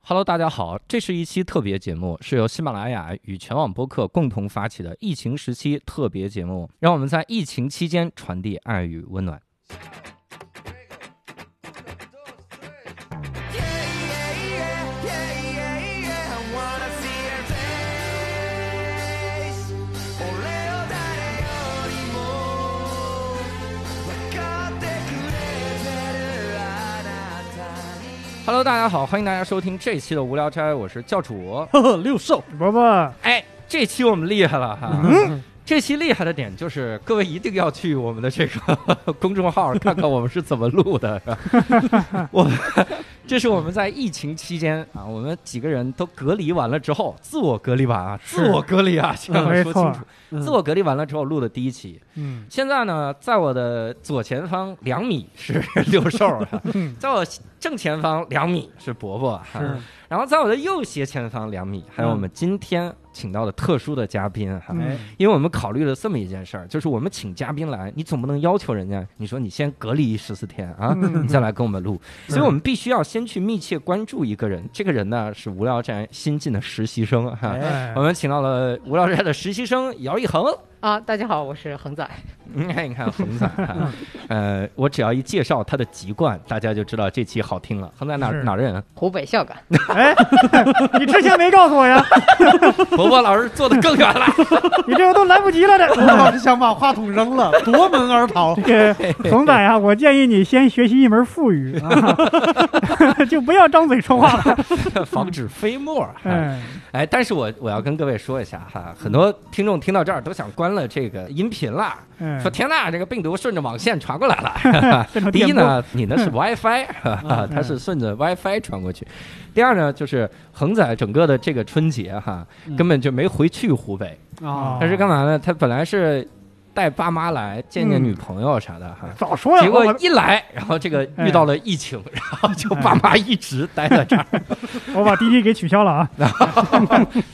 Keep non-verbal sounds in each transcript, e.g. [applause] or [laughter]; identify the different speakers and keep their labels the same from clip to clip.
Speaker 1: Hello，大家好，这是一期特别节目，是由喜马拉雅与全网播客共同发起的疫情时期特别节目，让我们在疫情期间传递爱与温暖。Hello，大家好，欢迎大家收听这期的无聊斋，我是教主。
Speaker 2: 呵呵， [laughs] 六兽，
Speaker 3: 伯伯，
Speaker 1: 哎，这期我们厉害了哈！这期厉害的点就是，各位一定要去我们的这个公众号看看我们是怎么录的。是吧我们这是我们在疫情期间啊，我们几个人都隔离完了之后，自我隔离完啊，自我隔离啊，这样 [laughs]
Speaker 3: 没
Speaker 1: 说清
Speaker 3: 错
Speaker 1: 楚，
Speaker 2: 嗯
Speaker 1: 自我隔离完了之后录的第一期。
Speaker 3: 嗯，
Speaker 1: 现在呢，在我的左前方两米是六兽儿，啊在我正前方两米是伯伯，啊
Speaker 2: 是
Speaker 1: 然后在我的右斜前方两米，还有我们今天请到的特殊的嘉宾哈。
Speaker 3: 嗯
Speaker 2: 哎
Speaker 1: 因为我们考虑了这么一件事儿，就是我们请嘉宾来，你总不能要求人家，你说你先隔离十四天啊，
Speaker 3: 嗯
Speaker 1: 你再来跟我们录，
Speaker 2: 是
Speaker 1: 所以我们必须要先去密切关注一个人，这个人呢是无聊斋新进的实习生哈、
Speaker 2: 哎
Speaker 3: 哎
Speaker 1: 我，们请到了无聊斋的实习生姚一恒， [laughs]
Speaker 4: 啊，大家好，我是恒仔。
Speaker 1: 你看，你看恒仔
Speaker 3: [laughs]
Speaker 1: 啊，呃，我只要一介绍他的籍贯，大家就知道这期好听了。恒仔哪
Speaker 3: 是
Speaker 1: 哪儿人啊？
Speaker 4: 湖北孝感，
Speaker 3: 哎， [laughs] 你之前没告诉
Speaker 1: [laughs]
Speaker 3: 我呀，
Speaker 1: 伯伯老师坐的更远了。
Speaker 3: 你这个都来不及了这。
Speaker 2: 我老是想把话筒
Speaker 3: [laughs]
Speaker 2: 扔了，夺门而逃。
Speaker 3: 这个冯
Speaker 1: [laughs]
Speaker 3: 仔啊，我建议你先学习一门副语 [laughs] 啊，就不要张嘴说话了。
Speaker 1: 防止飞沫。 [laughs] 哎，
Speaker 3: 嗯哎，
Speaker 1: 哎但是我我要跟各位说一下哈，很多听众听到这儿都想关了这个音频啦，
Speaker 3: 嗯
Speaker 1: 说，天呐，这个病毒顺着网线传过来
Speaker 3: [laughs]
Speaker 1: 了。
Speaker 3: 这种
Speaker 1: 第一
Speaker 3: 电波，嗯
Speaker 1: 呢，你那是
Speaker 3: [laughs]
Speaker 1: WiFi，哈哈它是顺着 WiFi 传过去；第二呢，就是恒仔整个的这个春节哈，
Speaker 2: 嗯
Speaker 1: 根本就没回去湖北，
Speaker 3: 哦
Speaker 2: 啊
Speaker 1: 他是干嘛呢？他本来是带爸妈来见见
Speaker 3: 嗯
Speaker 1: 女朋友啥的哈。
Speaker 3: 早说呀，
Speaker 1: 结果
Speaker 3: 我哎
Speaker 1: 一来，然后这个遇到了疫情，然后就爸妈一直待在这儿，
Speaker 3: 把我把滴滴给取消了
Speaker 1: [laughs]
Speaker 3: 啊。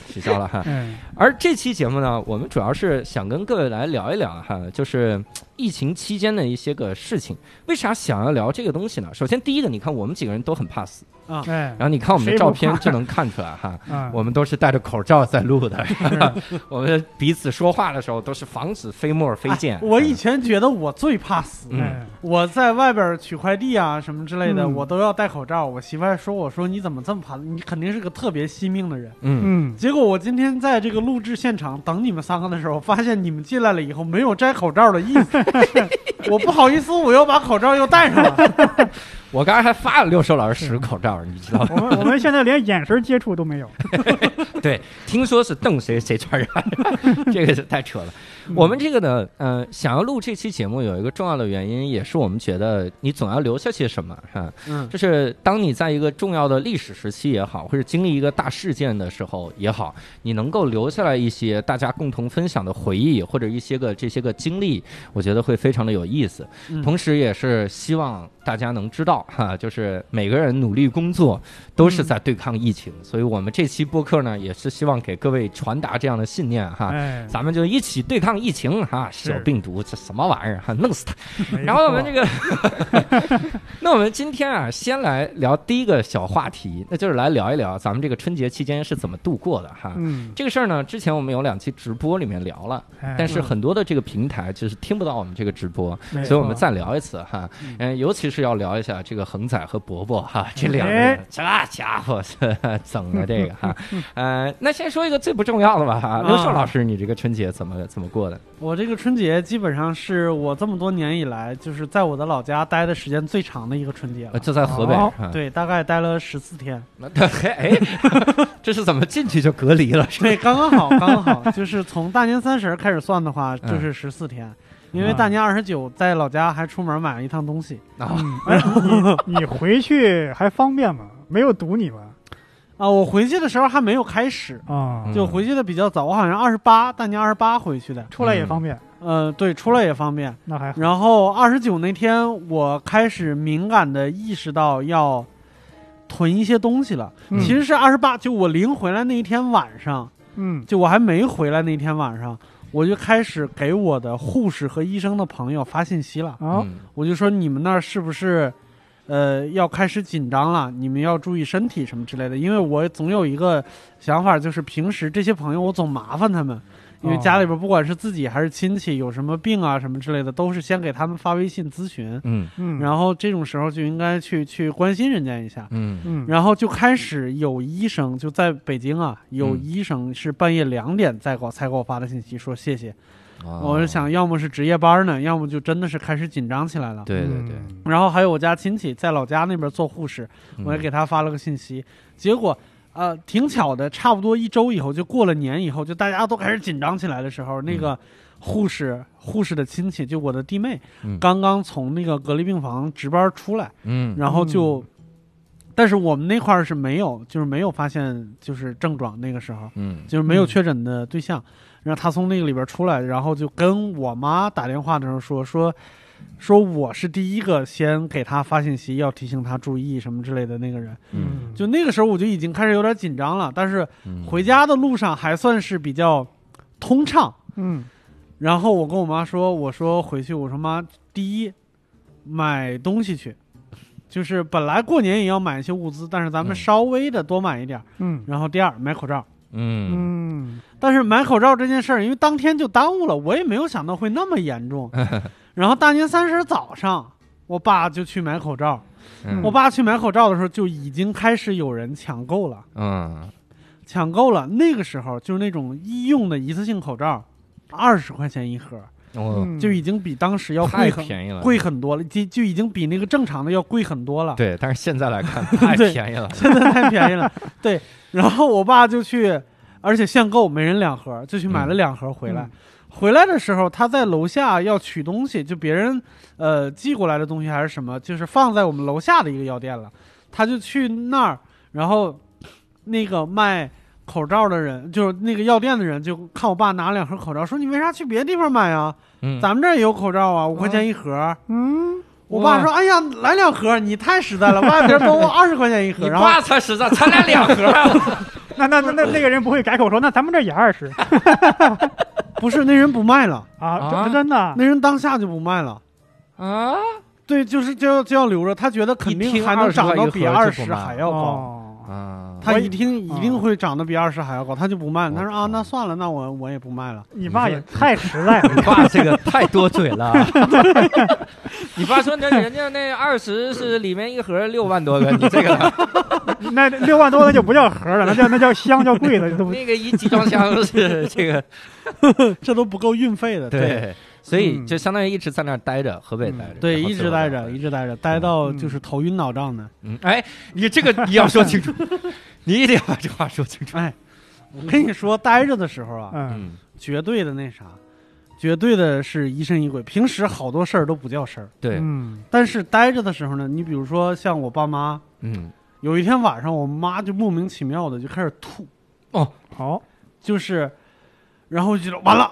Speaker 1: 取消了哈。
Speaker 3: 嗯，
Speaker 1: 而这期节目呢，我们主要是想跟各位来聊一聊哈，就是疫情期间的一些个事情。为啥想要聊这个东西呢？首先第一个，你看我们几个人都很怕死，
Speaker 3: 哎
Speaker 1: 然，后你看我们的
Speaker 3: 谁不
Speaker 1: 照片
Speaker 3: 怕
Speaker 1: 就能看出来哈，
Speaker 3: 啊，
Speaker 1: 我们都是戴着口罩在录的，
Speaker 3: 是
Speaker 1: 我们彼此说话的时候都是防止飞沫飞溅。
Speaker 2: 哎啊我以前觉得我最怕死，
Speaker 1: 嗯
Speaker 3: 哎
Speaker 2: 我在外边取快递啊什么之类的，
Speaker 3: 嗯
Speaker 2: 我都要戴口罩。我媳妇儿说我说你怎么这么怕？你肯定是个特别惜命的人。
Speaker 1: 嗯，
Speaker 3: 嗯，
Speaker 2: 结果我今天在这个录制现场等你们三个的时候，发现你们进来了以后没有摘口罩的意思， [laughs] 我不好意思，我又把口罩又戴上
Speaker 1: [laughs]
Speaker 2: 了。
Speaker 1: 我刚才还发了六兽老师十个口罩，你知道吗？
Speaker 3: 我们我们现在连眼神接触都没有。
Speaker 1: [laughs] 对，听说是瞪谁谁传染， [laughs] 这个是太扯了。我们这个呢，呃，想要录这期节目有一个重要的原因，也是我们觉得你总要留下些什么哈，
Speaker 2: 嗯
Speaker 1: 就是当你在一个重要的历史时期也好，或者经历一个大事件的时候也好，你能够留下来一些大家共同分享的回忆，或者一些个这些个经历，我觉得会非常的有意思。
Speaker 2: 嗯
Speaker 1: 同时，也是希望大家能知道哈，就是每个人努力工作都是在对抗疫情，
Speaker 3: 嗯
Speaker 1: 所以我们这期播客呢，也是希望给各位传达这样的信念哈。
Speaker 3: 哎，
Speaker 1: 咱们就一起对抗疫情哈，
Speaker 3: 是
Speaker 1: 小病毒这什么玩意儿
Speaker 3: [laughs]
Speaker 1: 哈，弄死它！
Speaker 3: 没
Speaker 1: 然后我们这
Speaker 3: 错
Speaker 1: 个， [laughs] 那我们今天啊，先来聊第一个小话题，那就是来聊一聊咱们这个春节期间是怎么度过的哈。
Speaker 3: 嗯，
Speaker 1: 这个事儿呢，之前我们有两期直播里面聊了，
Speaker 3: 哎
Speaker 1: 但是很多的这个平台就是听不到我们这个直播，
Speaker 3: 没
Speaker 1: 所以我们
Speaker 3: 错
Speaker 1: 再聊一次哈
Speaker 2: 哎嗯，
Speaker 1: 嗯，尤其是要聊一下这个恒仔和伯伯哈，这两个人
Speaker 3: 哎，
Speaker 1: 这家伙是整的这个
Speaker 2: [laughs]
Speaker 1: 哈，呃，那先说一个最不重要的吧
Speaker 2: 啊
Speaker 1: 哈，刘硕老师，你这个春节怎么怎么过的？
Speaker 2: 我这个春节基本上是我这么多年以来，就是在我的老家待的时间最长的一个春节
Speaker 1: 呃
Speaker 2: 了。
Speaker 1: 就在河北
Speaker 3: 哦
Speaker 1: 哈，
Speaker 2: 对，大概待了十四天。
Speaker 1: 那， [laughs] 嘿哎，这是怎么进去就隔离了？是吧
Speaker 2: [laughs] 对，刚刚好，刚刚好，就是从大年三十儿开始算的话，就是十四天。因为大年二十九在老家还出门买了一趟东西
Speaker 1: 啊，
Speaker 3: 嗯哎你你回去还方便吗？没有堵你吗？
Speaker 2: 啊，我回去的时候还没有开始，
Speaker 3: 啊，
Speaker 1: 嗯
Speaker 2: 就回去的比较早，我好像二十八，大年二十八回去的。
Speaker 3: 出来也方便，
Speaker 2: 呃，对，出来也方便。
Speaker 3: 那还好。
Speaker 2: 然后二十九那天，我开始敏感的意识到要囤一些东西了。
Speaker 3: 嗯
Speaker 2: 其实是二十八，就我临回来那一天晚上，
Speaker 3: 嗯
Speaker 2: 就我还没回来那天晚上，我就开始给我的护士和医生的朋友发信息了。
Speaker 3: 啊，
Speaker 1: 嗯
Speaker 2: 我就说你们那儿是不是呃，要开始紧张了，你们要注意身体什么之类的。因为我总有一个想法，就是平时这些朋友我总麻烦他们，因为
Speaker 3: 哦
Speaker 2: 家里边不管是自己还是亲戚有什么病啊什么之类的，都是先给他们发微信咨询，
Speaker 1: 嗯
Speaker 3: 嗯，后
Speaker 2: 然后这种时候就应该去去关心人家一下。
Speaker 1: 嗯
Speaker 3: 嗯，
Speaker 2: 然后就开始有医生就在北京啊，有
Speaker 1: 嗯
Speaker 2: 医生是半夜两点再给我才给我发的信息说谢谢，
Speaker 1: 啊
Speaker 2: 我是想要么是值夜班呢，要么就真的是开始紧张起来了。
Speaker 1: 对对对，
Speaker 2: 然后还有我家亲戚在老家那边做护士，
Speaker 1: 嗯
Speaker 2: 我也给他发了个信息，结果呃挺巧的，差不多一周以后就过了年以后，就大家都开始紧张起来的时候，
Speaker 1: 嗯
Speaker 2: 那个护士护士的亲戚就我的弟妹，
Speaker 1: 嗯
Speaker 2: 刚刚从那个隔离病房值班出来，
Speaker 1: 嗯
Speaker 2: 然后就，但是我们那块儿是没有，就是没有发现就是症状，那个时候
Speaker 1: 嗯
Speaker 2: 就是没有
Speaker 3: 嗯
Speaker 2: 确诊的对象。然后他从那个里边出来，然后就跟我妈打电话的时候说说说我是第一个先给他发信息，要提醒他注意什么之类的那个人。
Speaker 1: 嗯
Speaker 3: 嗯，
Speaker 2: 就那个时候我就已经开始有点紧张了，但是
Speaker 1: 嗯，
Speaker 2: 回家的路上还算是比较通畅。
Speaker 3: 嗯
Speaker 2: 然后我跟我妈说，我说回去，我说妈，第一，买东西去，就是本来过年也要买一些物资，但是咱们
Speaker 1: 嗯
Speaker 2: 稍微的多买一点儿。
Speaker 3: 嗯
Speaker 2: 然后第二，买口罩。
Speaker 1: 嗯
Speaker 3: 嗯
Speaker 2: 但是买口罩这件事儿，因为当天就耽误了，我也没有想到会那么
Speaker 1: [laughs]
Speaker 2: 严重。然后大年三十早上，我爸就去买口罩。
Speaker 1: 嗯
Speaker 2: 我爸去买口罩的时候，就已经开始有人抢购了，
Speaker 1: 嗯
Speaker 2: 抢购了。那个时候就是那种医用的一次性口罩，二十块钱一盒，
Speaker 1: 哦，
Speaker 3: 嗯
Speaker 2: 就已经比当时嗯要
Speaker 1: 太
Speaker 2: 贵很
Speaker 1: 便宜了，
Speaker 2: 贵很多了，就就已经比那个正常的要贵很多了。
Speaker 1: 对，但是现在来
Speaker 2: [laughs]
Speaker 1: 看太
Speaker 2: 对
Speaker 1: 便宜了，
Speaker 2: 真的 [laughs] 太便宜了。对，然后我爸就去，而且限购，每人两盒，就去买了两盒回来。
Speaker 3: 嗯
Speaker 2: 回来的时候，他在楼下要取东西，就别人呃寄过来的东西还是什么，就是放在我们楼下的一个药店了。他就去那儿，然后那个卖口罩的人，就是那个药店的人，就看我爸拿两盒口罩，说你为啥去别的地方买啊？
Speaker 1: 嗯，
Speaker 2: 咱们这儿也有口罩啊，五块钱一盒。
Speaker 3: 嗯
Speaker 2: 我爸
Speaker 1: 哇
Speaker 2: 说：“哎呀，来两盒，你太
Speaker 3: [laughs]
Speaker 2: 实在了，外边都二十块钱一盒。”
Speaker 1: 你
Speaker 2: 然后
Speaker 1: 爸才实在，咱俩两盒 [laughs] 啊，
Speaker 3: 那那那那那个人不会改口说，那咱们这也二十
Speaker 2: 不是，那人不卖了，
Speaker 3: 啊，
Speaker 1: 啊
Speaker 3: 真真的，
Speaker 2: 那人当下就不卖了。
Speaker 1: 啊，
Speaker 2: 对，就是就要就要留着，他觉得肯
Speaker 1: 一听
Speaker 2: 定还能涨到比
Speaker 1: 20
Speaker 2: 二
Speaker 1: 就不
Speaker 2: 十
Speaker 1: 卖了
Speaker 2: 还要高。
Speaker 3: 哦，
Speaker 1: 啊，
Speaker 2: 他
Speaker 3: 我
Speaker 2: 一
Speaker 3: 以
Speaker 2: 听一定会涨到比二十还要高，他就不卖了。
Speaker 1: 我
Speaker 2: 他说
Speaker 1: 靠
Speaker 2: 啊，那算了，那我我也不卖了。
Speaker 3: 你爸也太实在了，
Speaker 1: [laughs] 你爸这个太多嘴了。 [laughs] 你爸说那人家那二十是里面一盒六万多个，你这 [laughs] 个
Speaker 3: 那六万多那就不叫盒了，那叫那叫箱，叫柜子，
Speaker 1: [laughs]
Speaker 3: 都不嗯
Speaker 1: 那个一集装箱是这个
Speaker 2: 这都不够运费的。
Speaker 1: [laughs]
Speaker 2: 对
Speaker 1: 对，嗯所以就相当于一直在那儿待着，河北待着，
Speaker 2: 对，
Speaker 1: 然后
Speaker 2: 一直
Speaker 1: 最后
Speaker 2: 待
Speaker 1: 再
Speaker 2: 着，
Speaker 1: 回
Speaker 2: 一
Speaker 1: 来。
Speaker 2: 直待着，待到
Speaker 3: 嗯
Speaker 2: 就是头晕脑胀的。
Speaker 1: 嗯，哎，你这个你要说 [laughs] 清楚，你一定要把这话说清楚。
Speaker 2: 哎， [laughs] 我跟你说，待着的时候啊，
Speaker 3: 嗯
Speaker 1: 嗯，
Speaker 2: 绝对的那啥，绝对的是疑神疑鬼。平时好多事儿都不叫事儿，
Speaker 1: 对，
Speaker 3: 嗯
Speaker 2: 但是待着的时候呢，你比如说像我爸妈，
Speaker 1: 嗯，
Speaker 2: 有一天晚上，我妈就莫名其妙的就开始吐，
Speaker 3: 好
Speaker 2: 就是，然后我就觉得完
Speaker 1: [laughs]
Speaker 2: 了，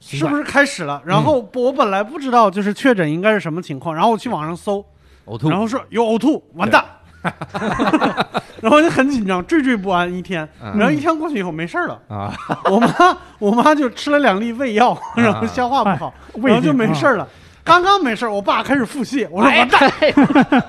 Speaker 1: 是
Speaker 2: 是不是开始了？然
Speaker 1: 嗯
Speaker 2: 后我本来不知道就是确诊应该是什么情况，然后我去网上搜，
Speaker 1: 呕吐？
Speaker 2: 然后说有呕吐，完蛋， [laughs] 然后我就很紧张，惴惴不安一天。
Speaker 1: 嗯
Speaker 2: 然后一天过去以后没事儿了，
Speaker 1: 啊，
Speaker 2: 我妈我妈就吃了两粒胃药， [laughs] 然后消化不好，
Speaker 1: 哎
Speaker 3: 胃
Speaker 2: 然后就
Speaker 3: 镜
Speaker 2: 没事
Speaker 1: 啊
Speaker 2: 儿了。刚刚没事儿，我爸开始腹泻，我说
Speaker 4: 哎
Speaker 2: 完蛋，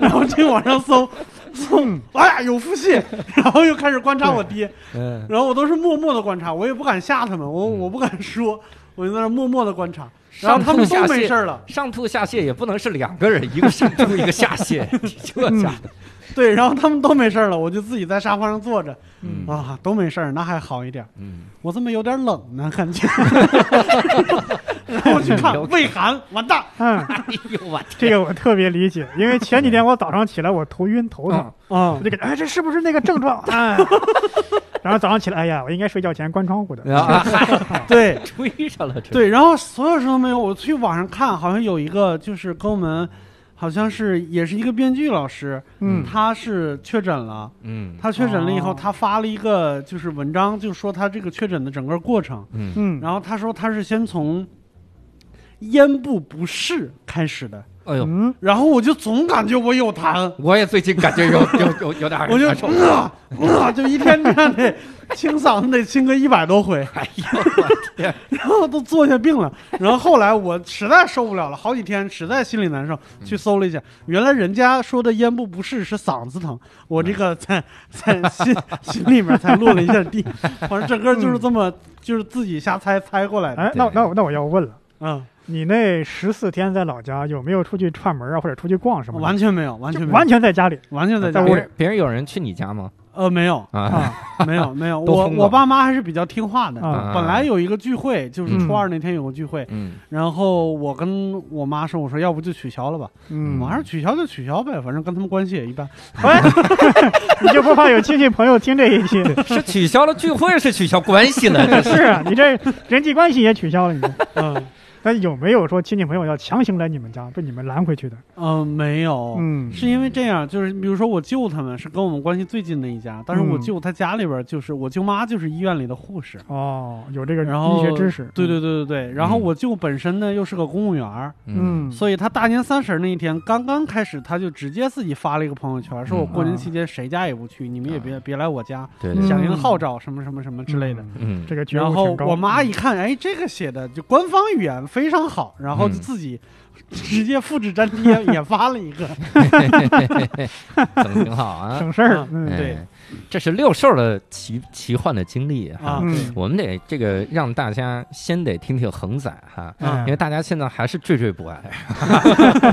Speaker 2: 然后去网上搜，搜，哎呀有腹泻，然后又开始观察我爹，
Speaker 1: 嗯，
Speaker 2: 然后我都是默默的观察，我也不敢吓他们，我
Speaker 1: 嗯
Speaker 2: 我不敢说，我就在那儿默默的观察，然后他们都
Speaker 1: 上吐下
Speaker 2: 没
Speaker 1: 泻
Speaker 2: 事儿了，
Speaker 1: 上吐下泻也不能是两个人，一个上吐一个下泻，这家伙，
Speaker 2: 对，然后他们都没事儿了，我就自己在沙发上坐着，
Speaker 1: 嗯
Speaker 2: 啊，都没事儿，那还好一点儿，
Speaker 1: 嗯，
Speaker 2: 我怎么有点冷呢？
Speaker 1: [laughs]
Speaker 2: 感觉，然后我去看胃寒，完蛋，
Speaker 3: 嗯，
Speaker 1: 哎呦我天，
Speaker 3: 这个我特别理解，因为前几天我早上起来我头晕头疼，
Speaker 2: 啊
Speaker 3: 我就感觉哎这是不是那个症状？哎，然后早上起来哎呀我应该睡觉前关窗户
Speaker 2: 哎
Speaker 3: 的，
Speaker 1: 然后啊
Speaker 2: [laughs]
Speaker 1: [laughs]
Speaker 2: 对
Speaker 1: 追上了，这
Speaker 2: 对，然后所有事都没有，我去网上看，好像有一个就是跟我们，好像是也是一个编剧老师，
Speaker 3: 嗯
Speaker 2: 他是确诊了。
Speaker 1: 嗯
Speaker 2: 他确诊了以后，
Speaker 3: 哦
Speaker 2: 他发了一个就是文章，就说他这个确诊的整个过程。
Speaker 1: 嗯
Speaker 3: 嗯，
Speaker 2: 然后他说他是先从咽部不适开始的，
Speaker 1: 哎呦，
Speaker 3: 嗯，
Speaker 2: 然后我就总感觉我有痰，
Speaker 1: 我也最近感觉有有有有点儿
Speaker 2: 我就
Speaker 1: 难受。
Speaker 2: 啊啊，就一天这样得清嗓子得清个一百多回，
Speaker 1: 哎呦，我天！
Speaker 2: [laughs] 然后都坐下病了。然后后来我实在受不了了，好几天实在心里难受，去搜了一下，原来人家说的咽部不适是嗓子疼，我这个在 [laughs] 在心心里面才落了一下地，反正整个就是这么就是自己瞎猜猜过来的，
Speaker 3: 哎，那那我那我要问了，
Speaker 2: 嗯，
Speaker 3: 你那十四天在老家有没有出去串门啊，或者出去逛什么的？
Speaker 2: 完全没有，完全
Speaker 3: 就
Speaker 2: 没有，
Speaker 3: 完全在家里
Speaker 2: 完全在家
Speaker 3: 在
Speaker 2: 里
Speaker 1: 别
Speaker 3: 屋
Speaker 1: 人别人有人去你家吗？
Speaker 2: 呃没有，
Speaker 1: 啊，
Speaker 3: 啊，
Speaker 2: 没有没有，
Speaker 1: 都
Speaker 2: 我
Speaker 1: 疯了
Speaker 2: 我爸妈还是比较听话的。
Speaker 3: 啊
Speaker 2: 本来有一个聚会，就是
Speaker 3: 嗯
Speaker 2: 初二那天有个聚会，
Speaker 1: 嗯
Speaker 2: 然后我跟我妈说，我说要不就取消了吧，
Speaker 3: 嗯，
Speaker 2: 我还是取消就取消呗，反正跟他们关系也
Speaker 3: [laughs]
Speaker 2: 一般。
Speaker 3: 哎，你就不怕有亲戚朋友听这一期？
Speaker 1: 是取消了聚会，是取消关系了， [laughs] 这
Speaker 3: 是啊，你这人际关系也取消了，你这。
Speaker 2: 嗯
Speaker 3: 但有没有说亲戚朋友要强行来你们家被你们拦回去的？
Speaker 2: 嗯、没有，
Speaker 3: 嗯，
Speaker 2: 是因为这样，就是比如说我舅他们是跟我们关系最近的一家，但是我
Speaker 3: 嗯
Speaker 2: 舅他家里边就是我舅妈就是医院里的护士。
Speaker 3: 哦，有这个
Speaker 2: 然后
Speaker 3: 医学知识，
Speaker 2: 对对对对对，然后
Speaker 1: 嗯
Speaker 2: 我舅本身呢又是个公务员儿，
Speaker 3: 嗯，嗯，
Speaker 2: 所以他大年三十那一天刚刚开始，他就直接自己发了一个朋友圈，说我过年期间谁家也不去，你们也别别来我家，
Speaker 1: 对
Speaker 3: 嗯
Speaker 1: 对，
Speaker 2: 响应号召什么什么什么之类的。
Speaker 1: 嗯，
Speaker 3: 这个觉
Speaker 2: 然
Speaker 3: 悟
Speaker 2: 后
Speaker 3: 挺高。
Speaker 2: 我妈一看，哎，这个写的就官方语言非常好，然后就
Speaker 1: 嗯
Speaker 2: 自己直接复制粘
Speaker 1: [laughs]
Speaker 2: 贴也发了一个。
Speaker 1: [laughs] 整得挺好啊。
Speaker 3: 省事儿
Speaker 2: 啊，
Speaker 3: [laughs] 嗯，
Speaker 2: 对
Speaker 1: 哎，这是六兽的奇奇幻的经历
Speaker 2: 啊
Speaker 1: 哈。
Speaker 3: 嗯
Speaker 1: 我们得这个让大家先得听听恒仔哈，
Speaker 4: 嗯
Speaker 3: 哎
Speaker 1: 因为大家现在还是惴惴
Speaker 4: [laughs]
Speaker 1: 不安。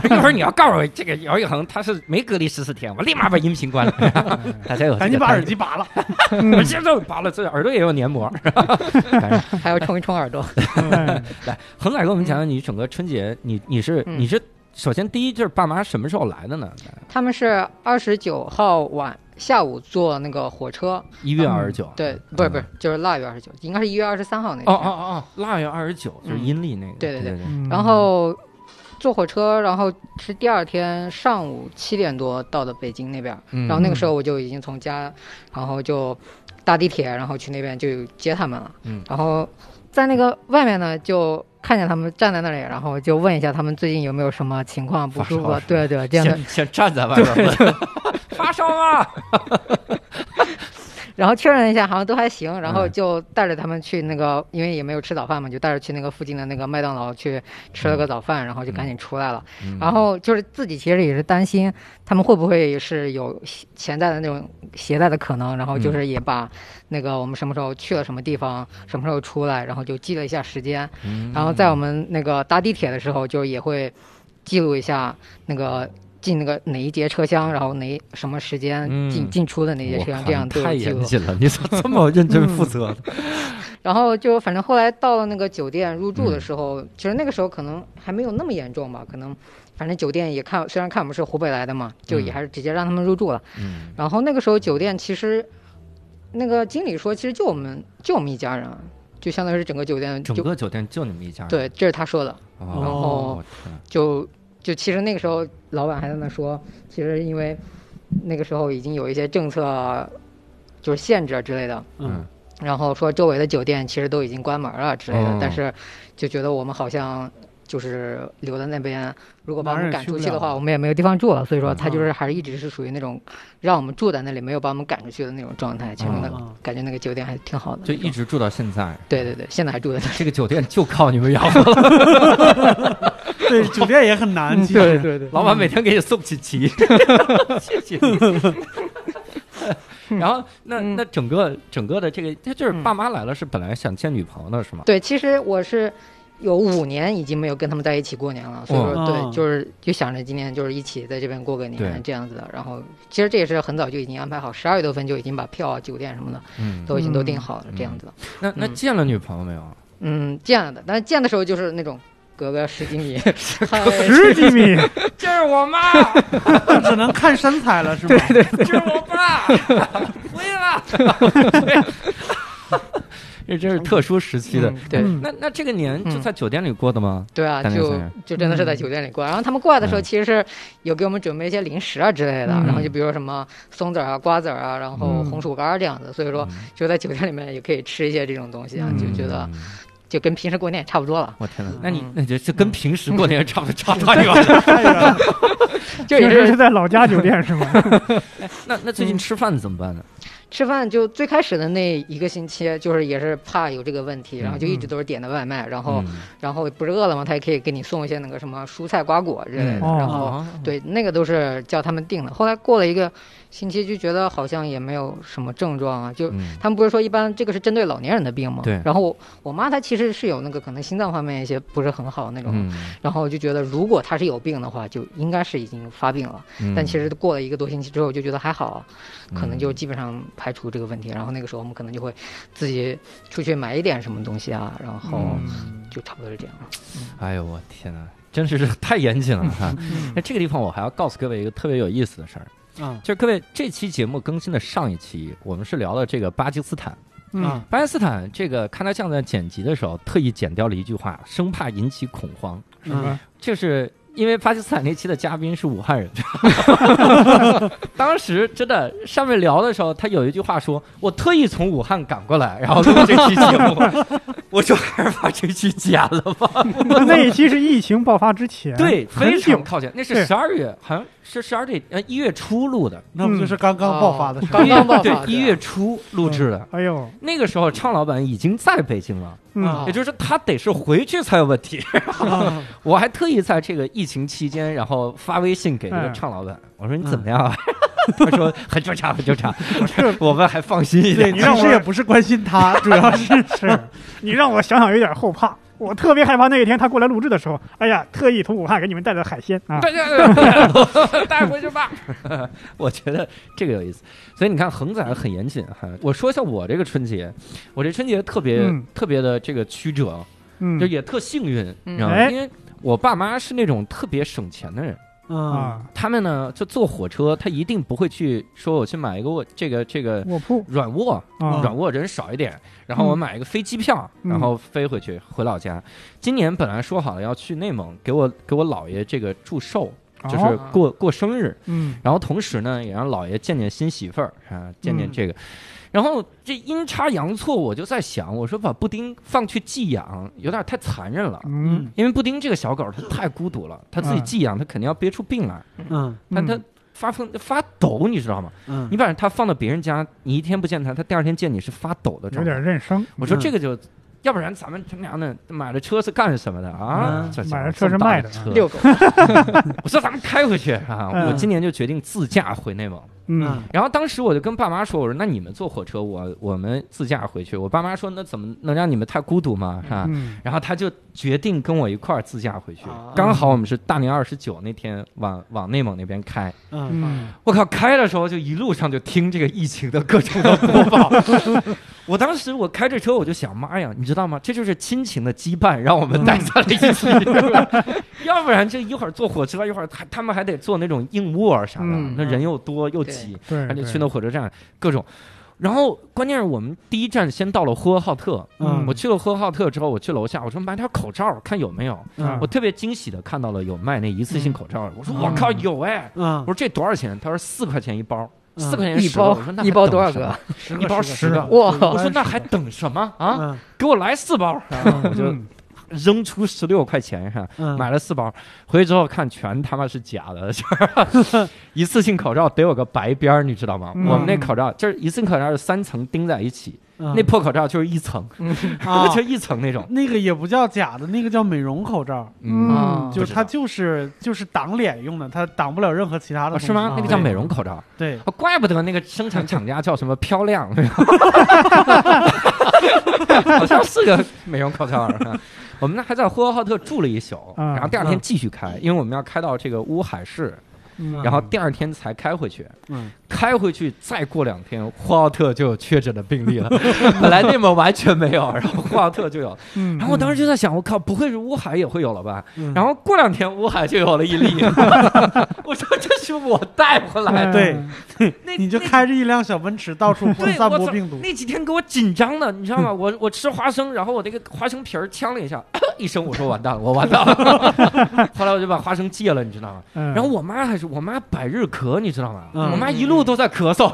Speaker 1: 一会儿你要告诉我这个姚一恒他是没隔离十四天，我立马把音频关了。
Speaker 4: [laughs]
Speaker 1: 大家有
Speaker 2: 赶紧把耳，机拔了。
Speaker 1: 我接着拔了，这耳朵也有黏膜。
Speaker 4: 还要冲一冲耳朵。
Speaker 3: 哎
Speaker 1: [laughs] 来，恒仔给我们讲讲你整个春节，你你是
Speaker 4: 嗯
Speaker 1: 你是首先第一就是爸妈什么时候来的呢？
Speaker 4: [laughs] 他们是二十九号晚下午坐那个火车，
Speaker 1: 一月二十九，
Speaker 4: 嗯对，不是不是，就是腊月二十九，应该是一月二十三号那
Speaker 1: 哦
Speaker 4: 天。
Speaker 1: 哦哦哦，腊月二十九就是阴历那个，
Speaker 4: 对对对
Speaker 1: 对
Speaker 3: 嗯
Speaker 4: 然后坐火车，然后是第二天上午七点多到的北京那边儿，
Speaker 1: 嗯
Speaker 4: 然后那个时候我就已经从家，然后就搭地铁，然后去那边就接他们了。
Speaker 1: 嗯
Speaker 4: 然后在那个外面呢，就看见他们站在那里，然后就问一下他们最近有没有什么情况不舒
Speaker 1: 发
Speaker 4: 服
Speaker 1: 烧。
Speaker 4: 对对，这
Speaker 1: [laughs]
Speaker 4: 样的
Speaker 1: 先先站在外边问， [laughs] 发烧啊，
Speaker 4: 然后确认一下，好像都还行，然后
Speaker 1: 嗯
Speaker 4: 就带着他们去那个，因为也没有吃早饭嘛，就带着去那个附近的那个麦当劳去吃
Speaker 1: 嗯
Speaker 4: 了个早饭，然后就赶紧出来了。嗯然后就是自己其实也是担心他们会不会是有潜在的那种携带的可能，然后就是
Speaker 1: 嗯
Speaker 4: 也把那个我们什么时候去了什么地方，什么时候出来，然后就记了一下时间，
Speaker 1: 嗯，
Speaker 4: 然后在我们那个搭地铁的时候，就也会记录一下那个。进那个哪一节车厢，然后哪一什么时间进、
Speaker 1: 嗯
Speaker 4: 进出的哪节车厢，这样都
Speaker 1: 我靠
Speaker 4: 有
Speaker 1: 你
Speaker 4: 记
Speaker 1: 太严。谨
Speaker 4: 录
Speaker 1: 了，你咋这么认真负责？
Speaker 4: 然后就反正后来到了那个酒店
Speaker 1: 嗯
Speaker 4: 入住的时候，其实那个时候可能还没有那么严重吧，可能反正酒店也看，虽然看我们是湖北来的嘛，就也还是直接让他们入住了。
Speaker 1: 嗯
Speaker 4: 然后那个时候酒店其实，那个经理说，其实就我们就我们一家人，啊就相当于是整个酒店
Speaker 1: 整
Speaker 4: 就
Speaker 1: 个酒店就你们一家人，
Speaker 4: 对，这是他说的，
Speaker 1: 哦，
Speaker 2: 然
Speaker 4: 后
Speaker 1: 我天
Speaker 4: 就就其实那个时候老板还在那说，其实因为那个时候已经有一些政策啊就是限制啊之类的，
Speaker 2: 嗯，
Speaker 4: 然后说周围的酒店其实都已经关门了之类的，
Speaker 1: 哦
Speaker 4: 但是就觉得我们好像就是留在那边，如果把我们
Speaker 2: 哪儿也
Speaker 4: 赶
Speaker 2: 去不
Speaker 4: 出去的
Speaker 2: 了
Speaker 4: 话，我们也没有地方住了，所以说
Speaker 1: 嗯
Speaker 4: 他就是还是一直是属于那种让我们住在那里，没有把我们赶出去的那种状态。其实那个
Speaker 2: 嗯
Speaker 4: 感觉那个酒店还挺好的，
Speaker 1: 就一直住到现在，
Speaker 4: 对对对，现在还住在那里。
Speaker 1: 这个酒店就靠你们养活了，
Speaker 2: 对，酒店也很难，其
Speaker 4: 嗯
Speaker 3: 对
Speaker 2: 实
Speaker 3: 对对，
Speaker 1: 老板每天给你送锦旗， [laughs] 谢谢你。 [laughs] 然后，那
Speaker 4: 嗯
Speaker 1: 那整个整个的这个，他就是
Speaker 4: 嗯
Speaker 1: 爸妈来了，是本来想见女朋友的是吗？
Speaker 4: 对，其实我是有五年已经没有跟他们在一起过年了，所以说、
Speaker 2: 哦
Speaker 4: 对，就是就想着今年就是一起在这边过个
Speaker 1: 对
Speaker 4: 年这样子的。然后其实这也是很早就已经安排好，十二月多份就已经把票啊、酒店什么的
Speaker 1: 嗯，
Speaker 4: 都已经都
Speaker 3: 嗯
Speaker 4: 订好了、这样子的。
Speaker 1: 那那
Speaker 4: 嗯
Speaker 1: 见了女朋友没有？
Speaker 4: 嗯，见了的，但是见的时候就是那种隔个十
Speaker 1: [laughs]
Speaker 4: 几米，嗨
Speaker 3: 嗯十几米，
Speaker 1: 这是我妈，
Speaker 2: 只能看身材了，是吗？ [laughs]
Speaker 1: 这是我爸，回了。这真是特殊时期的。
Speaker 4: 嗯对
Speaker 3: 嗯
Speaker 1: 那那这个年就
Speaker 4: 嗯
Speaker 1: 在酒店里过的吗？
Speaker 4: 对啊，
Speaker 1: 大年
Speaker 4: 就
Speaker 1: 三十
Speaker 4: 就真的是在酒店里过。然后他们过来的时候，
Speaker 1: 嗯
Speaker 4: 其实是有给我们准备一些零食啊之类的，
Speaker 3: 嗯
Speaker 4: 然后就比如说什么松子儿啊、瓜子儿啊，然后
Speaker 3: 嗯
Speaker 4: 红薯干儿这样子。所以说
Speaker 1: 嗯
Speaker 4: 就在酒店里面也可以吃一些这种东西啊，
Speaker 3: 嗯
Speaker 4: 就觉得。嗯就跟平时过年也差不
Speaker 1: [laughs]
Speaker 4: 多了，
Speaker 1: 我天哪，那你那就就跟平时过年差不多差
Speaker 4: [laughs]
Speaker 1: 太远了。
Speaker 2: 哎
Speaker 3: 太远了
Speaker 4: 就也
Speaker 3: 平时
Speaker 4: 是
Speaker 3: 是在老家酒店是
Speaker 1: [laughs]
Speaker 3: 吗？
Speaker 1: [laughs] 那那
Speaker 4: 嗯
Speaker 1: 最近吃饭怎么办呢？
Speaker 4: 吃饭就最开始的那一个星期，就是也是怕有这个问题，然后就一直都是点的外卖，然后
Speaker 1: 嗯
Speaker 4: 然后不是饿了么，他也可以给你送一些那个什么蔬菜瓜果之类的，
Speaker 3: 嗯
Speaker 4: 然后
Speaker 1: 哦，
Speaker 4: 对，那个都是叫他们定的。后来过了一个星期，就觉得好像也没有什么症状啊，就。
Speaker 1: 嗯
Speaker 4: 他们不是说一般这个是针对老年人的病吗？
Speaker 1: 对
Speaker 4: 然后我我妈她其实是有那个可能心脏方面一些不是很好那种，
Speaker 1: 嗯，
Speaker 4: 然后我就觉得如果她是有病的话，就应该是已经发病了。
Speaker 1: 嗯
Speaker 4: 但其实过了一个多星期之后，就觉得还好，可能就
Speaker 1: 嗯
Speaker 4: 基本上排除这个问题。然后那个时候我们可能就会自己出去买一点什么东西啊，然
Speaker 1: 哦
Speaker 4: 后
Speaker 3: 嗯
Speaker 4: 就差不多是这样。
Speaker 1: 哎呦我天哪，真是太严谨
Speaker 4: [laughs]
Speaker 1: 了哈！那这个地方我还要告诉各位一个特别有意思的事儿，
Speaker 2: 啊
Speaker 1: 就是各位这期节目更新的上一期，我们是聊的这个巴基斯坦。
Speaker 3: 嗯
Speaker 2: 啊，
Speaker 1: 巴基斯坦这个看他酱在剪辑的时候，特意剪掉了一句话，生怕引起恐慌，
Speaker 3: 是
Speaker 2: 嗯
Speaker 3: 吧？
Speaker 1: 就是因为巴基斯坦那期的嘉宾是武汉人， [laughs] 当时真的上面聊的时候，他有一句话说：“我特意从武汉赶过来，然后录这期节目。”
Speaker 3: [laughs]
Speaker 1: 我说还是把这期剪了吧。
Speaker 3: 那一期是疫情爆发之前，
Speaker 1: 对，非
Speaker 3: 很久
Speaker 1: 常靠前，那是
Speaker 3: 对
Speaker 1: 十二月，好像是十二月呃一月初录的，
Speaker 2: 那不就是刚刚爆发的时候？
Speaker 4: 刚刚爆发
Speaker 1: 对，
Speaker 4: 对
Speaker 1: 一月初录制的。
Speaker 3: 哎呦，
Speaker 1: 那个时候，昌老板已经在北京了，
Speaker 3: 嗯
Speaker 2: 啊
Speaker 1: 也就是说他得是回去才有问题。
Speaker 2: 啊
Speaker 1: 我还特意在这个疫情期间，然后发微信给这个畅老板，我说你怎么样啊？他说很正常，很正常。我说我们还放心一
Speaker 2: [laughs]
Speaker 1: 点
Speaker 2: 对，其
Speaker 3: 你。让我
Speaker 2: 实也不是关
Speaker 1: [laughs]
Speaker 2: 心他，主要是
Speaker 3: 是你让我想想有点后怕，我特别害怕那一天他过来录制的时候，哎呀，特意从武汉给你们带的海鲜啊，
Speaker 1: 大家带回去吧。我觉得这个有意思，所以你看恒仔很严谨哈。我说一下我这个春节，我这春节特别、
Speaker 3: 嗯
Speaker 1: 特别的这个曲折，
Speaker 3: 嗯
Speaker 1: 就也特幸运，你
Speaker 4: 嗯
Speaker 1: 知道吗？
Speaker 3: 哎
Speaker 1: 因为我爸妈是那种特别省钱的人，
Speaker 2: 啊
Speaker 3: 啊，
Speaker 1: 他们呢就坐火车，他一定不会去说我去买一个我这个这个
Speaker 3: 卧铺
Speaker 1: 软卧，
Speaker 3: 啊，
Speaker 1: 软卧人少一点，然后我买一个飞机票，
Speaker 3: 嗯
Speaker 1: 然后飞回去回老家。今年本来说好了要去内蒙给我给我姥爷这个祝寿，就是
Speaker 3: 哦
Speaker 1: 过、过生日，
Speaker 3: 嗯
Speaker 1: 然后同时呢也让姥爷见见新媳妇儿啊，见
Speaker 3: 嗯
Speaker 1: 见这个。然后这阴差阳错，我就在想，我说把布丁放去寄养有点太残忍了，
Speaker 3: 嗯，
Speaker 1: 因为布丁这个小狗它太孤独了，它自己
Speaker 3: 嗯
Speaker 1: 寄养它肯定要憋出病来，
Speaker 2: 嗯
Speaker 1: 但它
Speaker 3: 嗯
Speaker 1: 发疯发抖，你知道吗？
Speaker 2: 嗯
Speaker 1: 你把它放到别人家，你一天不见它，它第二天见你是发抖的
Speaker 3: 有
Speaker 1: 状态
Speaker 3: 点。认生，
Speaker 1: 我说
Speaker 2: 嗯
Speaker 1: 这个就，要不然咱们他娘的买了车是干什么的啊
Speaker 2: 嗯？
Speaker 1: 这
Speaker 3: 买了车是卖的啊
Speaker 1: 这么大车
Speaker 4: 遛狗，
Speaker 1: 我说咱们开回去啊！
Speaker 3: 嗯
Speaker 1: 我今年就决定自驾回内蒙。
Speaker 3: 嗯
Speaker 1: 然后当时我就跟爸妈说，我说那你们坐火车，我我们自驾回去。我爸妈说那怎么能让你们太孤独嘛，是吧？
Speaker 3: 嗯
Speaker 1: 然后他就决定跟我一块儿自驾回去
Speaker 4: 啊，
Speaker 1: 刚好我们是大年二十九那天往往内蒙那边开，
Speaker 2: 嗯
Speaker 3: 嗯
Speaker 1: 我靠，开的时候就一路上就听这个疫情的各种的播报。 [laughs] 我当时我开着车我就想，妈呀，你知道吗？这就是亲情的羁绊，让我们待在了一
Speaker 3: [laughs]
Speaker 1: 起，对吧？要不然这一会儿坐火车，一会儿他他们还得坐那种硬卧啥的，
Speaker 3: 嗯
Speaker 1: 那人又多又挤，
Speaker 3: 对，
Speaker 1: 还得
Speaker 3: 对
Speaker 1: 去那火车站各种。然后关键是我们第一站先到了呼和浩特，
Speaker 2: 嗯
Speaker 1: 我去了呼和浩特之后，我去楼下我说买点口罩看有没有，
Speaker 2: 嗯
Speaker 1: 我特别惊喜的看到了有卖那一次性口罩的，我说我
Speaker 2: 嗯
Speaker 1: 靠有哎、
Speaker 2: 嗯
Speaker 1: 我，说这多少钱？他说四块钱一包，
Speaker 2: 嗯
Speaker 1: 四块钱
Speaker 4: 一
Speaker 1: 十个啊
Speaker 4: 包
Speaker 1: 我说那还
Speaker 4: 一包
Speaker 1: 等
Speaker 4: 多少
Speaker 1: 什
Speaker 4: 个
Speaker 1: 么？
Speaker 2: 十
Speaker 1: 一包十个
Speaker 4: 哇，
Speaker 1: 我说那还等什么啊？
Speaker 2: 啊，
Speaker 1: 给我来四包，我就
Speaker 3: 嗯
Speaker 1: 扔出十六块钱哈，
Speaker 2: 嗯
Speaker 1: [laughs] 买了四包，回去之后看全他妈是假的，就是 [laughs] 一次性口罩得有个白边儿，你知道吗？
Speaker 3: 嗯
Speaker 1: 我们那口罩就是一次性口罩是三层钉在一起，
Speaker 2: 嗯
Speaker 1: 那破口罩就是一层，
Speaker 2: 啊
Speaker 1: [laughs] 就一层那种，
Speaker 2: 那个也不叫假的，那个叫美容口罩，
Speaker 3: 嗯
Speaker 4: 啊
Speaker 1: 不
Speaker 2: 就
Speaker 1: 知
Speaker 2: 是它
Speaker 1: 道
Speaker 2: 就是就是挡脸用的，它挡不了任何其他的
Speaker 1: 啊
Speaker 2: 东西。
Speaker 1: 是吗？那个叫
Speaker 2: 对
Speaker 1: 美容口罩，
Speaker 2: 对，
Speaker 1: 啊怪不得那个生产厂家叫什么漂亮， [laughs] 好像是个美容口罩儿。我们那还在呼和浩特住了一宿，
Speaker 3: 嗯
Speaker 1: 然后第二天继续开，因为我们要开到这个乌海市，
Speaker 3: 嗯
Speaker 1: 然后第二天才开回去。
Speaker 2: 嗯
Speaker 1: 开回去再过两天，呼和浩特就有确诊的病例了。 [laughs] 本来内蒙完全没有，然后呼和浩特就有。
Speaker 3: 嗯，
Speaker 1: 然后我当时就在想，我靠，不会是乌海也会有了吧？
Speaker 2: 嗯
Speaker 1: 然后过两天乌海就有了一例， [laughs] 我说这是我带回来
Speaker 3: 哎
Speaker 1: 的。
Speaker 2: 对
Speaker 1: 那
Speaker 2: [laughs] 你就
Speaker 1: 那
Speaker 2: 开着一辆小奔驰到处
Speaker 1: 对
Speaker 2: 散
Speaker 1: 我
Speaker 2: 播
Speaker 1: 操 [laughs]
Speaker 2: 病毒，
Speaker 1: 那几天给我紧张的，你知道吗？我我吃花生，然后我那个花生皮儿呛了一下， [coughs] 一声，我说完蛋了，我完蛋了。后来我就把花生戒了，你知道吗？
Speaker 3: 然
Speaker 1: 然后我妈还是我妈百日咳，你知道吗？
Speaker 2: 嗯
Speaker 1: 我妈一路都在咳嗽，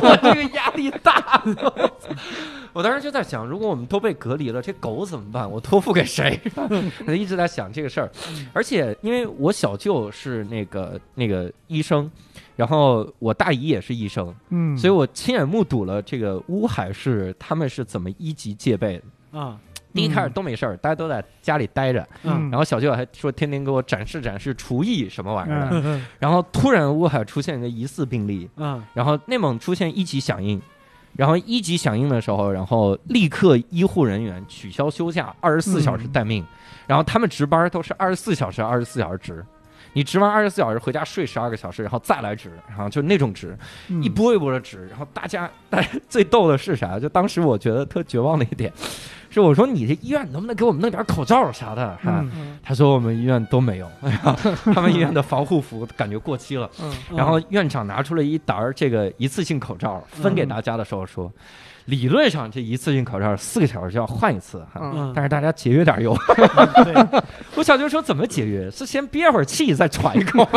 Speaker 1: 我这个压力大。 [laughs] 我当时就在想，如果我们都被隔离了，这狗怎么办？我托付给谁？一直在想这个事儿。而且因为我小舅是那个那个医生，然后我大姨也是医生，
Speaker 3: 嗯，
Speaker 1: 所以我亲眼目睹了这个乌海市他们是怎么一级戒备的。
Speaker 3: 嗯
Speaker 2: 啊，
Speaker 1: 第一开始都没事儿，大家都在家里待着，
Speaker 3: 嗯
Speaker 1: 然后小舅还说天天给我展示展示厨艺什么玩意儿的。
Speaker 3: 嗯
Speaker 2: 嗯
Speaker 1: 然后突然乌海出现一个疑似病例，
Speaker 2: 嗯
Speaker 1: 然后内蒙出现一级响应，然后一级响应的时候，然后立刻医护人员取消休假，二十四小
Speaker 3: 嗯
Speaker 1: 时待命，然后他们值班都是二十四小时，二十四小时值。你值完二十四小时回家睡十二个小时，然后再来值，然后就那种值，
Speaker 3: 嗯
Speaker 1: 一
Speaker 4: 嗯
Speaker 1: 波一波的值。然后大家，大家最逗的是啥？就当时我觉得特绝望的一点，是我说你这医院能不能给我们弄点口罩啥的？哈、
Speaker 3: 嗯
Speaker 4: 嗯
Speaker 1: 他说我们医院都没有， [laughs] 然后他们医院的防护服感觉过期了。
Speaker 4: 嗯，
Speaker 1: [laughs] 然后院长拿出了一沓儿这个一次性口罩，分
Speaker 4: 嗯
Speaker 1: 给大家的时候说，理论上这一次性口罩四个小时就要换一次哈，
Speaker 4: 嗯
Speaker 1: 但是大家节约点儿用。 [laughs]
Speaker 2: 对，
Speaker 1: 我小舅说怎么节约？是先憋会儿气再喘一口，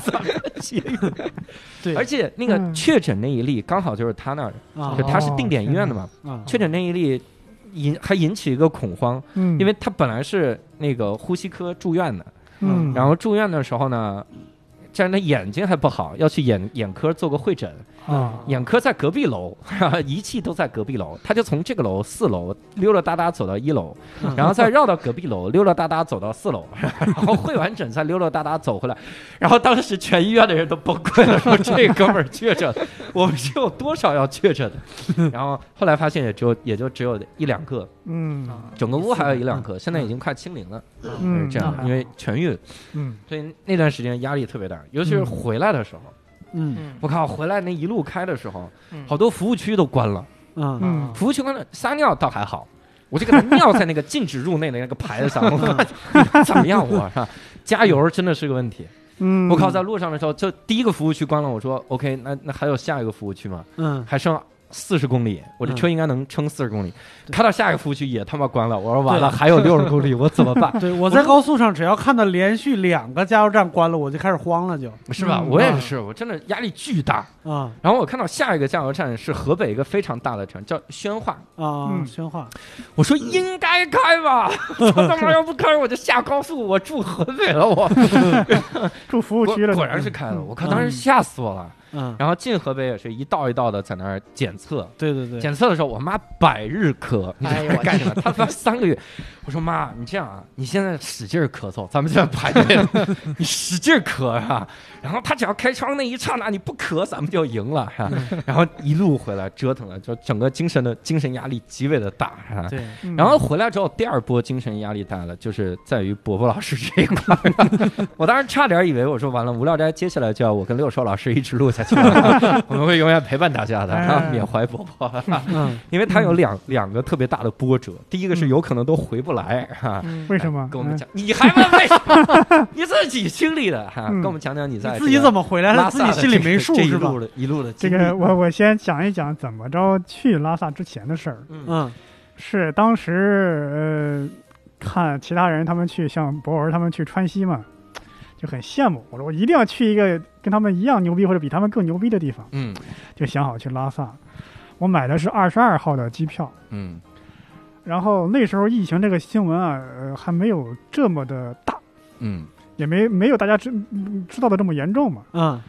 Speaker 1: 怎么节约？
Speaker 2: 对
Speaker 1: 而且那个
Speaker 3: 嗯
Speaker 1: 确诊那一例刚好就是他那儿，
Speaker 2: 啊
Speaker 1: 就他是定点医院的嘛，
Speaker 2: 啊，
Speaker 1: 确诊那一例引还引起一个恐慌，
Speaker 3: 嗯，
Speaker 1: 因为他本来是那个呼吸科住院的，
Speaker 3: 嗯，
Speaker 1: 然后住院的时候呢，但是他眼睛还不好，要去眼眼科做个会诊。
Speaker 3: 啊，
Speaker 1: 眼科在隔壁楼， [laughs] 仪器都在隔壁楼，他就从这个楼四楼溜溜达达走到一楼，
Speaker 2: 嗯
Speaker 1: 然后再绕到隔壁楼溜溜达达走到四楼，然后会完诊再溜溜达达走回来，然后当时全医院的人都崩溃了，说这哥们儿确诊，我们是有多少要确诊的？然后后来发现也只有也就只有一两个，
Speaker 3: 嗯
Speaker 1: 整个屋还有一两个，现在已经快清零了，啊
Speaker 3: 嗯，
Speaker 1: 是这样的，
Speaker 3: 那还
Speaker 1: 因为痊愈，
Speaker 3: 嗯
Speaker 1: 所以那段时间压力特别大，尤其是
Speaker 3: 嗯
Speaker 1: 回来的时候，
Speaker 2: 嗯
Speaker 4: 嗯
Speaker 1: 我靠，回来那一路开的时候，
Speaker 4: 嗯
Speaker 1: 好多服务区都关了。
Speaker 2: 嗯
Speaker 3: 嗯
Speaker 1: 服务区关了，撒尿倒还好，我就给他尿在那个禁止入内的那个牌子上，我靠，怎么样我是吧？加油真的是个问题。
Speaker 3: 嗯，
Speaker 1: 我靠，在路上的时候，就第一个服务区关了，我说 OK，那那还有下一个服务区吗？
Speaker 2: 嗯，
Speaker 1: 还剩四十公里，我这车应该能撑四十公里。
Speaker 2: 对
Speaker 1: 开到下一个服务区也他妈关了，我说完了，
Speaker 2: 对
Speaker 1: 还有六十公里，我怎么办？
Speaker 2: [laughs] 对我在高速上，只要看到连续两个加油站关了，我就开始慌了，就是
Speaker 1: 吧？
Speaker 3: 嗯
Speaker 1: 我也是，我真的压力巨大。
Speaker 2: 啊
Speaker 1: 然后我看到下一个加油站是河北一个非常大的城，叫宣化。
Speaker 2: 啊，
Speaker 3: 嗯
Speaker 2: 宣化
Speaker 1: 我说应该开吧，我他妈要不开我就下高速，我住河北了，我
Speaker 3: 住服务
Speaker 1: 果
Speaker 3: 区了，
Speaker 1: 果然是开了，我靠，
Speaker 2: 嗯
Speaker 1: 当时吓死我了。
Speaker 2: 嗯，
Speaker 1: 然后进河北也是一道一道的在那儿检测，
Speaker 2: 对对对，
Speaker 1: 检测的时候我妈百日咳，你
Speaker 4: 哎
Speaker 1: 知
Speaker 4: 呦
Speaker 1: 道
Speaker 4: 我
Speaker 1: 干什么？她他妈三个月，我说妈，你这样啊，你现在使劲儿咳嗽，咱们现在排队了，你使劲儿咳啊，然后她只要开窗那一刹那你不咳，咱们就赢了哈、然后一路回来折腾了，就整个精神的精神压力极为的大哈、 [laughs]
Speaker 2: 对，
Speaker 3: 嗯，
Speaker 1: 然后回来之后，第二波精神压力大了，就是在于伯伯老师这一块
Speaker 2: [laughs]
Speaker 1: 儿。我当时差点以为我说完了，无聊斋接下来就要我跟六兽老师一直录下去了，
Speaker 2: [laughs]
Speaker 1: 我们会永远陪伴大家的，
Speaker 3: 哎
Speaker 1: 啊缅怀伯伯，
Speaker 2: 嗯
Speaker 1: 因为他有两两个特别大的波折，第一个是有可能都回不来哈。
Speaker 4: 嗯
Speaker 3: 为什么？
Speaker 1: 跟我们讲，你还问为什么？
Speaker 2: [laughs]
Speaker 1: 你自己经历的哈，
Speaker 3: 嗯
Speaker 1: 跟我们讲讲你在
Speaker 2: 自己怎
Speaker 1: 么
Speaker 2: 么回来的，自己心里没数
Speaker 1: 这一
Speaker 2: 是吧
Speaker 1: 路？的一路的
Speaker 3: 这
Speaker 1: 经历
Speaker 3: 个我我先讲一讲怎么着去拉萨之前的事儿。
Speaker 1: 嗯
Speaker 2: 嗯
Speaker 3: 是当时呃，看其他人他们去，像博文他们去川西嘛，就很羡慕。我说我一定要去一个跟他们一样牛逼或者比他们更牛逼的地方，
Speaker 1: 嗯
Speaker 3: 就想好去拉萨。我买的是二十二号的机票，
Speaker 1: 嗯
Speaker 3: 然后那时候疫情这个新闻啊，呃，还没有这么的大，
Speaker 1: 嗯
Speaker 3: 也没没有大家知嗯知道的这么严重嘛。
Speaker 2: 嗯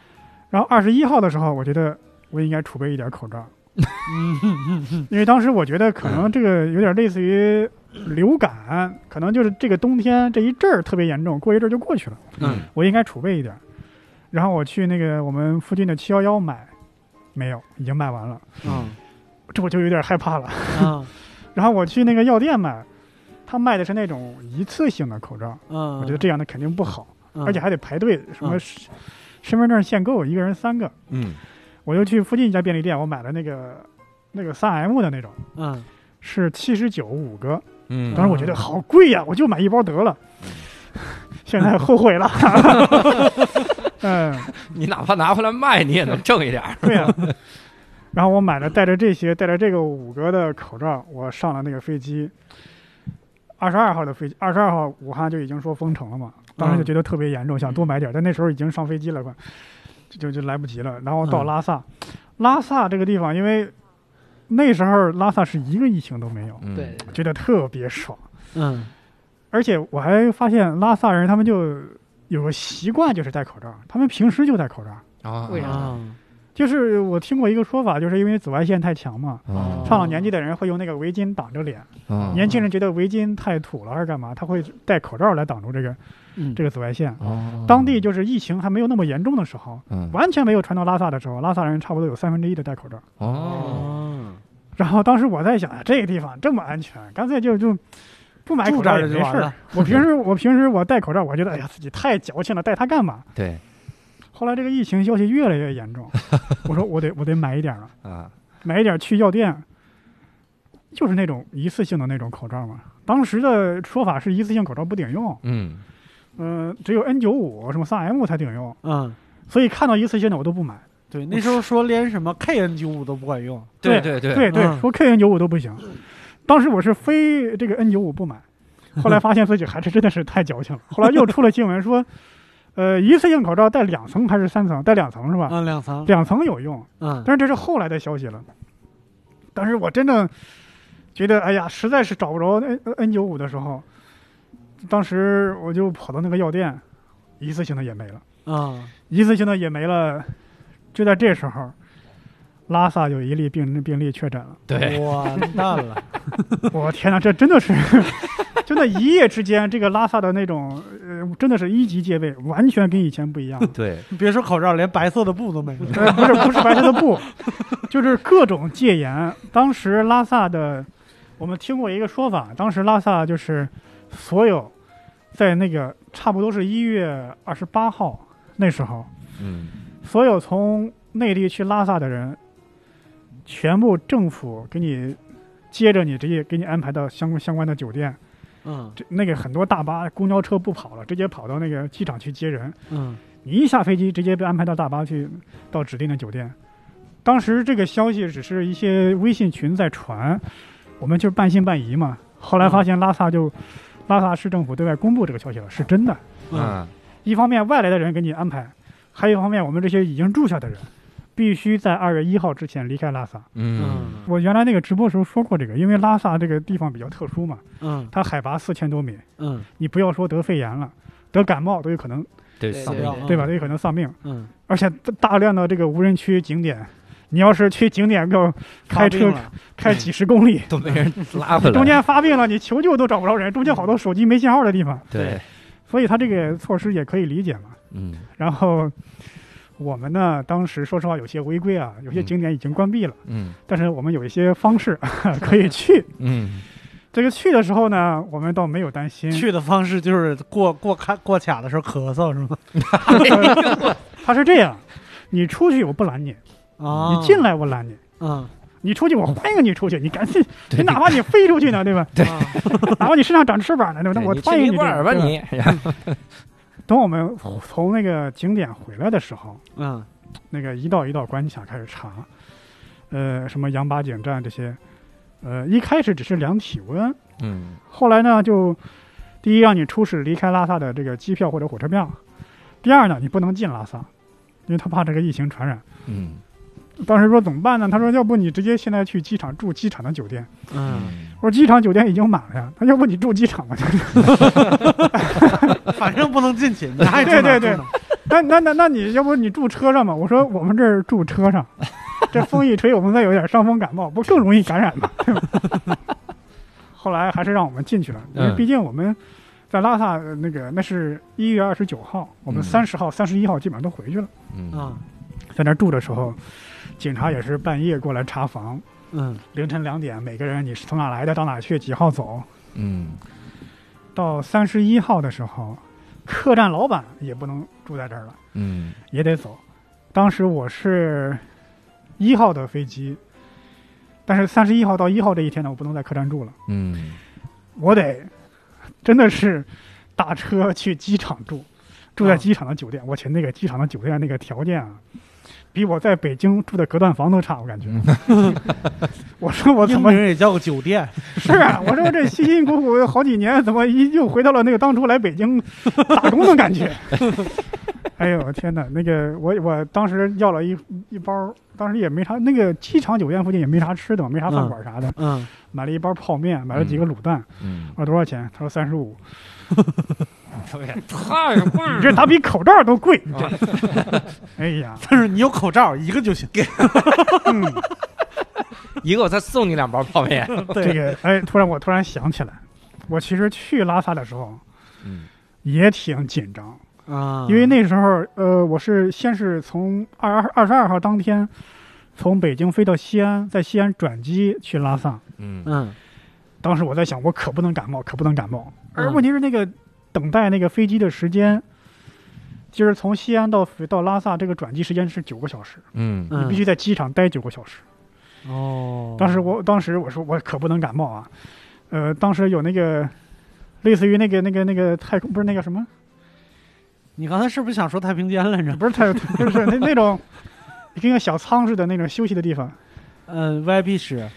Speaker 3: 然后二十一号的时候，我觉得我应该储备一点口罩，
Speaker 2: 嗯嗯
Speaker 3: 因为当时我觉得可能这个有点类似于流感，可能就是这个冬天这一阵儿特别严重，过一阵儿就过去了，
Speaker 1: 嗯
Speaker 3: 我应该储备一点儿。然后我去那个我们附近的七幺幺买，没有，已经卖完了，
Speaker 2: 嗯
Speaker 3: 这我就有点害怕了。
Speaker 2: 嗯
Speaker 3: 然后我去那个药店买，他卖的是那种一次性的口罩，
Speaker 2: 嗯，
Speaker 3: 我觉得这样的肯定不好，
Speaker 2: 嗯，
Speaker 3: 而且还得排队，什么
Speaker 2: 嗯
Speaker 3: 身身份证限购，一个人三个。
Speaker 1: 嗯
Speaker 3: 我就去附近一家便利店，我买了那个那个三 M 的那种，
Speaker 2: 嗯
Speaker 3: 是七十九五个，
Speaker 1: 嗯
Speaker 3: 当时我觉得好贵呀、我就买一包得了。
Speaker 2: 嗯
Speaker 3: [laughs] 现在后悔了。 [laughs] 嗯，
Speaker 1: 你哪怕拿回来卖，你也能挣一点儿。
Speaker 3: [laughs] 对呀、啊然后我买了，带着这些，带着这个五个的口罩，我上了那个飞机。二十二号的飞机，二十二号武汉就已经说封城了嘛，当时就觉得特别严重，想多买点儿，但那时候已经上飞机了，快就就就来不及了。然后到
Speaker 1: 嗯
Speaker 3: 拉萨，拉萨这个地方，因为那时候拉萨是一个疫情都没有，
Speaker 1: 嗯
Speaker 2: 对，
Speaker 3: 觉得特别爽。
Speaker 2: 嗯
Speaker 3: 而且我还发现拉萨人他们就有个习惯，就是戴口罩，他们平时就戴口罩。
Speaker 1: 啊，
Speaker 4: 为啥
Speaker 2: 啊
Speaker 3: 就是我听过一个说法，就是因为紫外线太强嘛，
Speaker 1: 啊
Speaker 2: 哦
Speaker 3: 上了年纪的人会用那个围巾挡着脸，
Speaker 1: 啊
Speaker 3: 年轻人觉得围巾太土了还是干嘛，他会戴口罩来挡住这个
Speaker 2: 嗯，
Speaker 3: 这个紫外线。
Speaker 1: 哦
Speaker 3: 当地就是疫情还没有那么严重的时候，
Speaker 1: 嗯
Speaker 3: 完全没有传到拉萨的时候，拉萨人差不多有三分之一的戴口罩。
Speaker 1: 哦，
Speaker 2: 哦，
Speaker 3: 然后当时我在想，啊这个地方这么安全，干脆就就不买口
Speaker 2: 住这
Speaker 3: 罩
Speaker 2: 儿
Speaker 3: 也
Speaker 2: 了就
Speaker 3: 没
Speaker 2: 完
Speaker 3: 事儿
Speaker 2: 了。。
Speaker 3: 我平时我平时我戴口罩，我觉得哎呀自己太矫情了，戴它干嘛？
Speaker 1: 对
Speaker 3: 后来这个疫情消息越来越严重，我说我得我得买一点儿了，
Speaker 1: 啊，
Speaker 3: 买一点儿去药店，就是那种一次性的那种口罩嘛。当时的说法是一次性口罩不顶用，
Speaker 1: 嗯
Speaker 3: 嗯、只有 N 九五什么三 M 才顶用，
Speaker 2: 嗯，
Speaker 3: 所以看到一次性的我都不买。
Speaker 2: 对，那时候说连什么 KN 九五都不管用，
Speaker 1: 对
Speaker 3: 对
Speaker 1: 对
Speaker 3: 对
Speaker 2: 嗯
Speaker 3: 说 KN 九五都不行，当时我是非这个 N 九五不买，后来发现自己还是真的是太矫情了。后来又出了新闻说，呃，一次性口罩戴两层还是三层？戴两层是吧？
Speaker 2: 嗯，两层，
Speaker 3: 两层有用，
Speaker 2: 嗯
Speaker 3: 但是这是后来的消息了。当时我真的觉得，哎呀，实在是找不着 N N 九五的时候，当时我就跑到那个药店，一次性的也没了，
Speaker 2: 啊
Speaker 3: 一次性的也没了。就在这时候，拉萨有一例病病例确诊了。
Speaker 1: 对，。
Speaker 2: 哎 [laughs] 完蛋了，
Speaker 3: 我天哪，这真的是， [laughs] 真的，一夜之间，这个拉萨的那种，呃，真的是一级戒备，完全跟以前不一样了
Speaker 1: 对，
Speaker 2: 别说口罩，连白色的布都没了。
Speaker 3: 呃，不是不是白色的布，就是各种戒严。当时拉萨的，我们听过一个说法，当时拉萨就是所有在那个差不多是一月二十八号那时候，
Speaker 1: 嗯
Speaker 3: 所有从内地去拉萨的人，全部政府给你接着你直接给你安排到相相关的酒店。
Speaker 2: 嗯
Speaker 3: 这那个很多大巴、公交车不跑了，直接跑到那个机场去接人。
Speaker 2: 嗯
Speaker 3: 你一下飞机，直接被安排到大巴去，到指定的酒店。当时这个消息只是一些微信群在传，我们就半信半疑嘛。后来发现拉萨就，拉萨市政府对外公布这个消息了，是真的。
Speaker 2: [laughs] 嗯
Speaker 1: 啊
Speaker 3: 一方面外来的人给你安排，还有一方面我们这些已经住下的人，必须在二月一号之前离开拉萨。
Speaker 1: 嗯
Speaker 2: 嗯
Speaker 3: 我原来那个直播时候说过这个，因为拉萨这个地方比较特殊嘛，
Speaker 2: 嗯
Speaker 3: 它海拔四千多米，
Speaker 2: 嗯
Speaker 3: 你不要说得肺炎了，得感冒都有可能，
Speaker 1: 对
Speaker 4: 对
Speaker 1: 丧
Speaker 4: 对
Speaker 1: 命
Speaker 4: 对
Speaker 2: 嗯
Speaker 3: 对吧？都有可能丧命。
Speaker 2: 嗯，
Speaker 3: 而且大量的这个无人区景点，你要是去景点要开
Speaker 2: 发病
Speaker 3: 车
Speaker 2: 了
Speaker 3: 开几十公
Speaker 2: [laughs]
Speaker 3: 里，
Speaker 1: 都没人拉回来，
Speaker 3: 中间发病了，你求救都找不着人，中间好多手机没信号的地方，
Speaker 2: 嗯
Speaker 1: 对，
Speaker 3: 所以他这个措施也可以理解嘛。
Speaker 1: 嗯
Speaker 3: 然后我们呢，当时说实话有些违规啊，有些景点已经关闭了，
Speaker 1: 嗯
Speaker 3: 但是我们有一些方
Speaker 2: [laughs]
Speaker 3: 式可以去。
Speaker 1: 嗯
Speaker 3: 这个去的时候呢，我们倒没有担心，
Speaker 2: 去的方式就是过过卡过卡的时候咳嗽是吗？
Speaker 3: [laughs] 他是这样，你出去我不拦你，
Speaker 2: 啊，
Speaker 3: 你进来我拦你。
Speaker 2: 嗯，
Speaker 3: 你出去，我欢迎你出去，你赶紧，
Speaker 1: 对
Speaker 3: 你哪怕你飞出去呢，对吧？
Speaker 2: 对，
Speaker 3: [laughs] 然后你身上长翅膀了，对吧？
Speaker 1: 对
Speaker 3: 那我
Speaker 1: 你
Speaker 3: 欢
Speaker 1: 去
Speaker 3: 迎
Speaker 1: 尼
Speaker 3: 你
Speaker 1: 泊尔吧
Speaker 3: 这个。
Speaker 1: 你，
Speaker 3: 等我们从那个景点回来的时候，
Speaker 2: 嗯
Speaker 3: 那个一道一道关卡开始查，呃，什么羊八井站这些，呃，一开始只是量体温，
Speaker 1: 嗯
Speaker 3: 后来呢，就第一让你出示离开拉萨的这个机票或者火车票，第二呢，你不能进拉萨，因为他怕这个疫情传染。
Speaker 1: 嗯
Speaker 3: 当时说怎么办呢？他说要不你直接现在去机场住机场的酒店。
Speaker 2: 嗯，
Speaker 3: 我说机场酒店已经满了呀，他要不你住机场吧？
Speaker 2: [laughs] 反正不能进去，你还
Speaker 3: 对对对 [laughs] 那那那那你要不你住车上吧？我说我们这儿住车
Speaker 1: [laughs]
Speaker 3: 上，这风一吹，我们再有点伤风感冒，不更容易感染
Speaker 1: [laughs]
Speaker 3: 吗？ [laughs] 对吧？后来还是让我们进去了，因为
Speaker 1: 嗯
Speaker 3: 毕竟我们在拉萨呃那个那是一月二十九号，我们
Speaker 1: 嗯
Speaker 3: 三十号、三十一号基本上都回去了。
Speaker 1: 嗯
Speaker 2: 啊
Speaker 3: 在那儿住的时候，警察也是半夜过来查房，
Speaker 2: 嗯
Speaker 3: 凌晨两点，每个人你是从哪来的，到哪去，几号走。
Speaker 1: 嗯
Speaker 3: 到三十一号的时候，客栈老板也不能住在这儿了。
Speaker 1: 嗯
Speaker 3: 也得走。当时我是一号的飞机，但是三十一号到一号这一天呢，我不能在客栈住了，
Speaker 1: 嗯
Speaker 3: 我得真的是打车去机场住，住
Speaker 2: 啊
Speaker 3: 在机场的酒店。我去那个机场的酒店那
Speaker 2: [laughs]
Speaker 3: 个条件啊，比我在北京住的隔断房都差，我感觉。 [laughs] 我说我怎
Speaker 2: 英
Speaker 3: 么
Speaker 2: 明也叫个酒店，
Speaker 3: 是啊？我说这辛辛苦苦好几年，怎么一又回到了那个当初来北京打工的感觉？ [laughs] 哎呦我天哪！那个我我当时要了一一包，当时也没啥，那个机场酒店附近也没啥吃的嘛，没啥饭馆啥的，
Speaker 2: 嗯，
Speaker 3: 买了一包泡面，买了几个卤蛋。
Speaker 1: [laughs] 嗯，
Speaker 3: 我说多少钱？他说三十五。
Speaker 1: 特别太棒
Speaker 3: 你这打比口罩都贵。哎呀，
Speaker 2: 但是你有口罩一个就
Speaker 3: [laughs]
Speaker 2: 行。
Speaker 3: 嗯，
Speaker 1: 一个我再送你两包泡面。
Speaker 3: 这个哎，突然我突然想起来，我其实去拉萨的时候
Speaker 1: 嗯
Speaker 3: 也挺紧张，
Speaker 2: 啊，
Speaker 3: 因为那时候呃，我是先是从二二十二号当天从北京飞到西安，在西安转机去拉萨。
Speaker 1: 嗯
Speaker 2: 嗯
Speaker 3: 当时我在想，我可不能感冒，可不能感冒。而
Speaker 2: 嗯
Speaker 3: 问题是那个等待那个飞机的时间。就是从西安到到拉萨，这个转机时间是九个小时，
Speaker 1: 嗯
Speaker 2: 嗯，
Speaker 3: 必须在机场待九个小时。
Speaker 2: 哦。
Speaker 3: 当时我当时我说我可不能感冒啊，呃，当时有那个类似于那个那个那个太空不是那个什么，
Speaker 2: 你刚才是不是想说太平间来着？
Speaker 3: 不是太 [laughs] 就是那那种跟个小仓似的那种休息的地方，
Speaker 2: 嗯，VIP 室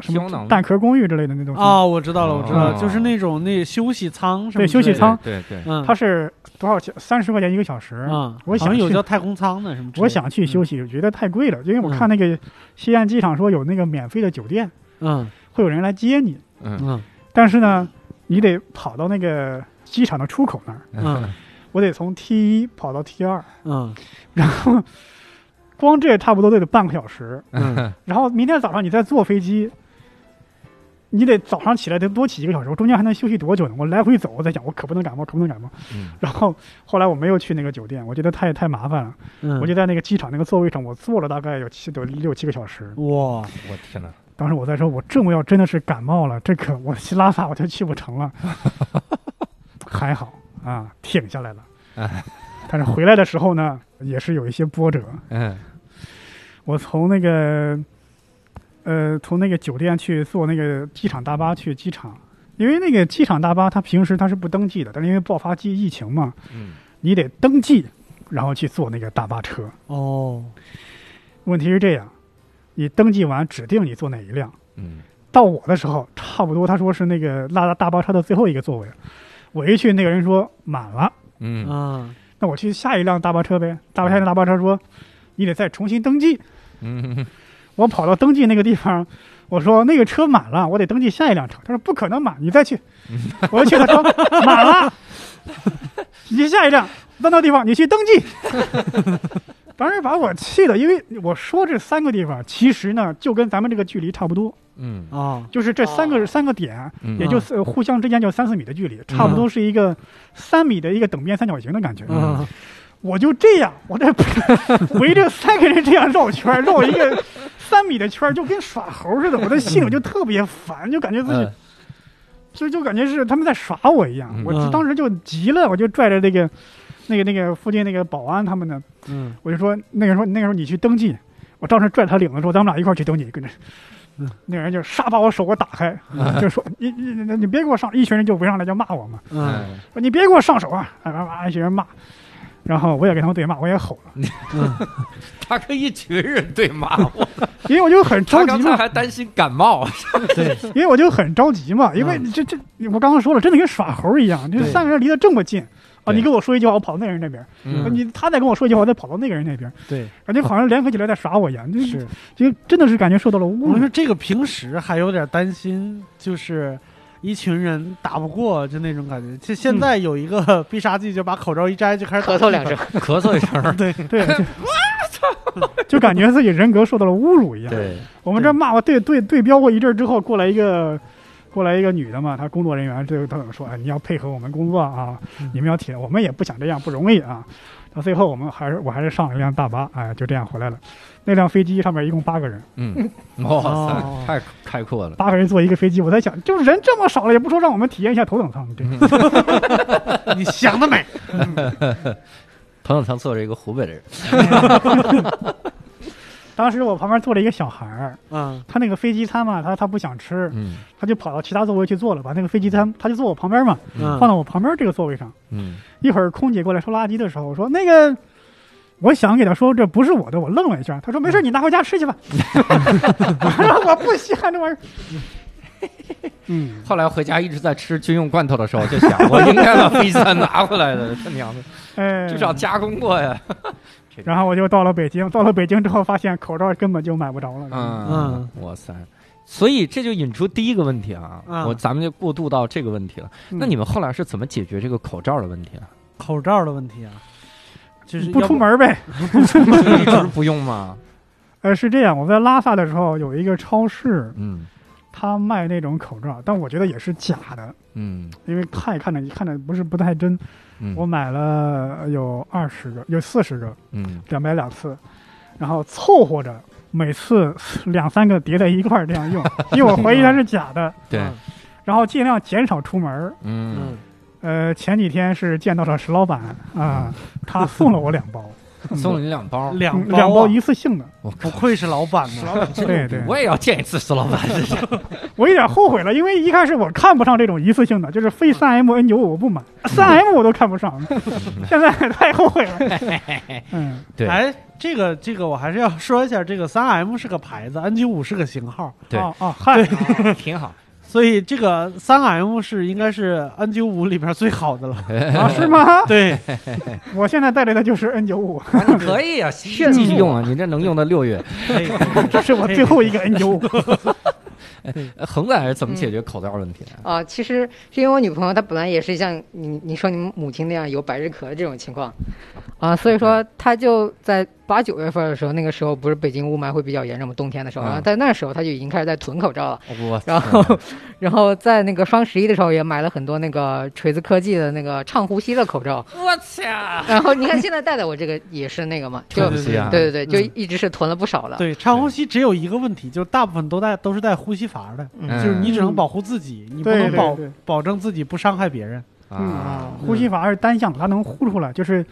Speaker 3: 什
Speaker 1: 胶囊
Speaker 3: 么蛋壳公寓之类的那种。
Speaker 2: 哦，我知道了，我知道了，
Speaker 1: 哦
Speaker 2: 就是那种那休息舱什么
Speaker 3: 对休息
Speaker 2: 之类的
Speaker 3: 舱
Speaker 1: 对对，
Speaker 2: 嗯，
Speaker 3: 它是多少钱？三十块钱一个小时。
Speaker 2: 啊，
Speaker 3: 我
Speaker 2: 好像
Speaker 3: 想
Speaker 2: 有
Speaker 3: 去
Speaker 2: 叫太空舱的什么之类的。
Speaker 3: 我想去休息，觉得太贵了，因为我看那个西安机场说有那个免费的酒店，
Speaker 2: 嗯，
Speaker 3: 会有人来接你，
Speaker 1: 嗯
Speaker 2: 嗯
Speaker 3: 但是呢，你得跑到那个机场的出口那儿，
Speaker 2: 嗯
Speaker 3: 我得从 T 一跑到 T 二，
Speaker 2: 嗯
Speaker 3: 然后光这差不多得得半个小时。
Speaker 2: 嗯
Speaker 3: 然后明天早上你再坐飞机，你得早上起来得多起一个小时，我中间还能休息多久呢？我来回走，我在想我可不能感冒，可不能感冒。
Speaker 1: [laughs] 嗯
Speaker 3: 然后后来我没有去那个酒店，我觉得太太麻烦了，
Speaker 2: 嗯，
Speaker 3: 我就在那个机场那个座位上，我坐了大概有七有六七个小时。
Speaker 2: 哇，
Speaker 1: 我天哪，
Speaker 3: 当时我在说，我这么要真的是感冒了，这可我去拉萨我就去不成了。 [laughs] 还好啊，挺下来了。 [laughs] 但是回来的时候呢，也是有一些波折。
Speaker 1: 嗯
Speaker 3: 我从那个，呃，从那个酒店去坐那个机场大巴去机场，因为那个机场大巴它平时它是不登记的，但是因为爆发疫疫情嘛，
Speaker 1: 嗯
Speaker 3: 你得登记，然后去坐那个大巴车。
Speaker 2: 哦，
Speaker 3: 问题是这样，你登记完指定你坐哪一辆，
Speaker 1: 嗯
Speaker 3: 到我的时候差不多他说是那个拉大大巴车的最后一个座位，我一去那个人说满了，
Speaker 1: 嗯
Speaker 2: 嗯，
Speaker 3: 那我去下一辆大巴车呗。大巴下一辆大巴车说，你得再重新登记。
Speaker 1: 嗯
Speaker 3: 我跑到登记那个地方，我说那个车满了，我得登记下一辆车。他说不可能满，你再去。我又去，他说满了，你去下一辆，到那地方你去登记。 [laughs] 当时把我气的，因为我说这三个地方，其实呢就跟咱们这个距离差不多，
Speaker 1: 嗯
Speaker 2: 啊，
Speaker 3: 就是这三个、
Speaker 4: 哦
Speaker 3: 三个点，
Speaker 1: 嗯
Speaker 3: 也就是、呃互相之间就三四米的距离，差不多是一个三米的一个等边三角形的感觉。
Speaker 2: 嗯
Speaker 3: 我就这样，我这 [laughs] 围着三个人这样绕圈儿，绕一个三米的圈儿，就跟耍猴似的。我的心里就特别烦，就感觉自己
Speaker 1: 嗯
Speaker 3: 就就感觉是他们在耍我一样
Speaker 1: 嗯。
Speaker 3: 我就当时就急了，我就拽着那个那个那个附近那个保安他们呢，
Speaker 2: 嗯，
Speaker 3: 我就说那个人说那个时候你去登记，我当时拽他领子说咱们俩一块儿去登记，跟着
Speaker 2: 嗯。
Speaker 3: 那个人就唰把我手给我打开，
Speaker 1: 嗯
Speaker 3: 就说你你你你别给我上！一群人就围上来就骂我嘛，
Speaker 1: 哎
Speaker 2: 嗯
Speaker 3: 说你别给我上手啊！啊啊啊！一群人骂，然后我也跟他们对骂，我也吼了。
Speaker 2: 嗯
Speaker 1: 他跟一群人对骂，我
Speaker 3: 因为我就很
Speaker 1: 他
Speaker 3: 着
Speaker 1: 刚
Speaker 3: 急
Speaker 1: 才
Speaker 3: 嘛，
Speaker 1: 还担心感冒。
Speaker 2: 对，
Speaker 3: 因为我就很着急嘛，因为
Speaker 2: 嗯
Speaker 3: 这这我刚刚说了，真的跟耍猴一样，这
Speaker 2: 对
Speaker 3: 三个人离得这么近啊，
Speaker 1: 对
Speaker 3: 你跟我说一句话，我跑到那个人那边，啊
Speaker 2: 嗯
Speaker 3: 你他再跟我说一句话，我再跑到那个人那边，
Speaker 2: 对，。
Speaker 3: 感觉好像联合起来在耍我一样，就是就真的是感觉受到了
Speaker 2: 我
Speaker 3: 侮
Speaker 2: 说
Speaker 3: 辱。
Speaker 2: 这个平时还有点担心，就是一群人打不过，就那种感觉。就现在有一个 [laughs] 必杀技，就把嗯口罩一摘就开始打
Speaker 4: 咳嗽两声，
Speaker 1: 咳嗽一声，
Speaker 2: 对，
Speaker 3: 对，
Speaker 1: [laughs]
Speaker 3: 就 [laughs] 就感觉自己人格受到了侮辱一样。
Speaker 1: 对，
Speaker 3: 我们这骂我对对对标过一阵儿之后，过来一个。过来一个女的嘛，她工作人员，这个她说：“哎，你要配合我们工作啊，你们要体谅，我们也不想这样，不容易啊。”到最后，我们还是我还是上了一辆大巴，哎，就这样回来了。那辆飞机上面一共八个人，
Speaker 1: 嗯，哇
Speaker 2: 哦
Speaker 1: 塞，太开阔了。
Speaker 3: 八个人坐一个飞机，我在想，就人这么少了，也不说让我们体验一下头等舱，你这
Speaker 2: 你想得美。
Speaker 1: 头等舱坐着一个湖北的人，
Speaker 3: 当时我旁边坐了一个小孩儿，
Speaker 2: 嗯
Speaker 3: 他那个飞机餐嘛，他他不想吃，
Speaker 1: 嗯
Speaker 3: 他就跑到其他座位去坐了，把那个飞机餐他就坐我旁边嘛，
Speaker 2: 嗯
Speaker 3: 放到我旁边这个座位上。
Speaker 1: 嗯
Speaker 3: 一会儿空姐过来收垃圾的时候，我说那个我想给他说这不是我的，我愣了一下，他说没事，你拿回家吃去吧。 [laughs] 我说我不稀罕这玩意儿。
Speaker 2: 嗯，
Speaker 1: 后来回家一直在吃军用罐头的时候，就想我应该把 B 三拿回来的，他娘的，
Speaker 3: [laughs]
Speaker 2: 嗯
Speaker 3: 哎，
Speaker 1: 至少加工过呀。
Speaker 3: 然后我就到了北京，到了北京之后发现口罩根本就买不着了。
Speaker 1: 嗯，哇塞！所以这就引出第一个问题啊，嗯
Speaker 2: 嗯
Speaker 1: 我咱们就过渡到这个问题了。
Speaker 3: 嗯
Speaker 1: 那你们后来是怎么解决这个口罩的问 [laughs] 题啊？
Speaker 2: 口罩的问题啊，就是
Speaker 3: 嗯不
Speaker 2: 要
Speaker 3: 出门儿呗？
Speaker 1: 一直不用吗？
Speaker 3: 呃，是这样，我在拉萨的时候有一个超市，
Speaker 1: 嗯
Speaker 3: 他卖那种口罩，但我觉得也是假的，
Speaker 1: 嗯
Speaker 3: 因为看也看着看着不是不太真。
Speaker 1: 嗯，
Speaker 3: 我买了有二十个，有四十个，
Speaker 1: 嗯
Speaker 3: 两买两次，然后凑合着每次两三个叠在一块儿这样用，因为我怀疑它是假的，
Speaker 1: 对，
Speaker 3: 然后尽量减少出门儿。
Speaker 1: 嗯
Speaker 2: 嗯，
Speaker 3: 呃，前几天是见到了石老板啊、他送了我两包，
Speaker 1: [laughs] 送了你两包，
Speaker 2: 两
Speaker 3: 嗯两包
Speaker 2: 啊
Speaker 3: 一次性的，
Speaker 1: 我
Speaker 2: 不
Speaker 1: 靠，
Speaker 2: 愧是老板呢，
Speaker 3: 对对，
Speaker 1: 我也要见一次石老 [laughs] 板，这是
Speaker 3: 我有点后悔了，因为一开始我看不上这种一次性的，就是非三 M N 九我不买，
Speaker 1: [laughs]
Speaker 3: 三 M 我都看不上，现在太后
Speaker 1: [laughs]
Speaker 3: 悔了。嗯，
Speaker 1: 对
Speaker 2: 哎，这个这个我还是要说一下，这个三 M 是个牌子，N 九五是个型号，
Speaker 1: 对
Speaker 3: 哦哦，嗨，
Speaker 1: 挺好。
Speaker 2: 所以这个三 M 是应该是 N 九五里边最好的
Speaker 3: [laughs]
Speaker 2: 了。
Speaker 3: 啊是
Speaker 1: [laughs]
Speaker 3: 吗？ [laughs]
Speaker 2: 对，
Speaker 3: 我现在戴着的就是 N 九五，
Speaker 1: 可以 [laughs] 啊，继续用啊，你这能用到六月。
Speaker 2: 哎
Speaker 3: 这是我最后一个 N 九五。
Speaker 1: [laughs] 呃恒仔是怎么解决口罩问题的？
Speaker 4: 啊、其实是因为我女朋友她本来也是像你你说你母亲那样有百日咳这种情况，啊、所以说她就在八九月份的时候，那个时候不是北京雾霾会比较严重嘛，冬天的时候，然后
Speaker 1: 嗯
Speaker 4: 在那时候她就已经开始在囤口罩了，
Speaker 1: 我
Speaker 4: 然后然后在那个双十一的时候也买了很多那个锤子科技的那个畅呼吸的口罩，
Speaker 1: 我操，
Speaker 4: 然后你看现在戴的我这个也是那个嘛，就
Speaker 1: [laughs] 对不起啊，
Speaker 4: 对对对，就
Speaker 2: 嗯
Speaker 4: 一直是囤了不少的，
Speaker 2: 对，长呼吸只有一个问题，就大部分都带都是带呼吸阀的，
Speaker 4: 嗯
Speaker 1: 嗯
Speaker 2: 就是你只能保护自己，你不
Speaker 3: 对
Speaker 2: 能
Speaker 3: 对
Speaker 2: 保
Speaker 3: 对嗯
Speaker 2: 保证自己不伤害别人。
Speaker 1: 啊
Speaker 3: 呼吸阀是单向，它能呼出来，就是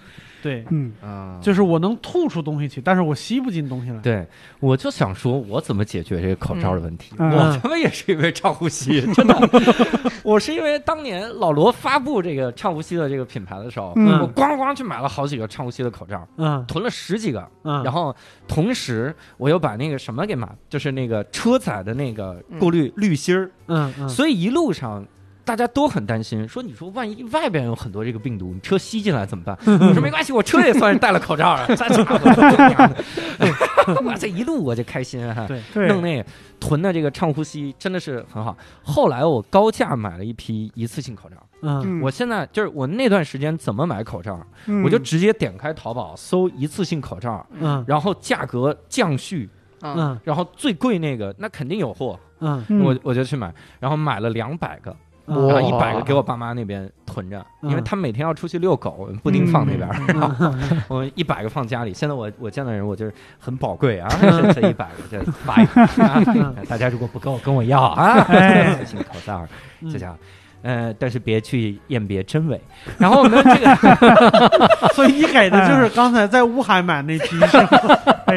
Speaker 2: 对，
Speaker 3: 嗯，
Speaker 1: 啊，
Speaker 2: 就是是我能吐出东西去，但是我吸不进东西来。
Speaker 1: 对，我就想说，我怎么解决这个口罩的问题？
Speaker 3: 嗯
Speaker 1: 我他妈也是因为畅呼吸，真的， [laughs] 我是因为当年老罗发布这个畅呼吸的这个品牌的时候，
Speaker 3: 嗯
Speaker 1: 我咣咣去买了好几个畅呼吸的口罩，
Speaker 2: 嗯
Speaker 1: 囤了十几个，
Speaker 2: 嗯，
Speaker 1: 然
Speaker 2: 后
Speaker 1: 后同时我又把那个什么给买，就是那个车载的那个
Speaker 3: 嗯
Speaker 1: 过滤滤芯儿，
Speaker 2: 嗯嗯
Speaker 1: 所以一路上。大家都很担心，说你说万一外边有很多这个病毒，你车吸进来怎么办？
Speaker 2: 嗯
Speaker 1: 我说没关系，我车也算是戴了口罩
Speaker 2: [laughs]
Speaker 1: 了，再差不多就这样的。哇，这一路我就开心啊！
Speaker 2: 对
Speaker 3: 对，
Speaker 1: 弄那囤的这个畅呼吸真的是很好。后来我高价买了一批一次性口罩，
Speaker 2: 嗯
Speaker 1: 我现在就是我那段时间怎么买口罩，
Speaker 3: 嗯
Speaker 1: 我就直接点开淘宝搜一次性口罩，
Speaker 2: 嗯
Speaker 1: 然后价格降序，
Speaker 4: 啊、
Speaker 2: 嗯
Speaker 1: 然后最贵那个那肯定有货，
Speaker 2: 嗯，
Speaker 3: 嗯
Speaker 1: 我我就去买，然后买了两百个，
Speaker 2: 嗯
Speaker 1: 然后
Speaker 4: 哇
Speaker 1: 一百个给我爸妈那边囤着，因为
Speaker 2: 嗯
Speaker 1: 他们每天要出去遛狗，不丁放那边，然后
Speaker 2: 嗯
Speaker 1: 我一百个放家里。现在我我见到人，我就是很宝贵啊，这这一百个这发一个、啊，大家如果不够跟我要啊，
Speaker 3: 哎
Speaker 1: 自信口罩，啊
Speaker 2: 嗯
Speaker 1: 这家伙。呃，但是别去辨别真伪。然后呢，这个
Speaker 2: 啊所以你给的就是刚才在乌海买那批，是吧
Speaker 3: 哎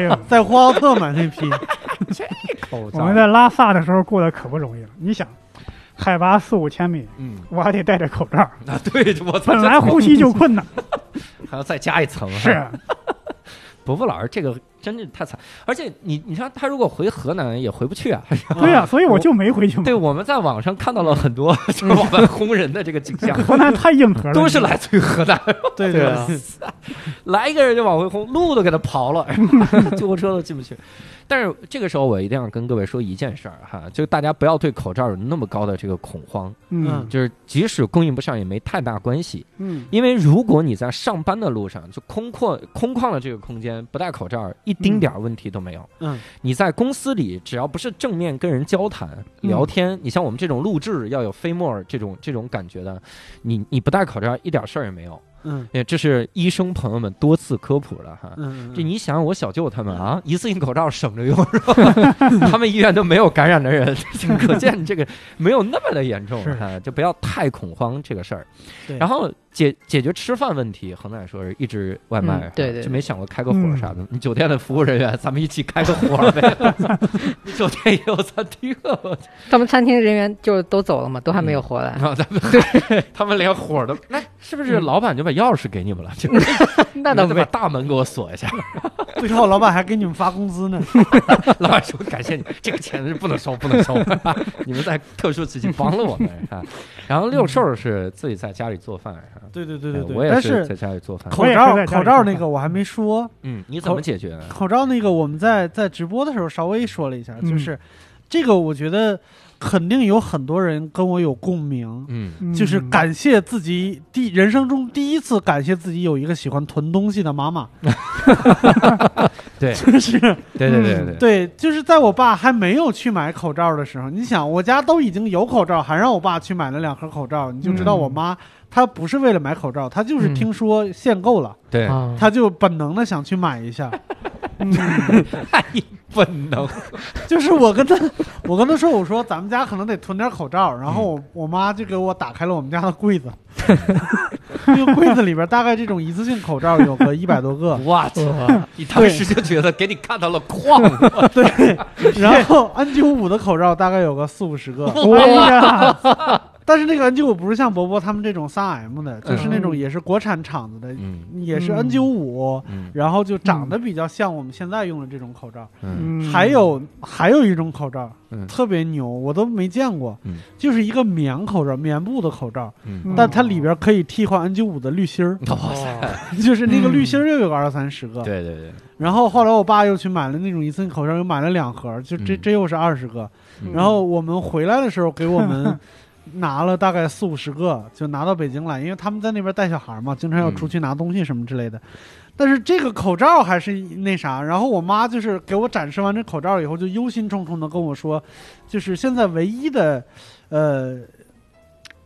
Speaker 1: [laughs]
Speaker 3: 呦，
Speaker 2: 在呼和浩特买那批。
Speaker 1: 口
Speaker 3: 我
Speaker 1: 罩
Speaker 3: 们，在拉萨的时候过得可不容易了。你想，海拔四五千米，
Speaker 1: 嗯，
Speaker 3: 我还得戴着口罩，
Speaker 1: 啊，对，我操
Speaker 3: 本来呼吸就
Speaker 1: [laughs]
Speaker 3: 困难。
Speaker 1: 还要再加一层啊，
Speaker 3: 是，
Speaker 1: 伯父老师这个真是太惨，而且你你像他如果回河南也回不去啊。
Speaker 3: 对呀，所以我就没回去
Speaker 4: [laughs]
Speaker 3: 嘛
Speaker 1: 对，。我们在网上看到了很多 [laughs] 就是
Speaker 4: 嗯
Speaker 1: 网外轰人的这个景
Speaker 4: [laughs]
Speaker 1: 象，
Speaker 3: 河南太硬核了，
Speaker 1: 都是来自于河南，
Speaker 2: 嗯对
Speaker 4: 对
Speaker 1: [laughs]
Speaker 4: 啊
Speaker 1: 来一个人就往回轰，路都给他刨了， [laughs] 救护车都进不去。但是这个时候我一定要跟各位说一件事儿哈，就大家不要对口罩有那么高的这个恐慌，
Speaker 3: 嗯
Speaker 1: 就是即使供应不上也没太大关系，
Speaker 3: 嗯
Speaker 1: 因为如果你在上班的路上就空阔空旷的这个空间不戴口罩，一丁点儿问题都没有。
Speaker 2: 嗯，
Speaker 1: 你在公司里只要不是正面跟人交谈
Speaker 3: 嗯
Speaker 1: 聊天，你像我们这种录制要有飞沫儿这种这种感觉的，你你不戴口罩一点事儿也没有。
Speaker 2: 嗯
Speaker 1: 也这是医生朋友们多次科普了哈。
Speaker 2: 嗯，
Speaker 1: 这你想，我小舅他们
Speaker 4: 嗯
Speaker 1: 啊，一次性口罩省
Speaker 4: [laughs]
Speaker 1: 着用是吧？他们医院都没有感染的人， [laughs] 可见这个没有那么的严重
Speaker 3: 是
Speaker 1: 啊，就不要太恐慌这个事儿
Speaker 2: 对。
Speaker 1: 然后解解决吃饭问题，恒仔说是一直外卖，
Speaker 4: 嗯
Speaker 1: 是吧
Speaker 4: 对对嗯
Speaker 1: 就没想过开个火啥的。你酒店的服务人员，咱们一起开个火呗。
Speaker 4: [laughs]
Speaker 1: 你酒店也有餐厅啊，我
Speaker 4: 他们餐厅人员就都走了嘛，都还没有
Speaker 1: 嗯
Speaker 4: 回来。
Speaker 1: 然
Speaker 4: [laughs]
Speaker 1: 后咱们他们连火都来是不是老板就把钥匙给你们
Speaker 4: [laughs]
Speaker 1: 了？就
Speaker 4: 嗯那倒
Speaker 1: 你
Speaker 4: 没
Speaker 1: 得把大门给我锁一下。
Speaker 2: 嗯最后老板还给你们发工资呢。
Speaker 1: [laughs] 老板说：“感谢你，这个钱是不能收，不能收。 [laughs] 你们在特殊时期帮了我们。啊”然后六兽是自己在家里做饭，啊
Speaker 2: 对对对对
Speaker 1: 我
Speaker 2: 对，
Speaker 1: 也
Speaker 2: 但
Speaker 1: 是
Speaker 2: 是
Speaker 1: 在家里做饭。
Speaker 2: 口
Speaker 3: 我也是
Speaker 2: 罩
Speaker 3: 在家
Speaker 2: 口
Speaker 3: 里
Speaker 2: 罩
Speaker 3: 做
Speaker 2: 那
Speaker 3: 饭
Speaker 2: 个我还没说，
Speaker 1: 嗯，你怎么解决呢？
Speaker 2: 口罩那个我们在在直播的时候稍微说了一下，就
Speaker 3: 嗯
Speaker 2: 是这个我觉得肯定有很多人跟我有共鸣， [laughs]
Speaker 1: 嗯
Speaker 3: 嗯
Speaker 2: 就是感谢自己第人生中第一次感谢自己有一个喜欢囤东西的妈妈，
Speaker 1: 对
Speaker 2: 就是嗯
Speaker 1: 对对对对，
Speaker 2: 对，就是在我爸还没有去买口罩的时候，你想我家都已经有口罩，还让我爸去买了两盒口罩，你就知道我妈、她不是为了买口罩，她就是
Speaker 1: 嗯
Speaker 2: 听说限购了，
Speaker 1: 对， [laughs]
Speaker 4: 啊，
Speaker 2: 她就本能的想去买一下。
Speaker 1: 太本
Speaker 2: [laughs]
Speaker 1: 能。
Speaker 2: 就是我跟她，我跟她说，我说咱们家可能得囤点口罩，然后我
Speaker 1: 嗯
Speaker 2: 我妈就给我打开了我们家的柜子， [laughs] 那个柜子里边大概这种一次性口罩有个一百多
Speaker 1: [laughs]
Speaker 2: 个，
Speaker 1: 我操！你当时就觉得给你看到了
Speaker 2: [laughs]
Speaker 1: 矿，
Speaker 2: 对，然后 N 九五的口罩大概有个四五十
Speaker 1: [laughs]
Speaker 2: 个。
Speaker 3: 哎呀，
Speaker 2: 但是那个 N 9 5不是像伯伯他们这种三 M 的，就是那种也是国产厂子的，
Speaker 1: 嗯
Speaker 2: 也是 N 9 5
Speaker 1: 嗯
Speaker 2: 然后就长得比较像我们现在用的这种口罩。
Speaker 1: 嗯
Speaker 3: 嗯
Speaker 2: 还有还有一种口罩
Speaker 1: 嗯
Speaker 2: 特别牛，我都没见过
Speaker 1: 嗯，
Speaker 2: 就是一个棉口罩，棉布的口罩，
Speaker 1: 嗯，
Speaker 2: 但它里边可以替换 N 9 5的滤芯儿， [laughs]
Speaker 1: [laughs] 哇塞！
Speaker 2: 就是那个
Speaker 3: 嗯
Speaker 2: 滤芯儿又有个二三十个。
Speaker 1: 对对对，
Speaker 2: 然后后来我爸又去买了那种一次性口罩，又买了两盒，就这
Speaker 1: 嗯
Speaker 2: 这又是二十个。
Speaker 1: 嗯
Speaker 2: 然后我们回来的时候给我
Speaker 1: [laughs]
Speaker 2: 们拿了大概四五十个，就拿到北京来，因为他们在那边带小孩嘛，经常要
Speaker 1: 嗯
Speaker 2: 出去拿东西什么之类的。但是这个口罩还是那啥，然后我妈就是给我展示完这口罩以后，就忧心忡忡的跟我说，就是现在唯一的，呃，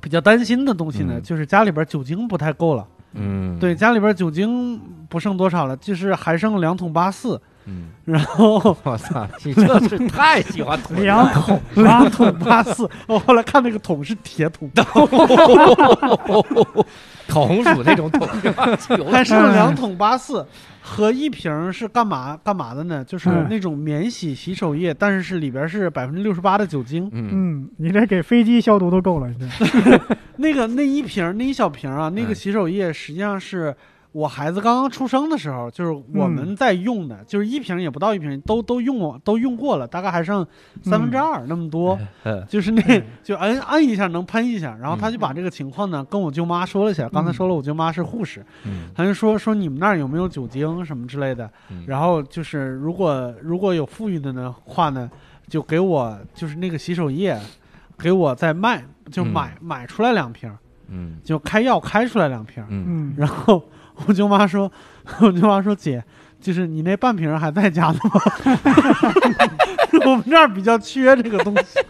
Speaker 2: 比较担心的东西呢，
Speaker 1: 嗯
Speaker 2: 就是家里边酒精不太够了。
Speaker 1: 嗯，
Speaker 2: 对，，家里边酒精不剩多少了，就是还剩两桶八四，
Speaker 1: 嗯，
Speaker 2: 然后
Speaker 1: 我操，你这是太喜欢囤了。
Speaker 3: 两桶啊
Speaker 1: [laughs]
Speaker 2: 两桶八四，我后来看那个桶是铁桶，
Speaker 1: [laughs] 烤红薯那种桶，
Speaker 2: [laughs] 还
Speaker 1: 是
Speaker 2: 剩两桶八四和一瓶是干嘛干嘛的呢？就是
Speaker 1: 哎
Speaker 3: 嗯
Speaker 2: 那种免洗洗手液，但是是里边是百分之六十八的酒精。
Speaker 1: 嗯
Speaker 3: 嗯，你这给飞机消毒都够了，你这
Speaker 2: 那个那一瓶那一小瓶啊，那个
Speaker 1: 嗯
Speaker 2: 洗手液实际上是。我孩子刚刚出生的时候，就是我
Speaker 1: 嗯
Speaker 2: 们在用的，就是一瓶也不到一瓶，都都用过，都用过了，大概还剩三分之二那么多。
Speaker 1: [laughs] 嗯
Speaker 2: 就是那就摁摁一下能喷一下，然后他就把这个情况呢跟我舅妈说了一下。刚才说了，我舅妈是护士，
Speaker 1: 嗯
Speaker 2: 他就说说你们那儿有没有酒精什么之类的，
Speaker 1: 嗯
Speaker 2: 然后就是如果如果有富裕的呢话呢，就给我就是那个洗手液，给我再卖，就买、买出来两瓶儿，
Speaker 1: 嗯
Speaker 2: 就开药开出来两瓶儿。
Speaker 1: 嗯
Speaker 3: 嗯，
Speaker 2: [laughs] 然后我舅妈说， [laughs] 我舅妈说姐，就是你那半瓶儿还在家呢吗？ [laughs] 我们这儿比较缺这个东西。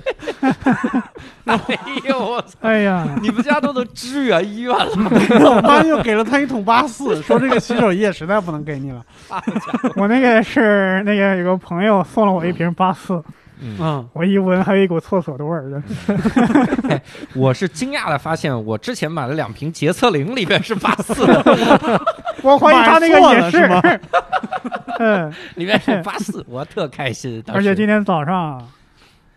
Speaker 1: [laughs] 哎呦我操，
Speaker 3: 哎呀，
Speaker 1: 你们家都能支援医院了，
Speaker 2: 我妈又给了他一桶八四，说这个洗手液实在不能给你了。
Speaker 3: 我那个是那个有个朋友送了我一瓶八四，
Speaker 2: 嗯，
Speaker 3: 我一闻还有一股厕所的味儿的，
Speaker 2: [laughs]
Speaker 1: 我是惊讶的发现，我之前买了两瓶洁厕灵，里面是八四的，
Speaker 2: 哦
Speaker 3: 我怀疑他那个也
Speaker 2: 买错
Speaker 3: 是， [laughs] 嗯，
Speaker 1: 里面是八四，我特开心。当
Speaker 3: 而且
Speaker 1: 时
Speaker 3: 今天早上啊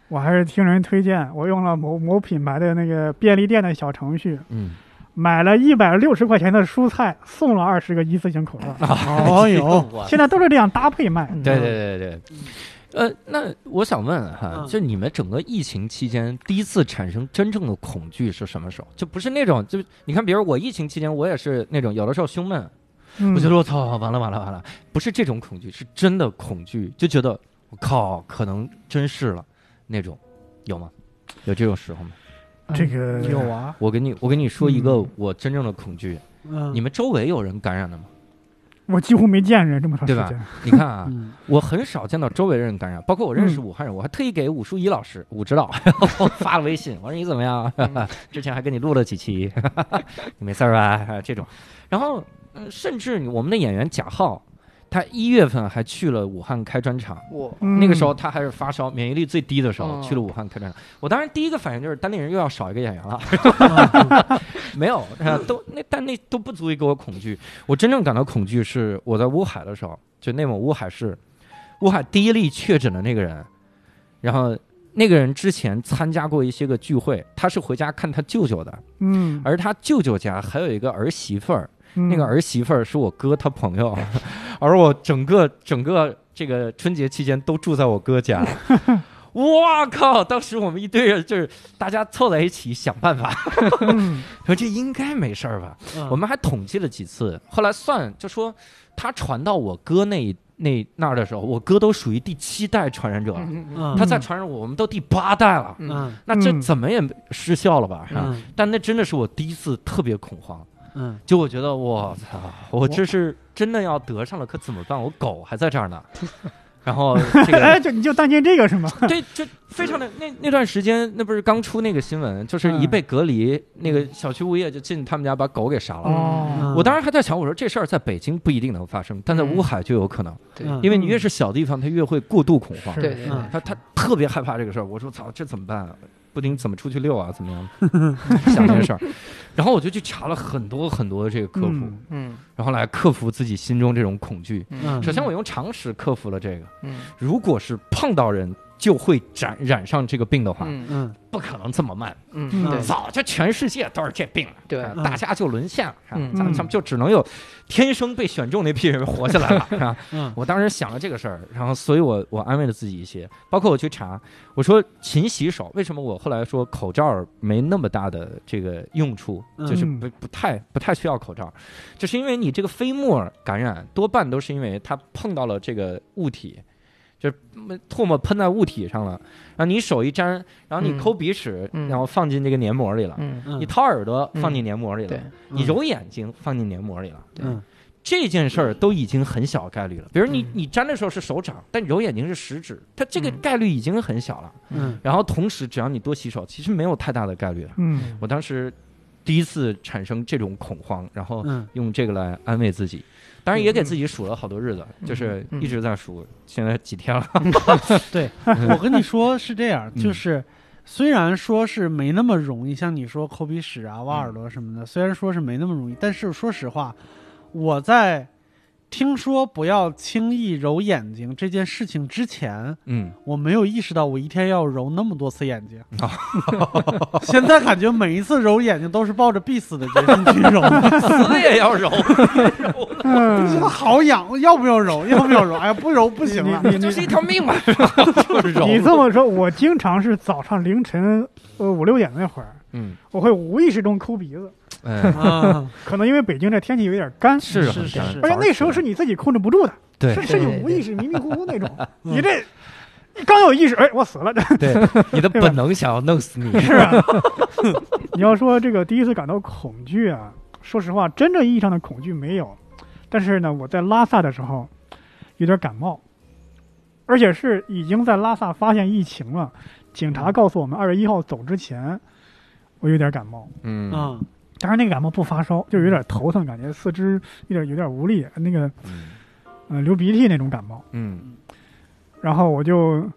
Speaker 3: 我还是听人推荐，我用了某某品牌的那个便利店的小程序，
Speaker 1: 嗯，
Speaker 3: 买了一百六十块钱的蔬菜，送了二十个一次性口罩。
Speaker 2: [laughs] 哦
Speaker 1: [laughs]
Speaker 2: 呦，
Speaker 1: 我
Speaker 3: 现在都是这样搭配卖。
Speaker 1: 啊对对对对。呃，那我想问啊哈，
Speaker 2: 嗯
Speaker 1: 就你们整个疫情期间第一次产生真正的恐惧是什么时候？就不是那种，就你看，比如我疫情期间，我也是那种有的时候胸闷，
Speaker 3: 嗯，
Speaker 1: 我觉得我操，完了完了完了，不是这种恐惧，是真的恐惧，就觉得我靠，可能真是了那种，有吗？有这种时候吗？
Speaker 3: 嗯这个
Speaker 2: 有啊，
Speaker 1: 哎我给你，我给你说一个
Speaker 3: 嗯
Speaker 1: 我真正的恐惧，
Speaker 2: 嗯，
Speaker 1: 你们周围有人感染的吗？
Speaker 3: 我几乎没见人这么长时
Speaker 1: 对吧
Speaker 3: 间。
Speaker 1: 你看啊，
Speaker 2: 嗯
Speaker 1: 我很少见到周围人感染，包括我认识
Speaker 3: 嗯
Speaker 1: 武汉人，我还特意给武术一老师、武
Speaker 3: [laughs]
Speaker 1: 指导我发了微信，我说你怎么样？
Speaker 3: 嗯
Speaker 1: [laughs] 之前还跟你录了几期， [laughs] 你没事儿吧？这种，然后、呃甚至你我们的演员贾浩，他一月份还去了武汉开专场，
Speaker 4: 我
Speaker 3: 嗯
Speaker 1: 那个时候他还是发烧，免疫力最低的时候，
Speaker 4: 哦
Speaker 1: 去了武汉开专场。我当时第一个反应就是单立人又要少一个演员了，没有，呃都那但那都不足以给我恐惧。我真正感到恐惧是我在乌海的时候，就内蒙乌海市，乌海第一例确诊的那个人，然后那个人之前参加过一些个聚会，他是回家看他舅舅的，
Speaker 3: 嗯，
Speaker 1: 而他舅舅家还有一个儿媳妇儿，那
Speaker 3: 那
Speaker 2: 嗯
Speaker 1: 个儿媳妇儿是我哥他朋友， [laughs] 而我整个整个这个春节期间都住在我哥
Speaker 2: [laughs]
Speaker 1: 家。哇靠！当时我们一堆人就是大家凑在一起想办法， [laughs]
Speaker 3: 嗯
Speaker 1: 说这应该没事儿吧？
Speaker 2: 嗯
Speaker 1: 我们还统计了几次，后来算就说他传到我哥那一那那儿的时候，我哥都属于第七代传
Speaker 4: 哦
Speaker 1: 染者了，
Speaker 2: 嗯
Speaker 1: 他再传染我，我们都第八代了。
Speaker 2: 嗯
Speaker 1: 那这
Speaker 3: 嗯
Speaker 1: 怎么也失效了吧？是吧
Speaker 2: 嗯
Speaker 1: 但那真的是我第一次特别恐慌，
Speaker 2: 嗯，
Speaker 1: 就我觉得我操，我这是真的要得上了，可怎么办？我狗还在这儿 [laughs] 呢。然后这
Speaker 3: 哎，
Speaker 1: [laughs] 个
Speaker 3: 就你就担心这个是吗？
Speaker 1: 对，这非常的那那段时间，那不是刚出那个新闻，就是一
Speaker 3: 嗯
Speaker 1: 被隔离，那个小区物业就进他们家把狗给杀了。
Speaker 3: 哦，
Speaker 1: 我当时还在想，我说这事儿在北京不一定能发生，但在乌海就有可能，
Speaker 4: 对
Speaker 2: 嗯
Speaker 1: 因为你越是小地方，它越会过度恐慌。
Speaker 3: 是
Speaker 4: 对对对
Speaker 2: 嗯
Speaker 1: 他他特别害怕这个事儿。我说操，这怎么办、啊？布丁怎么出去遛啊？怎么样？ [laughs] 想这事儿，然后我就去查了很多很多这个科普，
Speaker 3: 嗯
Speaker 4: 嗯
Speaker 1: 然后来克服自己心中这种恐惧。
Speaker 2: 嗯
Speaker 4: 嗯
Speaker 1: 首先，我用常识克服了这个。
Speaker 4: 嗯
Speaker 1: 如果是碰到人就会染染上这个病的话，
Speaker 4: 嗯
Speaker 2: 嗯
Speaker 1: 不可能这么慢，
Speaker 4: 嗯，对
Speaker 1: 早就全世界都是这病了。
Speaker 4: 对
Speaker 1: 啊
Speaker 2: 嗯
Speaker 1: 大家就沦陷了，是吧
Speaker 4: 嗯
Speaker 1: 咱们咱们就只能有天生被选中那批人活下来 [laughs] 了，是吧？
Speaker 2: 嗯
Speaker 1: 我当时想了这个事儿，然后所以我我安慰了自己一些，包括我去查，我说勤洗手。为什么我后来说口罩没那么大的这个用处，
Speaker 2: 嗯
Speaker 1: 就是不不太不太需要口罩，就是因为你这个飞沫感染多半都是因为它碰到了这个物体。就是嗯唾沫喷在物体上了，然后你手一沾，然后你
Speaker 4: 嗯
Speaker 1: 抠鼻屎，
Speaker 4: 嗯
Speaker 1: 然后放进这个黏膜里了。
Speaker 4: 嗯
Speaker 2: 嗯，
Speaker 1: 你掏耳朵放进黏膜里了，
Speaker 4: 对
Speaker 1: 你揉眼睛放进黏膜里了，
Speaker 4: 对
Speaker 2: 嗯
Speaker 1: 嗯这件事儿都已经很小概率了。比如你、
Speaker 4: 嗯
Speaker 1: 你粘的时候是手掌，但你揉眼睛是食指，它这个
Speaker 4: 嗯
Speaker 1: 概率已经很小了。
Speaker 2: 嗯
Speaker 1: 然后同时，只要你多洗手，其实没有太大的概率了。
Speaker 3: 嗯
Speaker 1: 我当时第一次产生这种恐慌，然后
Speaker 2: [laughs] 嗯
Speaker 1: 用这个来安慰自己。当然也给
Speaker 4: 嗯
Speaker 1: 自己数了好多日子，
Speaker 4: 嗯
Speaker 1: 就是
Speaker 4: 嗯
Speaker 1: 一直在数，现在几天了。
Speaker 2: 我跟你说是这样，
Speaker 1: 嗯
Speaker 2: 就是虽然说是没那么容易，像你说抠鼻屎啊、挖耳朵什么的，虽然说是没那么容易，但是说实话，我在听说不要轻易揉眼睛这件事情之前，
Speaker 1: [laughs] 嗯，
Speaker 2: 我没有意识到我一天要揉那么多次眼睛。现在感觉每一次揉眼睛都是抱着必死的决心去揉，
Speaker 1: 死也要揉，
Speaker 2: 觉
Speaker 3: 嗯
Speaker 2: 得，好痒，我要不要揉？要不要揉？哎呀，不揉 [laughs] 不行了。
Speaker 3: 你你
Speaker 1: 就是一条命嘛， [laughs] 就是揉。
Speaker 3: 你这么说，我经常是早上凌晨呃五六点那会儿，
Speaker 1: 嗯，
Speaker 3: 我会无意识中抠鼻子，
Speaker 1: 哎，
Speaker 2: 啊，
Speaker 3: 可能因为北京这天气有点干，
Speaker 1: 是啊
Speaker 2: 是
Speaker 1: 很
Speaker 2: 是
Speaker 1: 烦
Speaker 2: 是
Speaker 3: 而且那时候是你自己控制不住的，
Speaker 1: 对
Speaker 3: 是是你
Speaker 4: 对对
Speaker 3: 无意识迷迷糊糊那
Speaker 1: [laughs]
Speaker 3: 种，
Speaker 2: 嗯
Speaker 3: 你这你刚有意识，哎，我死了，这
Speaker 1: 对，你的本能想要弄死你。
Speaker 3: 是啊。 [laughs] 你要说这个第一次感到恐惧啊，说实话，真正意义上的恐惧没有，但是呢，我在拉萨的时候有点感冒，而且是已经在拉萨发现疫情了，警察告诉我们二月一号走之前，我有点感冒。
Speaker 1: 嗯
Speaker 2: 嗯
Speaker 3: 当然，那个感冒不发烧，就是有点头疼，感觉四肢有点有点无力，那个呃流鼻涕那种感冒。
Speaker 1: 嗯
Speaker 3: 然后我就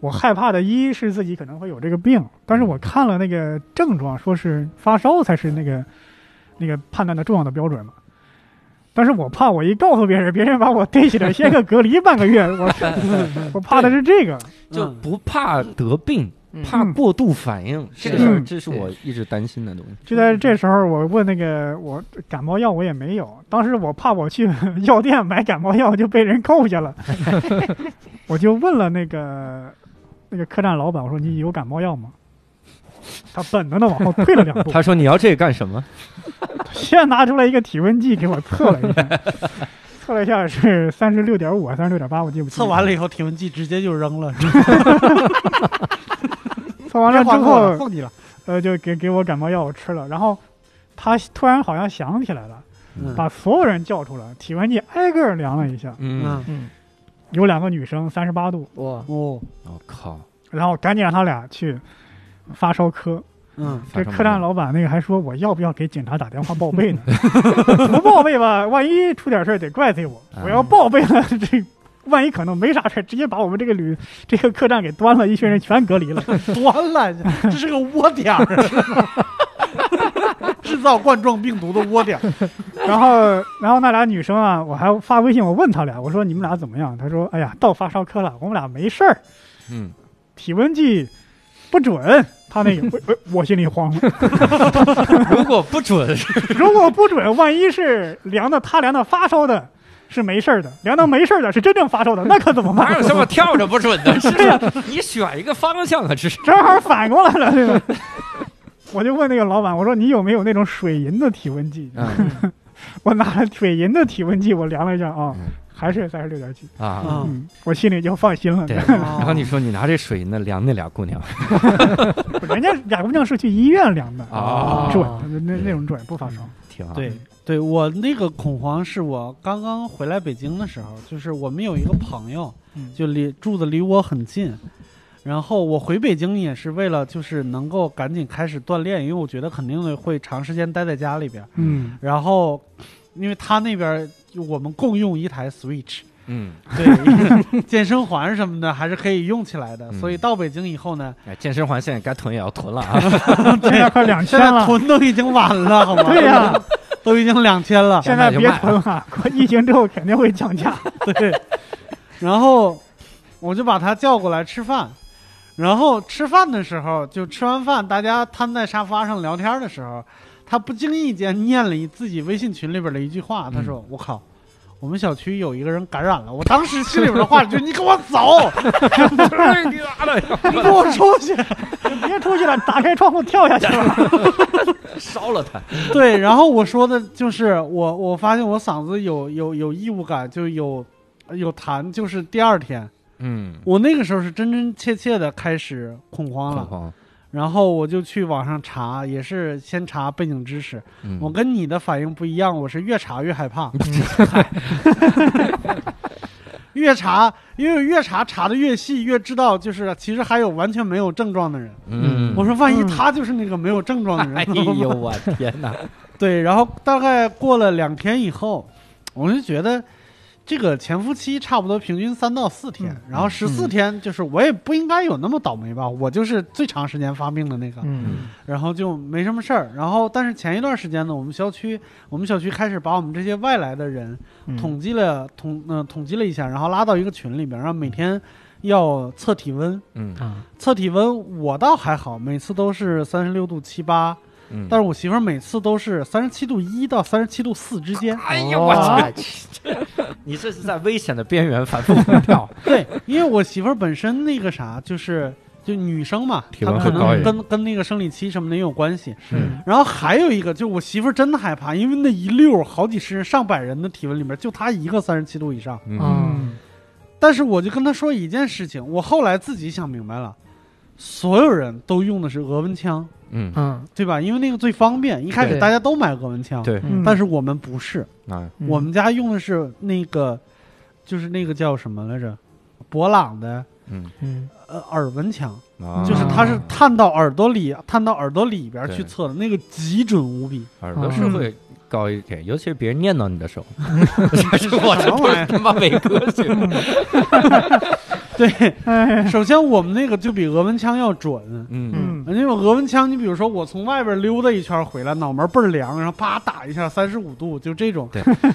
Speaker 3: 我害怕的一是自己可能会有这个病，但是我看了那个症状，说是发烧才是那个那个判断的重要的标准嘛。但是我怕我一告诉别人，别人把我逮起来先给隔离半个月，我我怕的是这个。
Speaker 1: 就
Speaker 2: 嗯
Speaker 1: 不怕得病，怕过度反应，这个
Speaker 4: 是
Speaker 1: 事儿，
Speaker 3: 嗯
Speaker 1: 这是我一直担心的东西。
Speaker 3: 就
Speaker 2: 嗯
Speaker 3: 在这时候，我问那个我感冒药我也没有，当时我怕我去 [laughs] 药店买感冒药就被人扣
Speaker 2: [laughs]
Speaker 3: 下了，我就问了那个那个客栈老板，我说你有感冒药吗？他本能的往后退了两步，
Speaker 1: 他说：“你要这个干什么
Speaker 3: 先拿出来一个体温计给我测了一下，测了一下是三十六点五啊还是三十六点八，我记不清。
Speaker 2: 测完了，以后，体温计直接就扔了，是吧
Speaker 3: 测完了之后，
Speaker 2: 送你了。
Speaker 3: 呃，就给给我感冒药我吃了，然后他突然好像想起来了，
Speaker 2: 嗯
Speaker 3: 把所有人叫出来，体温计挨个儿量了一下？”，
Speaker 1: 嗯，
Speaker 2: 嗯，
Speaker 4: 嗯
Speaker 3: 有两个女生三十八度，
Speaker 4: [laughs] 我
Speaker 2: 哦，
Speaker 1: 我靠，
Speaker 3: 然后赶紧让他俩去发烧科。
Speaker 2: 嗯
Speaker 1: 发
Speaker 3: 这
Speaker 1: 生
Speaker 3: 客栈
Speaker 1: 了
Speaker 3: 老板那个还说我要不要给警察打电话报备呢？不报备吧，万一出点事儿得怪罪我。我要报备了，这万一可能没啥事儿，直接把我们这个旅这个客栈给端了，一群人全隔离了。
Speaker 2: 端了，这是个窝点儿， [laughs] 是吧制造冠状病毒的窝点儿。
Speaker 3: 然后，然后那俩女生啊，我还发微信我问他俩，我说你们俩怎么样？他说哎呀，到发烧科了，我们俩没事儿。
Speaker 1: 嗯，
Speaker 3: 体温计不准，他那个我我我心里慌了。
Speaker 1: 如果不 [laughs] 准，
Speaker 3: [laughs] 如果不准，万一是量的他量的发烧的，是没事儿的；量的没事儿的，是真正发烧的，那可怎么
Speaker 1: 哪
Speaker 3: 办
Speaker 1: 有？什么跳着不准的？ [laughs] 是啊吧？你选一个方向啊，这是。
Speaker 3: [laughs] 正好反过来了，对吧？ [laughs] 我就问那个老板，我说你有没有那种水银的体温计？
Speaker 1: 嗯
Speaker 3: 我拿了水银的体温计，我量了一下啊
Speaker 1: 嗯，
Speaker 3: 还是三十六点几。
Speaker 1: 啊，
Speaker 2: 啊，
Speaker 3: 嗯，我心里就放心了。
Speaker 1: 对。
Speaker 2: 嗯
Speaker 1: 然后你说你拿这水呢量那俩姑娘，
Speaker 3: 人家俩姑娘是去医院量的
Speaker 1: 啊
Speaker 3: 准那那种准不发烧。
Speaker 1: 挺好。
Speaker 2: 对，对，我那个恐慌是我刚刚回来北京的时候，就是我们有一个朋友
Speaker 3: 嗯，
Speaker 2: 就离住的离我很近，然后我回北京也是为了就是能够赶紧开始锻炼，因为我觉得肯定会长时间待在家里边儿，
Speaker 3: 嗯，
Speaker 2: 然后因为他那边儿就我们共用一台 Switch。
Speaker 1: 嗯，
Speaker 2: 对，健身环什么的还是可以用起来的。所以
Speaker 1: 嗯
Speaker 2: 到北京以后呢，
Speaker 1: 哎健身环现在该囤也要囤了 [laughs] 啊。
Speaker 3: 嗯现在快两千
Speaker 2: 现在
Speaker 3: 了，
Speaker 2: 囤都已经晚了，好吗？
Speaker 3: 对
Speaker 2: [laughs]
Speaker 3: 呀、
Speaker 2: 都已经两
Speaker 3: [laughs]
Speaker 2: 千了。
Speaker 3: 现在别囤 [laughs] 了，疫情之后肯定会降价。
Speaker 2: [laughs] 对，然后我就把他叫过来吃饭，然后吃饭的时候，就吃完饭大家瘫在沙发上聊天的时候，他不经意间念了一自己微信群里边的一句话，他说：“我靠。”我们小区有一个人感染了，我当时心里边的话就是：“你 [laughs] 给我走，
Speaker 1: 哎你妈
Speaker 2: 你
Speaker 1: 的，
Speaker 2: 给我出去！” [laughs]
Speaker 3: 别出去了，打开窗户跳下去了。
Speaker 1: 烧了它。
Speaker 2: 对，然后我说的就是我，我发现我嗓子有有有异物感，就有有痰，就是第二天，
Speaker 1: 嗯，
Speaker 2: 我那个时候是真真切切的开始恐慌
Speaker 1: 恐
Speaker 2: 了。
Speaker 1: 慌。
Speaker 2: 然后我就去网上查，也是先查背景知识。
Speaker 1: 嗯
Speaker 2: 我跟你的反应不一样，我是越查越害
Speaker 1: [laughs]
Speaker 2: 怕， [laughs] 越查，因为越查查的越细，越知道就是其实还有完全没有症状的人。
Speaker 1: 嗯，
Speaker 2: 我说万一
Speaker 3: 嗯
Speaker 2: 他就是那个没有症状的人，
Speaker 1: 哎呦我天哪！
Speaker 2: 对，然后大概过了两天以后，我就觉得这个潜伏期差不多平均三到四天，
Speaker 1: 嗯
Speaker 2: 然后十四天就是我也不应该有那么倒霉吧，我就是最长时间发病的那个，
Speaker 1: 嗯
Speaker 4: 嗯，
Speaker 2: 然后就没什么事儿。然后但是前一段时间呢，我们小区我们小区开始把我们这些外来的人
Speaker 1: 嗯
Speaker 4: 嗯
Speaker 2: 统计了统嗯、统计了一下，然后拉到一个群里边，然后每天要测体温。
Speaker 1: 嗯
Speaker 4: 啊，
Speaker 2: 测体温我倒还好，每次都是三十六度七八，
Speaker 1: 嗯，
Speaker 2: 但是我媳妇儿每次都是三十七度一到三十七度四之间。
Speaker 1: 哎呦我去，你这是在危险的边缘反复横 [laughs] 跳。
Speaker 2: 对，因为我媳妇儿本身那个啥，就是就女生嘛，
Speaker 1: 体
Speaker 2: 她
Speaker 1: 温
Speaker 2: 可
Speaker 1: 会高一点
Speaker 2: 能跟跟那个生理期什么的也有关系。
Speaker 1: 嗯
Speaker 2: 然后还有一个，就我媳妇儿真的害怕，因为那一溜儿好几十人、上百人的体温里面，就她一个三十七度以上。
Speaker 1: 嗯
Speaker 4: 嗯
Speaker 2: 但是我就跟她说一件事情，我后来自己想明白了，所有人都用的是额温枪，
Speaker 1: 嗯，
Speaker 4: 嗯，
Speaker 2: 对吧？因为那个最方便，一开始
Speaker 4: 对
Speaker 2: 大家都买额温枪。
Speaker 1: 对，
Speaker 4: 嗯
Speaker 2: 但是我们不是，
Speaker 1: 啊，
Speaker 4: 嗯
Speaker 2: 我们家用的是那个，就是那个叫什么来着，博朗的
Speaker 1: 嗯
Speaker 4: 嗯
Speaker 2: 呃耳温枪，
Speaker 1: 啊，
Speaker 2: 就是它是探到耳朵里，探到耳朵里边
Speaker 1: 对
Speaker 2: 去测的，那个极准无比。
Speaker 1: 耳朵是会高一点，尤其是别人念叨你的 [laughs] 时候， [laughs] 我
Speaker 2: 什么玩意儿
Speaker 1: 这他妈 [laughs] 没科学。
Speaker 2: [laughs] 对，
Speaker 3: 哎，
Speaker 2: 首先我们那个就比额温枪要准。
Speaker 1: 嗯
Speaker 3: 嗯，
Speaker 2: 那种额温枪，你比如说我从外边溜达一圈回来，脑门倍儿凉，然后啪打一下三十五度，就这种。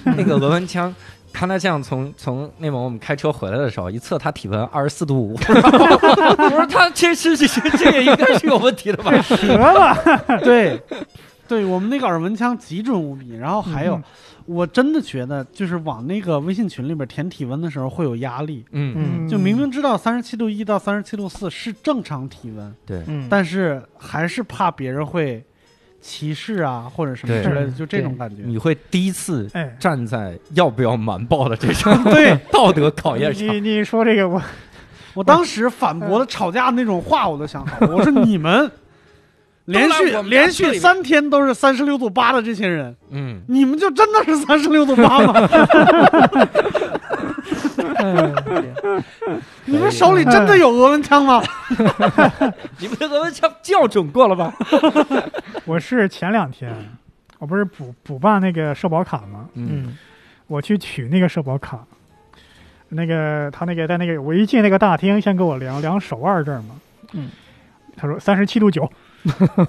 Speaker 1: 那个额温枪，看他这样从从内蒙我们开车回来的时候，一测他体温二十四度 [laughs] 五，我说他这是这这这也应该是有问题的吧？
Speaker 3: 折了。
Speaker 2: [laughs] 对，对我们那个耳温枪极准无比。然后还有，
Speaker 3: 嗯
Speaker 2: 我真的觉得就是往那个微信群里边填体温的时候会有压力，
Speaker 1: 嗯，
Speaker 4: 嗯
Speaker 2: 就明明知道三十七度一到三十七度四是正常体温，
Speaker 1: 对，
Speaker 4: 嗯，
Speaker 2: 但是还是怕别人会歧视啊或者什么
Speaker 1: 对
Speaker 2: 之类的，
Speaker 4: 是
Speaker 2: 就这种感觉。
Speaker 1: 你会第一次
Speaker 3: 哎，
Speaker 1: 站在要不要瞒报的这场
Speaker 2: 对
Speaker 1: [laughs] 道德考验上。
Speaker 3: 你你说这个我
Speaker 2: 我
Speaker 1: 嗯
Speaker 2: 当时反驳的吵架那种话我都想好了，我说你们连
Speaker 1: [laughs] 都来
Speaker 2: 续
Speaker 1: 我们家
Speaker 2: 连
Speaker 1: 村里
Speaker 2: 续
Speaker 1: 面
Speaker 2: 三天都是三十六度八的这些人，
Speaker 1: 嗯，
Speaker 2: 你们就真的是三十六度八
Speaker 1: [laughs]
Speaker 2: 吗？哎你们手里
Speaker 1: 哎
Speaker 2: 真的有额温枪吗？
Speaker 1: [laughs] 你们的额温枪校准过了吧？
Speaker 3: 我是前两天，我不是补补办那个社保卡吗？
Speaker 4: 嗯
Speaker 3: 我去取那个社保卡，那个他那个在那个我一进那个大厅，先给我量量手腕这儿嘛，
Speaker 4: 嗯，
Speaker 3: 他说三十七
Speaker 4: [laughs]
Speaker 3: 度九，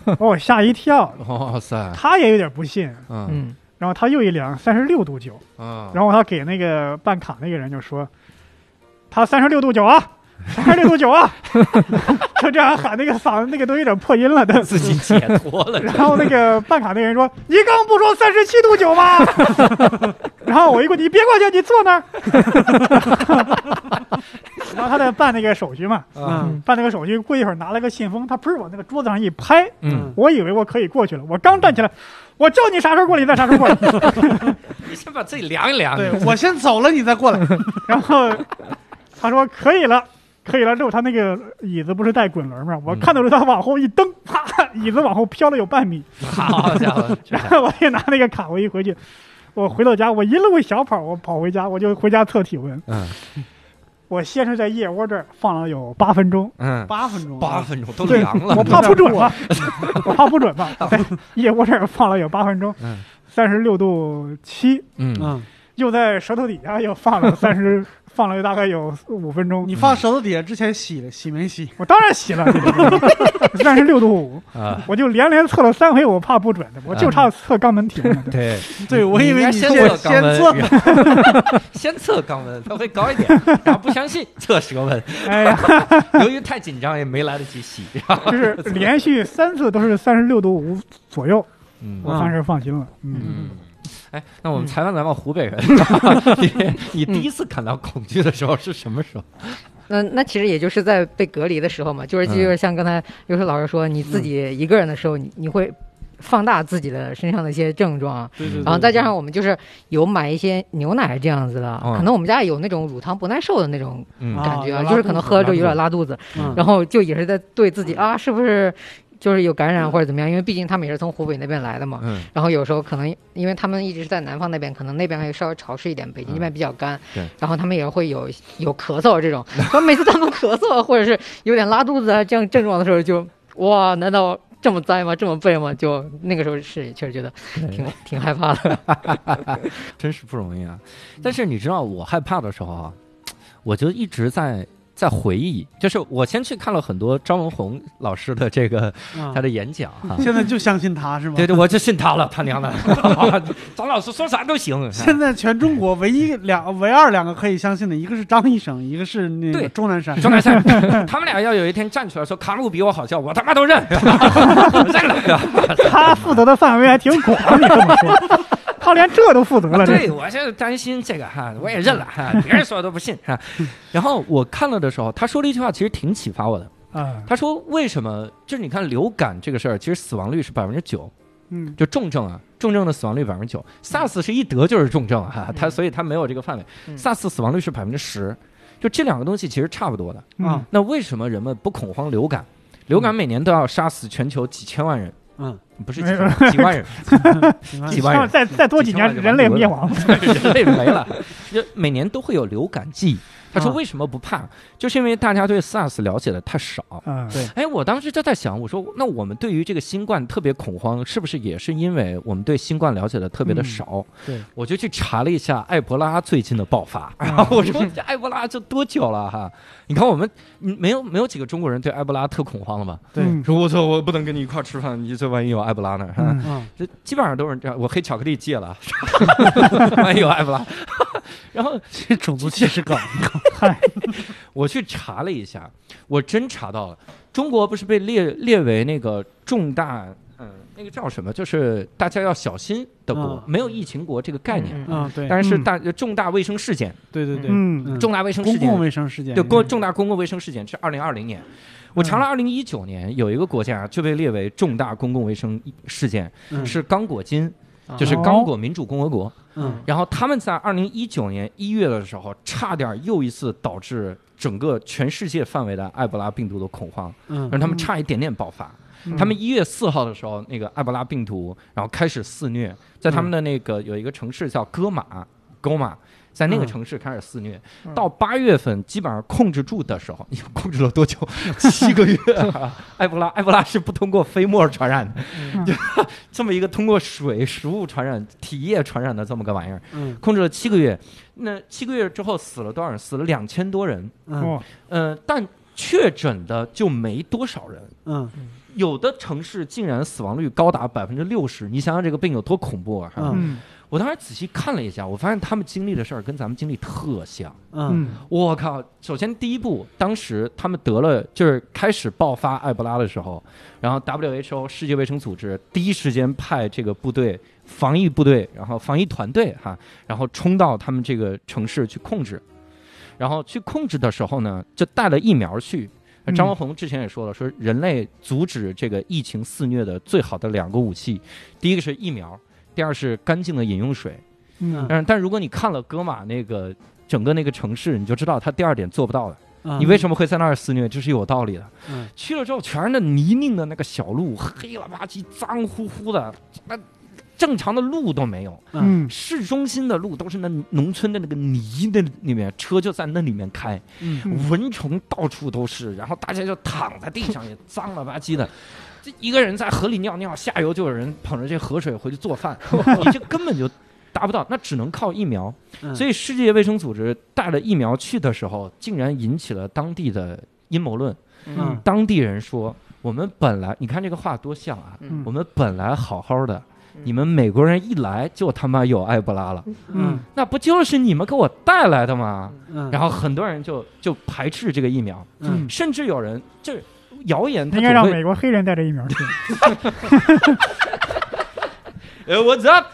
Speaker 3: 把我吓一跳，
Speaker 1: 哇塞，
Speaker 3: 他也有点不信，
Speaker 1: 嗯
Speaker 4: 嗯
Speaker 3: 然后他又一量三十六度九，
Speaker 1: 啊，
Speaker 3: 然后他给那个办卡那个人就说，他三十六度九啊，啥是六度九啊？ [laughs] 他这样喊那个嗓子那个都有点破音
Speaker 1: [laughs]
Speaker 3: 了的。
Speaker 1: 自己解脱 [laughs] 了。
Speaker 3: 然后那个办卡那人说：“你刚不说三十七度九吗？” [laughs] 然后我一过去，你别过去，你坐那儿。 [laughs] 然后他在办那个手续嘛，
Speaker 2: 嗯
Speaker 1: 啊，
Speaker 3: 办那个手续，过一会儿拿了个信封，他不是往那个桌子上一拍，
Speaker 1: 嗯，
Speaker 3: 我以为我可以过去了，我刚站起来，我叫你啥时候过来，你再啥时候过来。
Speaker 1: 你先把自己量一量。
Speaker 2: 对我先走了，你
Speaker 1: [laughs]
Speaker 2: 再过来。
Speaker 3: [laughs] 然后他说可以了，可以了之后，他那个椅子不是带滚轮吗？
Speaker 1: 嗯
Speaker 3: 我看到了，他往后一蹬，啪，椅子往后飘了有半米。
Speaker 1: 好家伙，这
Speaker 3: 然 [laughs] 后我也拿那个卡，我一回去，我回到家，我一路小跑，我跑回家，我就回家测体温。
Speaker 1: 嗯
Speaker 3: 我先是在腋窝这儿放了有八分钟，
Speaker 1: 嗯，
Speaker 2: 八分钟，啊
Speaker 1: 八分钟都
Speaker 3: 对
Speaker 1: 凉了。
Speaker 3: 我怕不准嘛，我怕不准
Speaker 1: [laughs]
Speaker 3: 嘛，在腋窝这儿放了有八分钟
Speaker 1: 嗯，
Speaker 3: 三十六度七，
Speaker 1: 嗯，
Speaker 2: 嗯，
Speaker 3: 又在舌头底下又放了三十，放了大概有五分钟。
Speaker 2: 你放舌头底下之前洗了洗没洗？ [laughs]
Speaker 3: 我当然洗了， [laughs] 三十六度五，
Speaker 1: 啊，
Speaker 3: 我就连连测了三回，我怕不准的，我就差测肛门体温了。
Speaker 1: 对，
Speaker 2: 对，我以为
Speaker 1: 你
Speaker 2: 你
Speaker 1: 应
Speaker 2: 说
Speaker 1: 该
Speaker 2: 我
Speaker 1: 先
Speaker 2: 先
Speaker 1: 测肛
Speaker 2: 做
Speaker 1: 门， [laughs] 先测肛门，他会高一点。然后不相信测舌吻，
Speaker 3: 哎呀，
Speaker 1: 由于太紧张也没来得及洗。
Speaker 3: 就是连续三次都是三十六度五左右，
Speaker 1: 嗯
Speaker 3: 我算是放心了。嗯，
Speaker 1: 嗯，哎，那我们
Speaker 3: 嗯
Speaker 1: 采访咱们湖北人， [laughs] 你你第一次感到恐惧的时候是什么时候？
Speaker 4: 那那其实也就是在被隔离的时候嘛，就是
Speaker 1: 嗯
Speaker 4: 就是像刚才刘硕老师说，你自己一个人的时候，你你会放大自己的身上的一些症状，啊
Speaker 2: 对对对，
Speaker 1: 啊
Speaker 4: 然后再加上我们就是有买一些牛奶这样子的
Speaker 1: 嗯，
Speaker 4: 可能我们家有那种乳糖不耐受的那种
Speaker 1: 嗯
Speaker 2: 啊
Speaker 4: 感觉
Speaker 2: 有
Speaker 4: 啊，
Speaker 2: 拉
Speaker 4: 就是可能
Speaker 2: 肚子
Speaker 4: 喝了之后有
Speaker 1: 拉
Speaker 4: 点拉肚子，
Speaker 2: 嗯
Speaker 4: 然后就也是在对自己啊，是不是就是有感染或者怎么样？因为毕竟他们也是从湖北那边来的嘛。
Speaker 1: 嗯
Speaker 4: 然后有时候可能，因为他们一直是在南方那边，可能那边还稍微潮湿一点，北京这边比较干。
Speaker 1: 嗯对
Speaker 4: 然后他们也会有有咳嗽这种，然后每次他们咳嗽或者是有点拉肚子啊这样症状的时候就，哇，难道这么栽吗？这么背吗？就那个时候是确实觉得挺挺害怕的。
Speaker 1: 真是不容易啊！但是你知道，我害怕的时候啊，我就一直在在回忆，就是我先去看了很多张文宏老师的这个
Speaker 2: 嗯
Speaker 1: 他的演讲哈、
Speaker 2: 现在就相信他是吗？
Speaker 1: 对对，我就信他了，他娘的， [laughs] 张老师说啥都 [laughs] 行。
Speaker 2: 现在全中国唯一两唯二两个可以相信的，一个是张医生，一个是那
Speaker 1: 对
Speaker 2: 个钟南山。
Speaker 1: 张南山，他们俩要有一天站出来说卡路比我好笑，我他妈都
Speaker 2: [laughs]
Speaker 1: 认，我认了。
Speaker 3: 他负责的范围还挺广，你这么说，他连这都负责了，这
Speaker 1: 啊对，我现在担心这个哈，我也认了哈，别人说的都不信哈。然后我看了的时候，他说了一句话，其实挺启发我的。
Speaker 3: 啊，
Speaker 1: 他说：“为什么？就是你看流感这个事儿，其实死亡率是百分之九，
Speaker 3: 嗯，
Speaker 1: 就重症啊，重症的死亡率百分之九。SARS 是一得就是重症啊，它所以它没有这个范围。
Speaker 4: 嗯
Speaker 1: SARS 死亡率是百分之十，就这两个东西其实差不多的。
Speaker 2: 啊
Speaker 3: 嗯，
Speaker 1: 那为什么人们不恐慌流感？流感每年都要杀死全球几千万人，
Speaker 2: 嗯，
Speaker 1: 不是几千万，几万人，
Speaker 2: 行啊吧
Speaker 1: 几万人
Speaker 3: 再再多几年，人类灭亡。
Speaker 1: 人类没了，就每年都会有流感季。他说
Speaker 2: 啊
Speaker 1: 为什么不怕？就是因为大家对 SARS 了解的太少。
Speaker 3: 嗯，
Speaker 2: 对
Speaker 1: 哎，我当时就在想，我说那我们对于这个新冠特别恐慌，是不是也是因为我们对新冠了解的特别的少？
Speaker 2: 对，
Speaker 1: 我就去查了一下埃博拉最近的爆发，然后我说这埃博拉这多久了哈？你看我们嗯没有没有几个中国人对埃博拉特恐慌了吧？
Speaker 2: 对
Speaker 3: 嗯
Speaker 1: 说 [laughs] 我操，我不能跟你一块儿吃饭，你这万一有埃博拉呢？哈
Speaker 3: 嗯
Speaker 2: 嗯
Speaker 1: 这基本上都是这样。我黑巧克力戒 [laughs] 了，万一有埃博拉。 [laughs] 然后
Speaker 2: 这种族歧
Speaker 1: [laughs]
Speaker 2: 视梗，
Speaker 1: 我去查了一下，我真查到了，中国不是被列列为那个重大，嗯，那个叫什么？就是大家要小心的国，
Speaker 2: 嗯
Speaker 1: 没有疫情国这个概念，
Speaker 4: 嗯
Speaker 2: 嗯，对，
Speaker 1: 但是
Speaker 3: 嗯
Speaker 1: 大、呃重大卫生事件，
Speaker 2: 对对对，
Speaker 3: 嗯，
Speaker 2: 嗯
Speaker 1: 重大卫生事
Speaker 2: 公
Speaker 1: 件
Speaker 2: 共卫生事件，
Speaker 1: 对公重大公共卫生事件是二零二零年，我查了二零一九年有一个国家就被列为重大公共卫生事件，
Speaker 2: 嗯哦
Speaker 1: 是刚果金，就
Speaker 4: 啊
Speaker 1: 是刚果民主共和国。
Speaker 2: 嗯
Speaker 1: 然后他们在二零一九年一月的时候，差点又一次导致整个全世界范围的埃博拉病毒的恐慌，
Speaker 2: 嗯
Speaker 1: 让他们差一点点爆发。
Speaker 3: 嗯
Speaker 1: 他们一月四号的时候，那个埃博拉病毒然后开始肆虐，在他们的那个有一个城市叫戈马，戈马。在那个
Speaker 2: 嗯
Speaker 1: 城市开始肆虐，
Speaker 3: 嗯
Speaker 1: 到八月份基本上控制住的时候，你控制了多久？ [laughs] 七
Speaker 3: [laughs]
Speaker 1: 个月、啊。埃博拉，埃博拉是不通过飞沫传染的，
Speaker 3: 嗯
Speaker 1: 就 [laughs] 这么一个通过水、食物传染、体液传染的这么个玩意儿，
Speaker 2: 嗯
Speaker 1: 控制了七个月。那七个月之后死了多少人？死了两千多人。
Speaker 2: 嗯
Speaker 3: 哦，
Speaker 1: 呃，但确诊的就没多少人。
Speaker 2: 嗯
Speaker 1: 有的城市竟然死亡率高达百分之六十，你想想这个病有多恐怖啊！
Speaker 2: 嗯
Speaker 3: 嗯，
Speaker 1: 我当时仔细看了一下，我发现他们经历的事儿跟咱们经历特像。
Speaker 2: 嗯
Speaker 3: 嗯
Speaker 1: 我靠！首先第一步，当时他们得了，就是开始爆发埃博拉的时候，然后 WHO 世界卫生组织第一时间派这个部队防疫部队，然后防疫团队哈，然后冲到他们这个城市去控制，然后去控制的时候呢，就带了疫苗去。
Speaker 3: 嗯
Speaker 1: 张文宏之前也说了，说人类阻止这个疫情肆虐的最好的两个武器，第一个是疫苗，第二是干净的饮用水。
Speaker 3: 嗯
Speaker 1: 但是，但如果你看了戈马那个整个那个城市，你就知道他第二点做不到的。
Speaker 2: 嗯，
Speaker 1: 你为什么会在那儿肆虐？这是有道理的。
Speaker 2: 嗯
Speaker 1: 去了之后，全是那泥泞的那个小路，黑了吧唧、脏乎乎的，那正常的路都没有。
Speaker 3: 嗯
Speaker 1: 市中心的路都是那农村的那个泥那里面，车就在那里面开，
Speaker 2: 嗯
Speaker 3: 嗯
Speaker 1: 蚊虫到处都是，然后大家就躺在地上，也脏了吧唧的。这一个人在河里尿尿，下游就有人捧着这河水回去做
Speaker 2: [laughs]
Speaker 1: 饭，你这根本就达不到，那只能靠疫苗。
Speaker 2: 嗯，
Speaker 1: 所
Speaker 2: 以
Speaker 1: 以世界卫生组织带了疫苗去的时候，竟然引起了当地的阴谋论。
Speaker 2: 嗯
Speaker 1: 当地人说：“我们本来你看这个话多像啊，
Speaker 4: 嗯
Speaker 1: 我们本来好好的，
Speaker 4: 嗯
Speaker 1: 你们美国人一来就他妈有埃博拉了，
Speaker 2: 嗯
Speaker 1: 那不就是你们给我带来的吗？”
Speaker 2: 嗯，
Speaker 1: 然后很多人就就排斥这个疫苗，
Speaker 2: 嗯
Speaker 1: 甚至有人就是谣言他
Speaker 3: 应
Speaker 1: 总
Speaker 3: 该让
Speaker 1: 会
Speaker 3: 美国黑人带着疫苗去。
Speaker 1: 呃 What's up？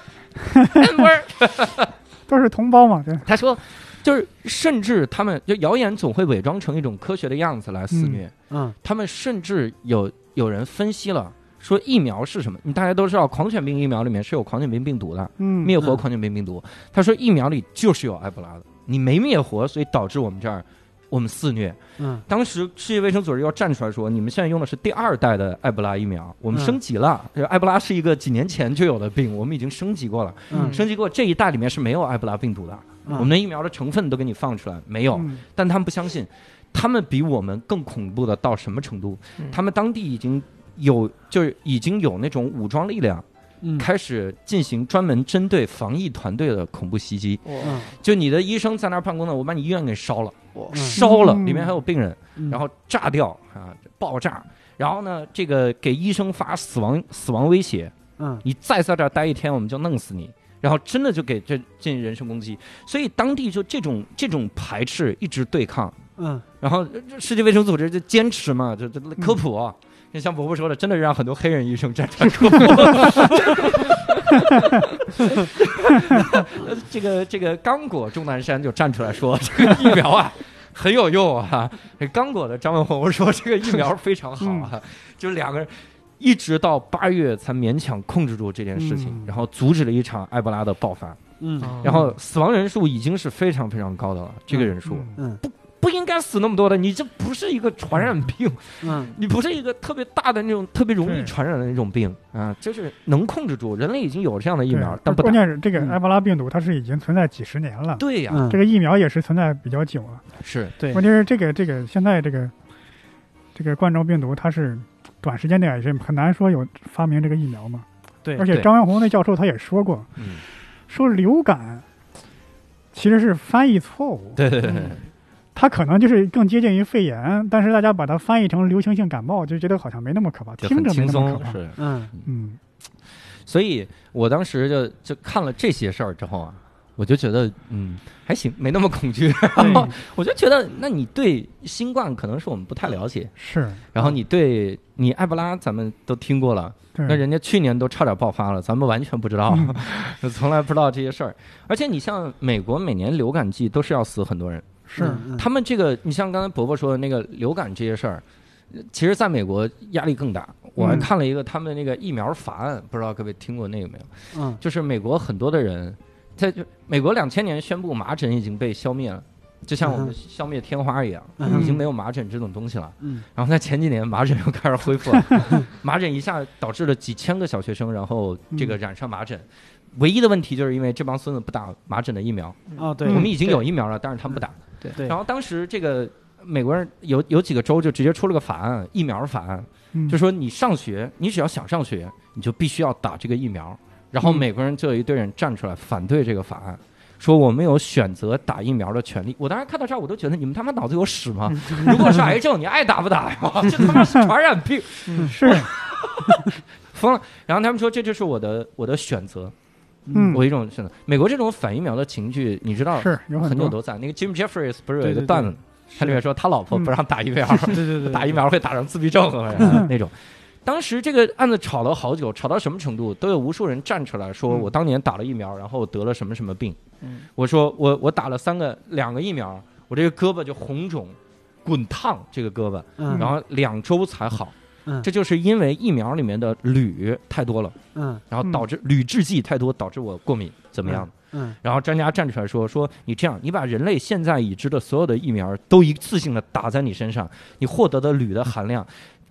Speaker 1: And we're-
Speaker 3: 都是同胞嘛，对，
Speaker 1: 他说，就是甚至他们就谣言总会伪装成一种科学的样子来肆
Speaker 3: 嗯
Speaker 1: 虐。
Speaker 2: 嗯
Speaker 1: 他们甚至有有人分析了，说疫苗是什么？你大家都知道，狂犬病疫苗里面是有狂犬病病毒的，
Speaker 3: 嗯，
Speaker 1: 灭活
Speaker 2: 嗯
Speaker 1: 狂犬病病毒。他说疫苗里就是有埃博拉的，你没灭活，所以导致我们这儿我们肆虐。
Speaker 2: 嗯
Speaker 1: 当时世界卫生组织要站出来说，你们现在用的是第二代的埃博拉疫苗，我们
Speaker 2: 嗯
Speaker 1: 升级了。这埃博拉是一个几年前就有的病，我们已经升级过了。
Speaker 2: 嗯
Speaker 1: 升级过这一代里面是没有埃博拉病毒的，
Speaker 2: 嗯
Speaker 1: 我们的疫苗的成分都给你放出来，没有。
Speaker 3: 嗯
Speaker 1: 但他们不相信，他们比我们更恐怖的到什么程度？
Speaker 4: 嗯
Speaker 1: 他们当地已经有，就是已经有那种武装力量
Speaker 2: 嗯
Speaker 1: 开始进行专门针对防疫团队的恐怖袭击。
Speaker 4: 我
Speaker 2: 嗯
Speaker 1: 就你的医生在那儿办公呢，我把你医院给烧了，
Speaker 4: 我
Speaker 1: 烧了，
Speaker 3: 嗯
Speaker 1: 里面还有病人，
Speaker 2: 嗯
Speaker 1: 然后炸掉啊，爆炸。然后呢，这个给医生发死亡死亡威胁，
Speaker 2: 嗯
Speaker 1: 你再在这儿待一天，我们就弄死你。然后真的就给这进行人身攻击，所以当地就这种这种排斥一直对抗，
Speaker 2: 嗯
Speaker 1: 然后呃这世界卫生组织就坚持嘛，就就
Speaker 3: 嗯
Speaker 1: 科普、啊。就像伯伯说的，真的让很多黑人医生站出来
Speaker 3: [laughs]
Speaker 1: 科普。这个这个刚果钟南山就站出来说， [laughs] 这个疫苗啊很有用啊。这刚果的张文宏说这个疫苗非常好啊，
Speaker 3: 嗯
Speaker 1: 就两个人一直到八月才勉强控制住这件事情，
Speaker 3: 嗯
Speaker 1: 然后阻止了一场埃博拉的爆发，
Speaker 2: 嗯
Speaker 1: 然后死亡人数已经是非常非常高的了，这个人数。
Speaker 3: 嗯
Speaker 2: 嗯
Speaker 1: 不应该死那么多的，你这不是一个传染病，
Speaker 2: 嗯
Speaker 1: 你不是一个特别大的那种特别容易
Speaker 3: 对
Speaker 1: 传染的那种病啊，就是能控制住。人类已经有这样的疫苗
Speaker 3: 对，
Speaker 1: 但不
Speaker 3: 关
Speaker 1: 打。
Speaker 3: 键是这个
Speaker 2: 嗯
Speaker 3: 埃博拉病毒它是已经存在几十年了，
Speaker 1: 对呀，
Speaker 2: 嗯
Speaker 3: 这个疫苗也是存在比较久了。
Speaker 1: 是
Speaker 2: 对
Speaker 3: 问题是这个这个现在这个这个冠状病毒它是短时间内也是很难说有发明这个疫苗嘛。
Speaker 2: 对
Speaker 3: 而且
Speaker 1: 对
Speaker 3: 张元红那教授他也说过，
Speaker 1: 嗯，
Speaker 3: 说流感其实是翻译错误，
Speaker 1: [laughs] 对对对
Speaker 3: 嗯
Speaker 1: 对，
Speaker 3: 它可能就是更接近于肺炎，但是大家把它翻译成流行性感冒，就觉得好像没那么可怕，
Speaker 1: 就
Speaker 3: 听
Speaker 1: 很
Speaker 3: 着没
Speaker 1: 轻
Speaker 3: 那么
Speaker 1: 松
Speaker 3: 可怕。
Speaker 1: 是。
Speaker 2: 嗯
Speaker 3: 嗯
Speaker 1: 所以我当时就就看了这些事儿之后啊，我就觉得嗯还行，没那么恐惧。然后我就觉得，那你对新冠可能是我们不太了解，
Speaker 3: 是，
Speaker 1: 然后你对你埃博拉咱们都听过了。
Speaker 3: 对，
Speaker 2: 嗯
Speaker 1: 那人家去年都差点爆发了，咱们完全不知道， [laughs] 从来不知道这些事儿。而且你像美国每年流感季都是要死很多人，
Speaker 3: 是，
Speaker 2: 嗯
Speaker 1: 他们这个你像刚才伯伯说的那个流感这些事儿，呃其实在美国压力更大。我还
Speaker 3: 嗯
Speaker 1: 看了一个他们那个疫苗法案，不知道各位听过那个没有？
Speaker 2: 嗯
Speaker 1: 就是美国很多的人，在就美国两千年宣布麻疹已经被消灭了，就像我
Speaker 2: 嗯
Speaker 1: 们
Speaker 2: 哼
Speaker 1: 消灭天花一样，
Speaker 2: 嗯
Speaker 1: 已经没有麻疹这种东西了。
Speaker 2: 嗯
Speaker 1: 然后在前几年，麻疹又开始恢复了，
Speaker 2: [laughs]
Speaker 1: 麻疹一下导致了几千个小学生，然后这
Speaker 2: 嗯
Speaker 1: 个染上麻疹。唯一的问题就是因为这帮孙子不打麻疹的疫苗，
Speaker 2: 哦对，嗯
Speaker 1: 我们已经有疫苗了，但是他们不打。
Speaker 2: 对
Speaker 1: 然后当时这个美国人有有几个州就直接出了个法案，疫苗法案，
Speaker 3: 嗯
Speaker 1: 就说你上学，你只要想上学，你就必须要打这个疫苗。然
Speaker 2: 嗯
Speaker 1: 后美国人就有一堆人站出来反对这个法案，说我们有选择打疫苗的权利。我当时看到这儿，我都觉得你们他妈脑子有屎吗？
Speaker 2: [laughs]
Speaker 1: 如果是癌症，你爱打不打呀？这他妈是传染病，
Speaker 3: 是，
Speaker 1: 疯了。然后他们说这就是我的我的选择。
Speaker 3: 嗯
Speaker 1: 我有一种是的，美国这种反疫苗的情绪，你知道
Speaker 3: 是有
Speaker 1: 很久
Speaker 3: 多，
Speaker 1: 都在。那个 Jim Jeffries 不是有
Speaker 2: 对
Speaker 1: 一个
Speaker 2: 对
Speaker 1: 段子，他里面说他老婆不让打疫苗，
Speaker 2: [laughs] 对对对，
Speaker 1: [laughs] 打疫苗会打成自闭症好
Speaker 2: [laughs]
Speaker 1: 像那种。当时这个案子吵了好久，吵到什么程度，都有无数人站出来说：“
Speaker 2: 嗯
Speaker 1: 我当年打了疫苗，然后我得了什么什么病。
Speaker 2: 嗯
Speaker 1: 我说：“我我打了三个两个疫苗，我这个胳膊就红肿、滚烫，这个胳膊，
Speaker 2: 嗯，
Speaker 1: 然后两周才好。
Speaker 2: 嗯
Speaker 1: 这就是因为疫苗里面的铝太多了，
Speaker 2: 嗯
Speaker 1: 然后导致铝制剂太多，导致我过敏，怎么样？
Speaker 2: 嗯
Speaker 1: 然后专家站出来说：“说你这样，你把人类现在已知的所有的疫苗都一次性的打在你身上，你获得的铝的含量，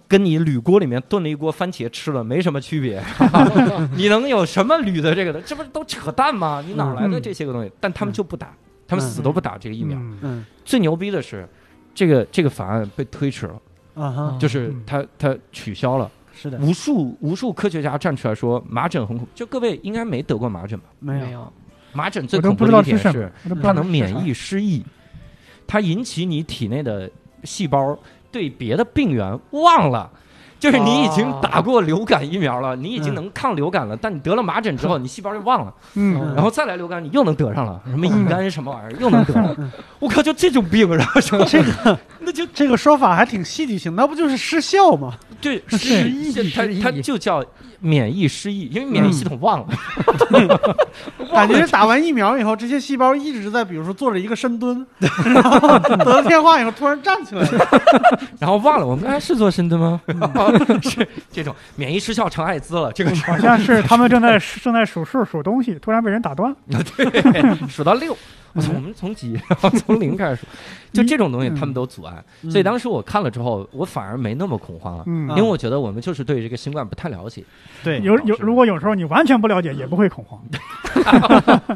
Speaker 1: 跟你铝锅里面炖了一锅番茄吃了没什么区别，
Speaker 2: [laughs]
Speaker 1: 你能有什么铝的这个的？这不是都扯淡吗？你哪
Speaker 2: 嗯
Speaker 1: 来的这些个东西？但他们就不打，他们死都不打这个疫苗。
Speaker 3: 嗯
Speaker 2: 嗯
Speaker 1: 最牛逼的是，这个这个法案被推迟了，
Speaker 2: 啊哈，
Speaker 1: 就是
Speaker 3: 嗯
Speaker 1: 它它取消了。
Speaker 2: 是的，
Speaker 1: 无数无数科学家站出来说，麻疹很恐，就各位应该没得过麻疹吧？
Speaker 2: 没有，
Speaker 4: 有，
Speaker 1: 麻疹最
Speaker 3: 我都
Speaker 1: 恐怖
Speaker 3: 不知
Speaker 1: 的
Speaker 3: 道
Speaker 1: 一点
Speaker 3: 是
Speaker 1: 是
Speaker 3: 什。么，我都不知
Speaker 1: 它
Speaker 3: 道
Speaker 1: 能
Speaker 3: 是啥
Speaker 1: 免疫失忆，它引起你体内的细胞对别的病源忘了。就是你已经
Speaker 4: 哦
Speaker 1: 打过流感疫苗了，你已经
Speaker 2: 嗯
Speaker 1: 能抗流感了，但你得了麻疹之后，你细胞就忘了，
Speaker 3: 嗯，
Speaker 1: 然后再来流感，你又能得上了，什么乙肝什么玩意儿又能得上，我靠，就这种病，然后
Speaker 3: [laughs]
Speaker 1: 说
Speaker 2: [laughs] 这个
Speaker 1: 那就
Speaker 2: 这个说法还挺戏剧性，那不就是失效吗？
Speaker 1: 对
Speaker 3: 是
Speaker 1: 失
Speaker 4: 失
Speaker 1: 忆，
Speaker 4: 忆
Speaker 1: 它它就叫免疫失忆，因为免疫系统忘了，
Speaker 2: 感觉是打完疫苗以后，这些细胞一直在，比如说做着一个深 [laughs] 蹲，然后得了电话以后突然站起来了。
Speaker 1: 然后忘了我们刚才是做深蹲 [laughs] 吗？是这种免疫失效成艾滋了，这个事
Speaker 3: 好
Speaker 1: 儿
Speaker 3: 像是他们正在正在数数数东西，突然被人打断，
Speaker 1: [laughs] 数到六，我操，我们从几， [laughs] 然后从零开始数，就这种东西他们都阻碍，所以当时我看了之后，我反而没那么恐慌了，
Speaker 3: 嗯
Speaker 1: 因为我觉得我们就是对这个新冠不太了 [laughs] 解，
Speaker 2: 对
Speaker 3: 有有，
Speaker 1: 嗯是嗯
Speaker 3: 如果有时候你完全不了解，也不会恐慌。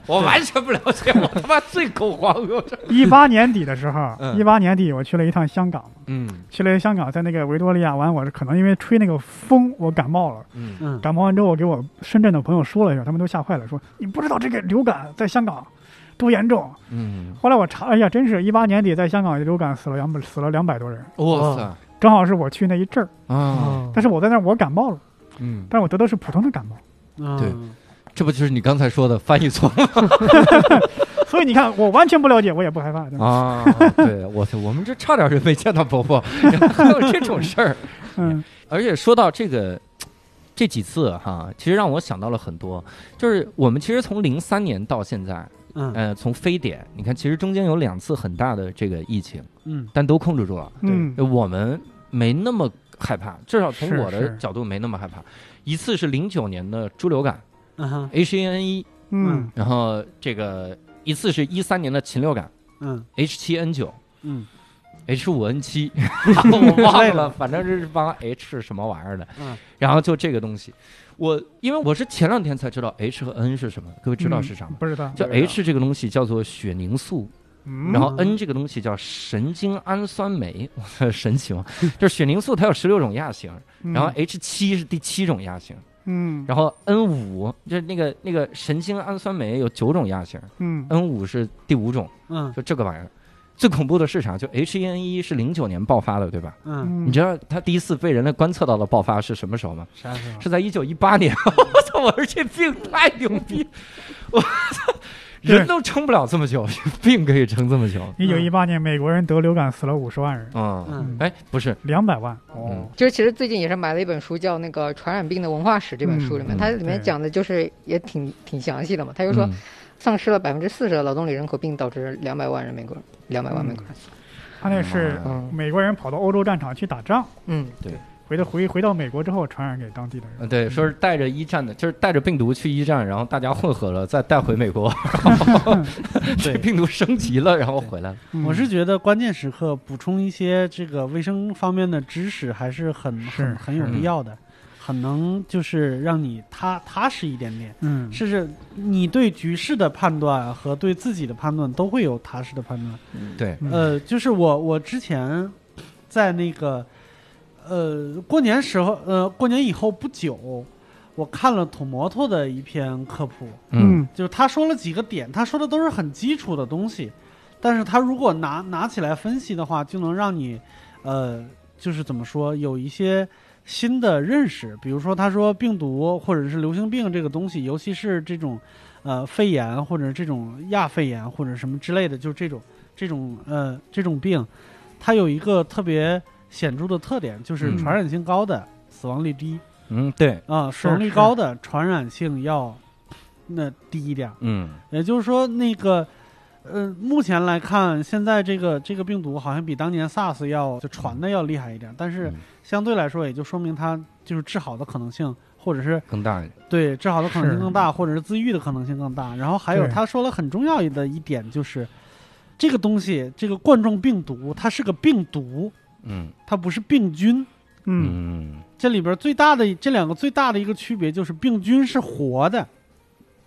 Speaker 1: 我完全不了解，我他妈最恐慌，我这，
Speaker 3: 一八年底的时候，
Speaker 1: 嗯
Speaker 3: 一八年底我去了一趟香港，
Speaker 1: 嗯
Speaker 3: 去了香港，在那个维多利亚湾，我是可能因为吹那个风，我感冒了。
Speaker 1: 嗯
Speaker 2: 嗯
Speaker 3: 感冒完之后，我给我深圳的朋友说了一下，他们都吓坏了，说你不知道这个流感在香港哎多严重。
Speaker 1: 嗯，
Speaker 3: 后来我查，哎呀，真是一八年底在香港流感死了两百死了两百多人，
Speaker 1: 哇塞，
Speaker 3: 正好是我去那一阵儿。
Speaker 1: 啊，
Speaker 3: 但是我在那儿我感冒了，
Speaker 1: 嗯，
Speaker 3: 但是我得的是普通的感冒。
Speaker 1: 对
Speaker 2: 嗯
Speaker 1: 这不就是你刚才说的翻译错了
Speaker 3: [laughs] 所以你看，我完全不了解，我也不害怕。对吧
Speaker 1: 啊？对，我操，我们这差点就没见到伯伯， [laughs] 还有这种事儿，
Speaker 3: 嗯
Speaker 1: 而且说到这个这几次哈，其实让我想到了很多，就是我们其实从零三年到现在，
Speaker 2: 嗯
Speaker 1: 呃，从非典，你看其实中间有两次很大的这个疫情，
Speaker 2: 嗯
Speaker 1: 但都控制住了，
Speaker 3: 嗯
Speaker 1: 呃我们没那么害怕，至少从
Speaker 3: 是
Speaker 1: 我的
Speaker 3: 是
Speaker 1: 角度没那么害怕。一次是零九年的猪流感
Speaker 2: 嗯哼
Speaker 1: H1N1，
Speaker 3: 嗯
Speaker 1: 然后这个一次是一三年的禽流感
Speaker 2: 嗯
Speaker 1: H7N9。
Speaker 2: 嗯
Speaker 1: H 五 N [laughs] 七，我忘
Speaker 2: 之类
Speaker 1: 了，
Speaker 2: 的
Speaker 1: 反正这是帮 H 什么玩意儿的。
Speaker 2: 嗯
Speaker 1: 然后就这个东西，我因为我是前两天才知道 H 和 N 是什么，各位嗯知道是啥吗？
Speaker 3: 嗯不知道。
Speaker 1: 就 H 这个东西叫做血凝素，
Speaker 3: 嗯
Speaker 1: 然后 N 这个东西叫神经氨酸酶，神奇吗？就是血凝素它有十六种亚型，然后 H 七是第七种亚型，
Speaker 3: 嗯
Speaker 1: 然后 N 五就是那个那个神经氨酸酶有九种亚型
Speaker 3: 嗯
Speaker 1: ，N 五是第五种，
Speaker 2: 嗯
Speaker 1: 就这个玩意儿。最恐怖的是啥？就 H1N1 E 是零九年爆发的，对吧？
Speaker 2: 嗯，
Speaker 3: 嗯，
Speaker 1: 你知道它第一次被人类观测到的爆发是什么时候吗？
Speaker 2: 啥时候？
Speaker 1: 是在一九一八年。 [laughs] 我操！我说这病太牛
Speaker 3: [laughs]
Speaker 1: 逼，我操，人都撑不了这么久， [laughs] 病可以撑这么久。
Speaker 3: 一九一八年美国人得流感死了五十万人，
Speaker 1: 嗯，
Speaker 2: 嗯
Speaker 1: 哎，不是，
Speaker 3: 两百万。哦
Speaker 1: 嗯，
Speaker 4: [laughs] 就是其实最近也是买了一本书，叫那个《传染病的文化史》这本书里面，
Speaker 1: 嗯
Speaker 4: 它里面
Speaker 3: 对
Speaker 4: 讲的就是也挺挺详细的嘛。他就说，
Speaker 1: 嗯
Speaker 4: 丧失了百分之四十的劳动力人口，并导致两百万人美国人，两百万
Speaker 1: 嗯
Speaker 4: 美国人。
Speaker 3: 他那
Speaker 1: 妈
Speaker 3: 是
Speaker 1: 呀
Speaker 4: 嗯
Speaker 3: 美国人跑到欧洲战场去打仗，
Speaker 4: 嗯，
Speaker 3: 回到回回到美国之后传染给当地的人。
Speaker 1: 呃对，说是带着一战的，就是带着病毒去一战，然后大家混合了，再带回美
Speaker 3: [laughs]
Speaker 1: 国，然后这病毒升级了，然后回来了。
Speaker 3: 嗯
Speaker 2: 我是觉得关键时刻补充一些这个卫生方面的知识还是嗯很很
Speaker 3: 是
Speaker 2: 很有必要的，很能就是让你踏踏实一点点，
Speaker 3: 嗯
Speaker 2: 甚至你对局势的判断和对自己的判断都会有踏实的判断。
Speaker 1: 对，
Speaker 3: 嗯
Speaker 2: 呃，就是我我之前在那个呃过年时候，呃过年以后不久，我看了土摩托的一篇科普，
Speaker 1: 嗯
Speaker 3: 嗯
Speaker 2: 就是他说了几个点，他说的都是很基础的东西，但是他如果拿拿起来分析的话，就能让你，呃，就是怎么说，有一些新的认识，比如说他说病毒或者是流行病这个东西，尤其是这种呃肺炎或者这种亚肺炎或者什么之类的，就这种这种呃这种病，它有一个特别显著的特点，就是
Speaker 1: 嗯
Speaker 2: 传染性高的、死亡率低
Speaker 1: 嗯，对，
Speaker 2: 啊、死亡率
Speaker 3: 是
Speaker 2: 高的传染性要那低一点儿。
Speaker 1: 嗯
Speaker 2: 也就是说，那个，呃，目前来看，现在这个这个病毒好像比当年 SARS 要就传的要厉害一点，但是
Speaker 1: 嗯
Speaker 2: 相对来说，也就说明它就是治好的可能性，或者是
Speaker 1: 更大一点，
Speaker 2: 对治好的可能性
Speaker 3: 是
Speaker 2: 更大，或者是自愈的可能性更大。然后还有
Speaker 3: 对
Speaker 2: 他说了很重要的一点就是，这个东西，这个冠状病毒，它是个病毒，
Speaker 1: 嗯
Speaker 2: 它不是病菌。
Speaker 3: 嗯，
Speaker 1: 嗯
Speaker 2: 这里边最大的这两个最大的一个区别就是，病菌是活的，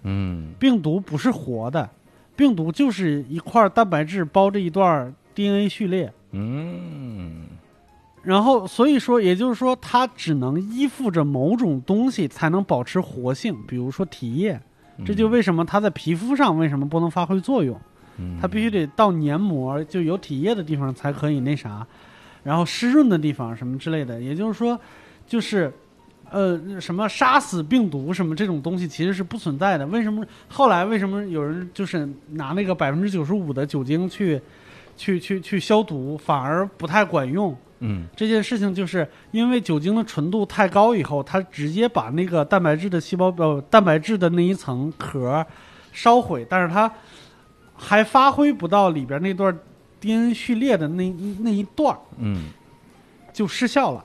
Speaker 1: 嗯
Speaker 2: 病毒不是活的，病毒就是一块蛋白质包着一段 DNA 序列，
Speaker 1: 嗯
Speaker 2: 然后所以说，也就是说，它只能依附着某种东西才能保持活性，比如说体液。
Speaker 1: 嗯，
Speaker 2: 这就为什么它在皮肤上为什么不能发挥作用，
Speaker 1: 嗯
Speaker 2: 它必须得到黏膜就有体液的地方才可以那啥，然后湿润的地方什么之类的。也就是说，就是。呃，什么杀死病毒什么这种东西其实是不存在的。为什么后来为什么有人就是拿那个百分之九十五的酒精去，去去去消毒，反而不太管用？
Speaker 1: 嗯
Speaker 2: 这件事情就是因为酒精的纯度太高以后，它直接把那个蛋白质的细胞呃蛋白质的那一层壳烧毁，但是它还发挥不到里边那段 DNA 序列的那一那一段儿
Speaker 1: 嗯
Speaker 2: 就失效了。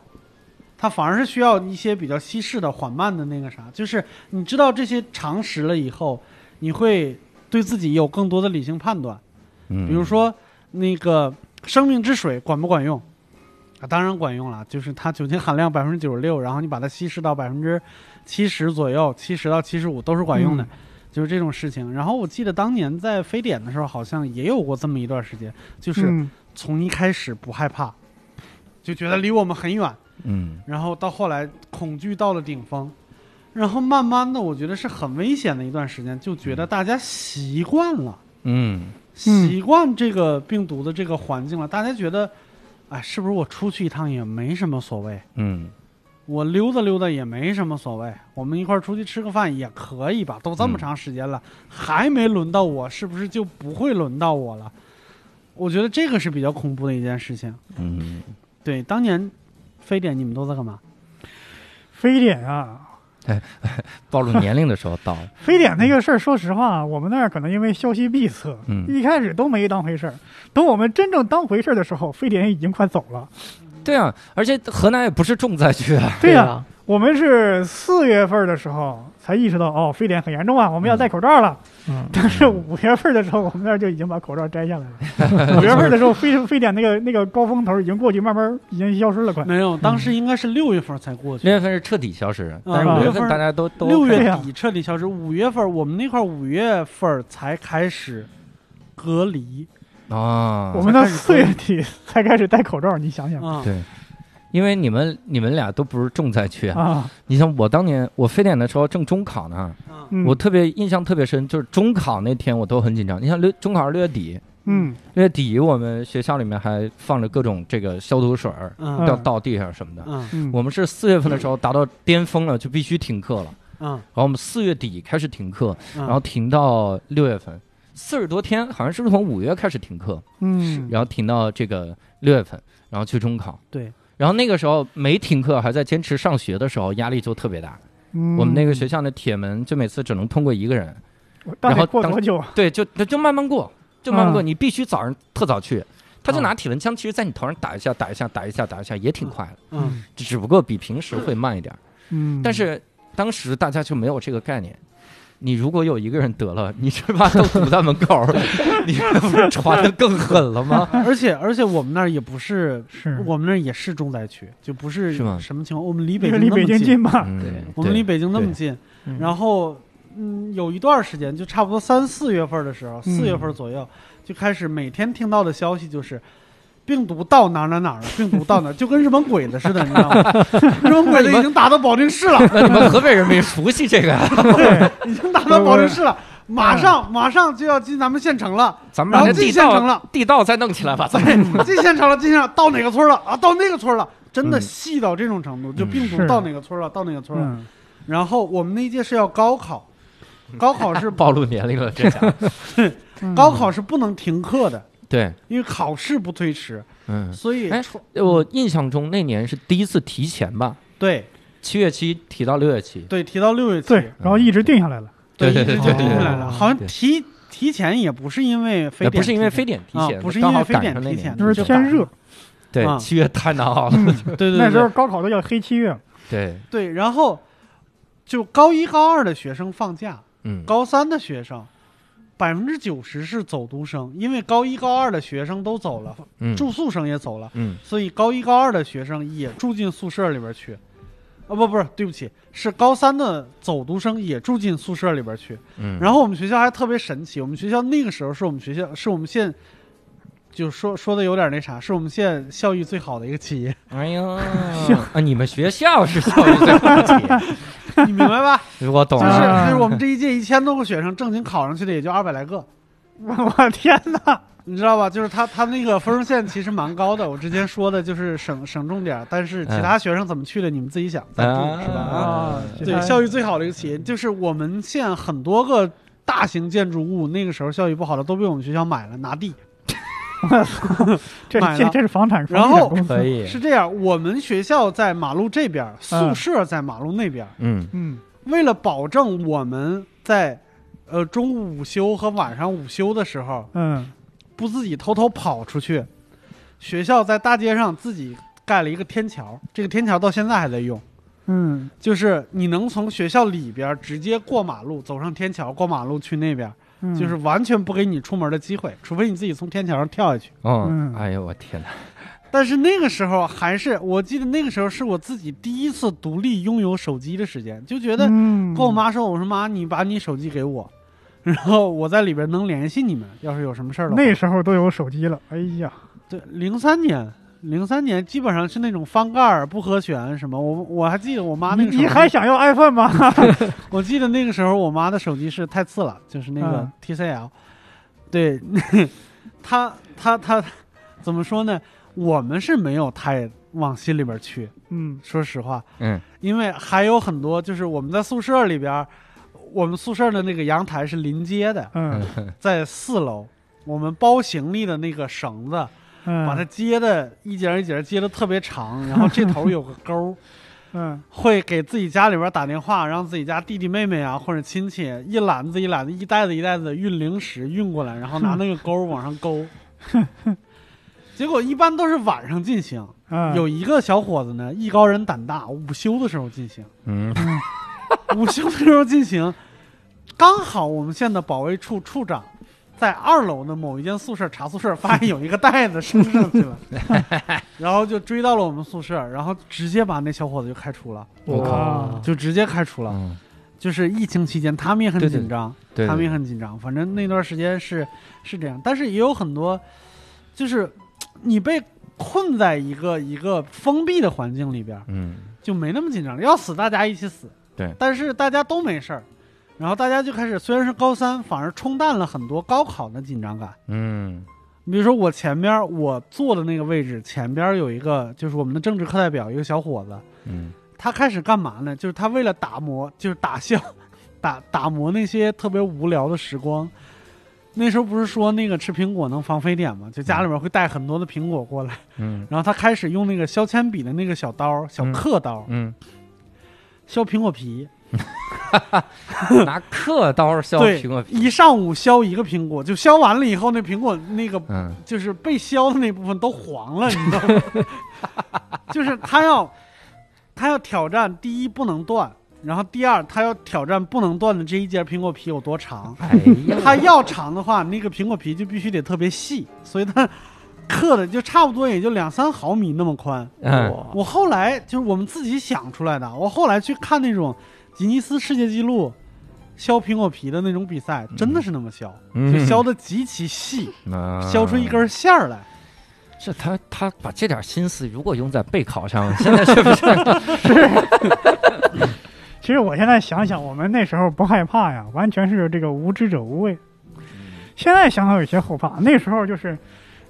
Speaker 2: 它反而是需要一些比较稀释的、缓慢的那个啥，就是你知道这些常识了以后，你会对自己有更多的理性判断。
Speaker 1: 嗯，
Speaker 2: 比如说那个生命之水管不管用啊？当然管用了，就是它酒精含量百分之九十六，然后你把它稀释到百分之七十左右，七十到七十五都是管用的。就是这种事情，然后我记得当年在非典的时候，好像也有过这么一段时间，就是
Speaker 3: 嗯
Speaker 2: 从一开始不害怕，就觉得离我们很远，
Speaker 1: 嗯
Speaker 2: 然后到后来恐惧到了顶峰，然后慢慢的，我觉得是很危险的一段时间，就觉得大家习惯了，
Speaker 1: 嗯
Speaker 3: 嗯
Speaker 2: 习惯这个病毒的这个环境了，大家觉得，哎，是不是我出去一趟也没什么所谓，
Speaker 1: 嗯，
Speaker 2: 我溜达溜达也没什么所谓，我们一块儿出去吃个饭也可以吧？都这么长时间了，还没轮到我，是不是就不会轮到我了？我觉得这个是比较恐怖的一件事情。
Speaker 1: 嗯
Speaker 2: 对，当年非典你们都在干嘛？
Speaker 3: 非典啊，
Speaker 1: 暴露年龄的时候到了，
Speaker 3: 非典那个事儿，说实话，我们那儿可能因为消息闭塞，
Speaker 1: 嗯
Speaker 3: 一开始都没当回事儿。等我们真正当回事儿的时候，非典已经快走了。
Speaker 1: [laughs] 对啊，而且河南也不是重灾区
Speaker 3: [laughs]
Speaker 1: 啊，
Speaker 3: 对呀、
Speaker 4: 吧
Speaker 3: 我们是四月份的时候才意识到，哦，非典很严重啊，我们要戴口罩了。
Speaker 4: 嗯
Speaker 3: 但是五月份的时候，我们那儿就已经把口罩摘下
Speaker 1: [laughs]
Speaker 3: 来了。五月份的时候，非非典那个那个高峰头已经过去，慢慢已经消失了，快。
Speaker 1: 嗯
Speaker 2: 没有，当时应该是六月份才过去
Speaker 1: 六。月份是彻底消失，但是
Speaker 3: 啊
Speaker 1: 五月
Speaker 2: 六月
Speaker 1: 份
Speaker 2: 份
Speaker 1: 大家都都
Speaker 2: 嗯六
Speaker 3: 对
Speaker 2: 月
Speaker 3: 呀
Speaker 2: 底彻底消失，五月份我们那块儿五月份才开始隔离
Speaker 1: 啊
Speaker 3: 我，们到四月底才开始戴口罩，你想想
Speaker 2: 啊。
Speaker 1: 对，因为你们你们俩都不是重灾区啊，
Speaker 3: 啊，
Speaker 1: 你像我当年我非典的时候正中考呢，
Speaker 2: 啊
Speaker 3: 嗯
Speaker 1: 我特别印象特别深，就是中考那天我都很紧张。你像六中考是六月底，
Speaker 3: 嗯
Speaker 1: 六月底我们学校里面还放着各种这个消毒水儿
Speaker 2: 嗯
Speaker 1: 要倒地上什么的。
Speaker 2: 嗯
Speaker 3: 嗯，
Speaker 1: 我们是四月份的时候达到巅峰了，就必须停课了。
Speaker 2: 嗯，
Speaker 1: 然后我们四月底开始停课，
Speaker 3: 嗯
Speaker 2: 然
Speaker 1: 然后停到六月份，四十多天，好像是不是从五月开始停课，
Speaker 3: 嗯
Speaker 1: 然后停到这个六月份，然后去中考。
Speaker 2: 对。
Speaker 1: 然后那个时候没停课，还在坚持上学的时候，压力就特别大。
Speaker 3: 嗯
Speaker 1: 我们那个学校的铁门就每次只能通过一个人，
Speaker 3: 我到
Speaker 1: 然后
Speaker 3: 底过
Speaker 1: 当
Speaker 3: 多久啊？
Speaker 1: 对，就就就慢慢过，就慢慢过，
Speaker 3: 嗯
Speaker 1: 你必须早上特早去。他就
Speaker 2: 啊
Speaker 1: 拿体温枪，其实在你头上打一下，打一下，打一下，打一下，也挺快的，
Speaker 2: 嗯
Speaker 1: 只不过比平时会慢一点儿。
Speaker 3: 嗯，
Speaker 1: 但是当时大家就没有这个概念。你如果有一个人得
Speaker 2: [laughs]
Speaker 1: 了，你这把都堵在门口儿，你这不是传的更狠了吗？
Speaker 2: 而且而且我们那儿也不是，
Speaker 3: 嗯是
Speaker 2: 我们那儿也是重灾区，就不是
Speaker 1: 是吗
Speaker 2: 什么情况。我们离北
Speaker 3: 因
Speaker 2: 京
Speaker 3: 为离
Speaker 2: 那么
Speaker 3: 北京近嘛，
Speaker 1: 嗯
Speaker 4: 对
Speaker 2: 我们离北京那么近，
Speaker 1: 嗯
Speaker 2: 然后嗯，有一段时间就差不多三四月份的时候，
Speaker 3: 嗯
Speaker 2: 四月份左右、就开始每天听到的消息就是。病毒到哪儿哪儿哪儿了？病毒到哪儿， [laughs] 就跟日本鬼子似的，你知
Speaker 3: [laughs]
Speaker 2: 道吗？日本鬼子已经打到保定市了，
Speaker 1: 那你们河北人民熟悉这个呀？
Speaker 3: 对，
Speaker 2: 已经打到保定市了，马
Speaker 3: 嗯
Speaker 2: 上马上就要进咱们县城了。
Speaker 1: 咱们
Speaker 2: 然
Speaker 1: 把
Speaker 2: 后
Speaker 1: 那
Speaker 2: 进
Speaker 1: 地
Speaker 2: 县城
Speaker 1: 道
Speaker 2: 了， [laughs]
Speaker 1: 地道再弄起来吧，咱
Speaker 2: 进县城了，进县城了到哪个村了啊？到那个村了，真的
Speaker 1: 嗯
Speaker 2: 细到这种程度，就
Speaker 1: 嗯
Speaker 2: 病毒
Speaker 3: 是
Speaker 2: 到哪个村儿了，到哪个村儿了。
Speaker 3: 嗯，
Speaker 2: 然后我们那届是要高考，
Speaker 1: 嗯
Speaker 2: 高考
Speaker 3: [laughs]
Speaker 2: 是
Speaker 1: 暴露年龄了，这
Speaker 2: [laughs]
Speaker 1: 家伙
Speaker 3: 嗯
Speaker 2: 高考是不能停课的，
Speaker 1: 对，
Speaker 2: 因为考试不推迟，
Speaker 1: 嗯，
Speaker 2: 所以
Speaker 1: 哎我印象中那年是第一次提前吧，
Speaker 2: 对
Speaker 1: 七月七提到六月七，
Speaker 2: 对提到六月起，
Speaker 3: 对，然后一直定下来了。
Speaker 1: 对对
Speaker 2: 一直
Speaker 1: 对
Speaker 2: 就
Speaker 1: 对
Speaker 2: 定下来了。
Speaker 3: 哦
Speaker 2: 好像
Speaker 1: 对
Speaker 2: 提提前也不是因为非
Speaker 1: 也
Speaker 2: 典，
Speaker 1: 不是因为非典提前，
Speaker 2: 啊不是
Speaker 1: 刚好
Speaker 2: 因为非典
Speaker 1: 赶上那
Speaker 2: 提前
Speaker 1: 年，
Speaker 2: 就
Speaker 3: 就是
Speaker 2: 就
Speaker 3: 天热，
Speaker 1: 对
Speaker 2: 啊嗯
Speaker 1: 七月太难熬了，
Speaker 2: 对对对
Speaker 3: 那时候高考都要黑七月了。
Speaker 1: [laughs] 对，
Speaker 2: 对，然后就高一高二的学生放假，
Speaker 1: 嗯，
Speaker 2: 高三的学生。百分之九十是走读生，因为高一高二的学生都走了，
Speaker 1: 嗯
Speaker 2: 住宿生也走了，
Speaker 1: 嗯
Speaker 2: 所以高一高二的学生也住进宿舍里边去，啊不不是，对不起，是高三的走读生也住进宿舍里边去。
Speaker 1: 嗯，
Speaker 2: 然后我们学校还特别神奇，我们学校那个时候是我们学校是我们县，就说说的有点那啥，是我们县效益最好的一
Speaker 1: [laughs]
Speaker 2: 个企业，
Speaker 1: 哎呀，啊，你们学校是教育最高级，
Speaker 2: 你明白吧？
Speaker 1: 我懂
Speaker 2: 就是
Speaker 1: 了，
Speaker 2: 就是我们这一届一千多个学生，正经考上去的也就二百来个，
Speaker 3: 我天哪！
Speaker 2: 你知道吧？就是他他那个分数线其实蛮高的，我之前说的就是省省重点，但是其他学生怎么去的，你们自己想，咱不是吧？啊
Speaker 1: 啊
Speaker 3: 啊，
Speaker 2: 对，效益最好的一个企业，就是我们县很多个大型建筑物，那个时候效益不好的都被我们学校买了拿地。
Speaker 3: 这
Speaker 2: 买了
Speaker 3: 这这是房产，
Speaker 2: 然
Speaker 3: 房地产
Speaker 2: 后
Speaker 3: 公司
Speaker 1: 可，以，
Speaker 2: 是这样，我们学校在马路这边，宿
Speaker 3: 嗯
Speaker 2: 舍在马路那边。
Speaker 1: 嗯
Speaker 3: 嗯，
Speaker 2: 为了保证我们在呃中午午休和晚上午休的时候
Speaker 3: 嗯，
Speaker 2: 不自己偷偷跑出去，学校在大街上自己盖了一个天桥，这个天桥到现在还在用。
Speaker 3: 嗯，
Speaker 2: 就是你能从学校里边直接过马路，走上天桥，过马路去那边，
Speaker 3: 嗯
Speaker 2: 就是完全不给你出门的机会，除非你自己从天桥上跳下去。
Speaker 1: 嗯，
Speaker 3: 嗯
Speaker 1: 哎呦我天哪，
Speaker 2: 但是那个时候还是，我记得那个时候是我自己第一次独立拥有手机的时间，就觉得
Speaker 3: 嗯
Speaker 2: 跟我妈说，我说妈，你把你手机给我，然后我在里边能联系你们，要是有什么事儿的话。
Speaker 3: 那时候都有手机了，哎呀，
Speaker 2: 对零三年，零三年基本上是那种翻盖儿不和弦什么，我我还记得我妈那
Speaker 3: 你
Speaker 2: 个时候
Speaker 3: 你还想要 iPhone 吗？
Speaker 2: [laughs] 我记得那个时候我妈的手机是太次了，就是那个
Speaker 3: 嗯
Speaker 2: TCL，、对， [laughs] 她她她怎么说呢？我们是没有太往心里边去，
Speaker 3: 嗯
Speaker 2: 说实话，
Speaker 1: 嗯
Speaker 2: 因为还有很多就是我们在宿舍里边，我们宿舍的那个阳台是临街的，
Speaker 3: 嗯
Speaker 2: 在四楼。我们包行李的那个绳子，
Speaker 3: 嗯，
Speaker 2: 把它接的一节一节接的特别长，然后这头有个
Speaker 3: [laughs]
Speaker 2: 钩儿，
Speaker 3: 嗯
Speaker 2: 会给自己家里边打电话，让自己家弟弟妹妹啊或者亲戚一篮子一篮子、一袋子一袋子运零食运过来，然后拿那个钩儿往上
Speaker 3: [laughs]
Speaker 2: 勾。结果一般都是晚上进行，
Speaker 3: 嗯
Speaker 2: 有一个小伙子呢，艺高人胆大，午休的时候进行，
Speaker 1: 嗯
Speaker 2: [laughs] 午休的时候进行，刚好我们县的保卫处处长。在二楼的某一间宿舍查宿舍，发现有一个袋子升上去
Speaker 1: [laughs]
Speaker 2: 了，然后就追到了我们宿舍，然后直接把那小伙子就开除了，啊
Speaker 1: 我
Speaker 3: 靠
Speaker 2: 就直接开除了。
Speaker 1: 嗯，
Speaker 2: 就是疫情期间，他们也很
Speaker 1: 对对
Speaker 2: 紧张，
Speaker 1: 对，
Speaker 2: 他们也
Speaker 1: 对
Speaker 2: 很紧张。反正那段时间是是这样，但是也有很多，就是你被困在一个一个封闭的环境里边，
Speaker 1: 嗯
Speaker 2: 就没那么紧张。要死大家一起死，
Speaker 1: 对
Speaker 2: 但是大家都没事儿，然后大家就开始，虽然是高三，反而冲淡了很多高考的紧张感。
Speaker 1: 嗯
Speaker 2: 你比如说我前边儿我坐的那个位置，前边儿有一个就是我们的政治课代表，一个小伙子，
Speaker 1: 嗯
Speaker 2: 他开始干嘛呢？就是他为了打磨，就是打消， [laughs] 打打磨那些特别无聊的时光。那时候不是说那个吃苹果能防非典吗？就家里面会带很多的苹果过来，
Speaker 1: 嗯
Speaker 2: 然后他开始用那个削铅笔的那个小刀、小刻刀、
Speaker 1: 嗯，
Speaker 2: 削苹果皮，
Speaker 1: 拿刻刀削
Speaker 2: 对
Speaker 1: 苹果，皮，
Speaker 2: 一上午削一个苹果，就削完了以后，那苹果那个
Speaker 1: 嗯
Speaker 2: 就是被削的那部分都黄了，你知道吗？ [laughs] 就是他要他要挑战第一不能断，然后第二他要挑战不能断的这一节苹果皮有多长。
Speaker 1: 哎呀，
Speaker 2: 他要长的话，那个苹果皮就必须得特别细，所以他刻的就差不多也就两三毫米那么宽。
Speaker 1: 嗯
Speaker 2: 我后来就是我们自己想出来的，我后来去看那种吉尼斯世界纪录削苹果皮的那种比赛，真的是那么削，
Speaker 1: 嗯
Speaker 2: 就削的极其细，
Speaker 1: 啊
Speaker 2: 削出一根线儿来。
Speaker 1: 这他他把这点心思如果用在备考上，现在是不是？
Speaker 3: 其实我现在想想，我们那时候不害怕呀，完全是这个无知者无畏。现在想想有些后怕，那时候就是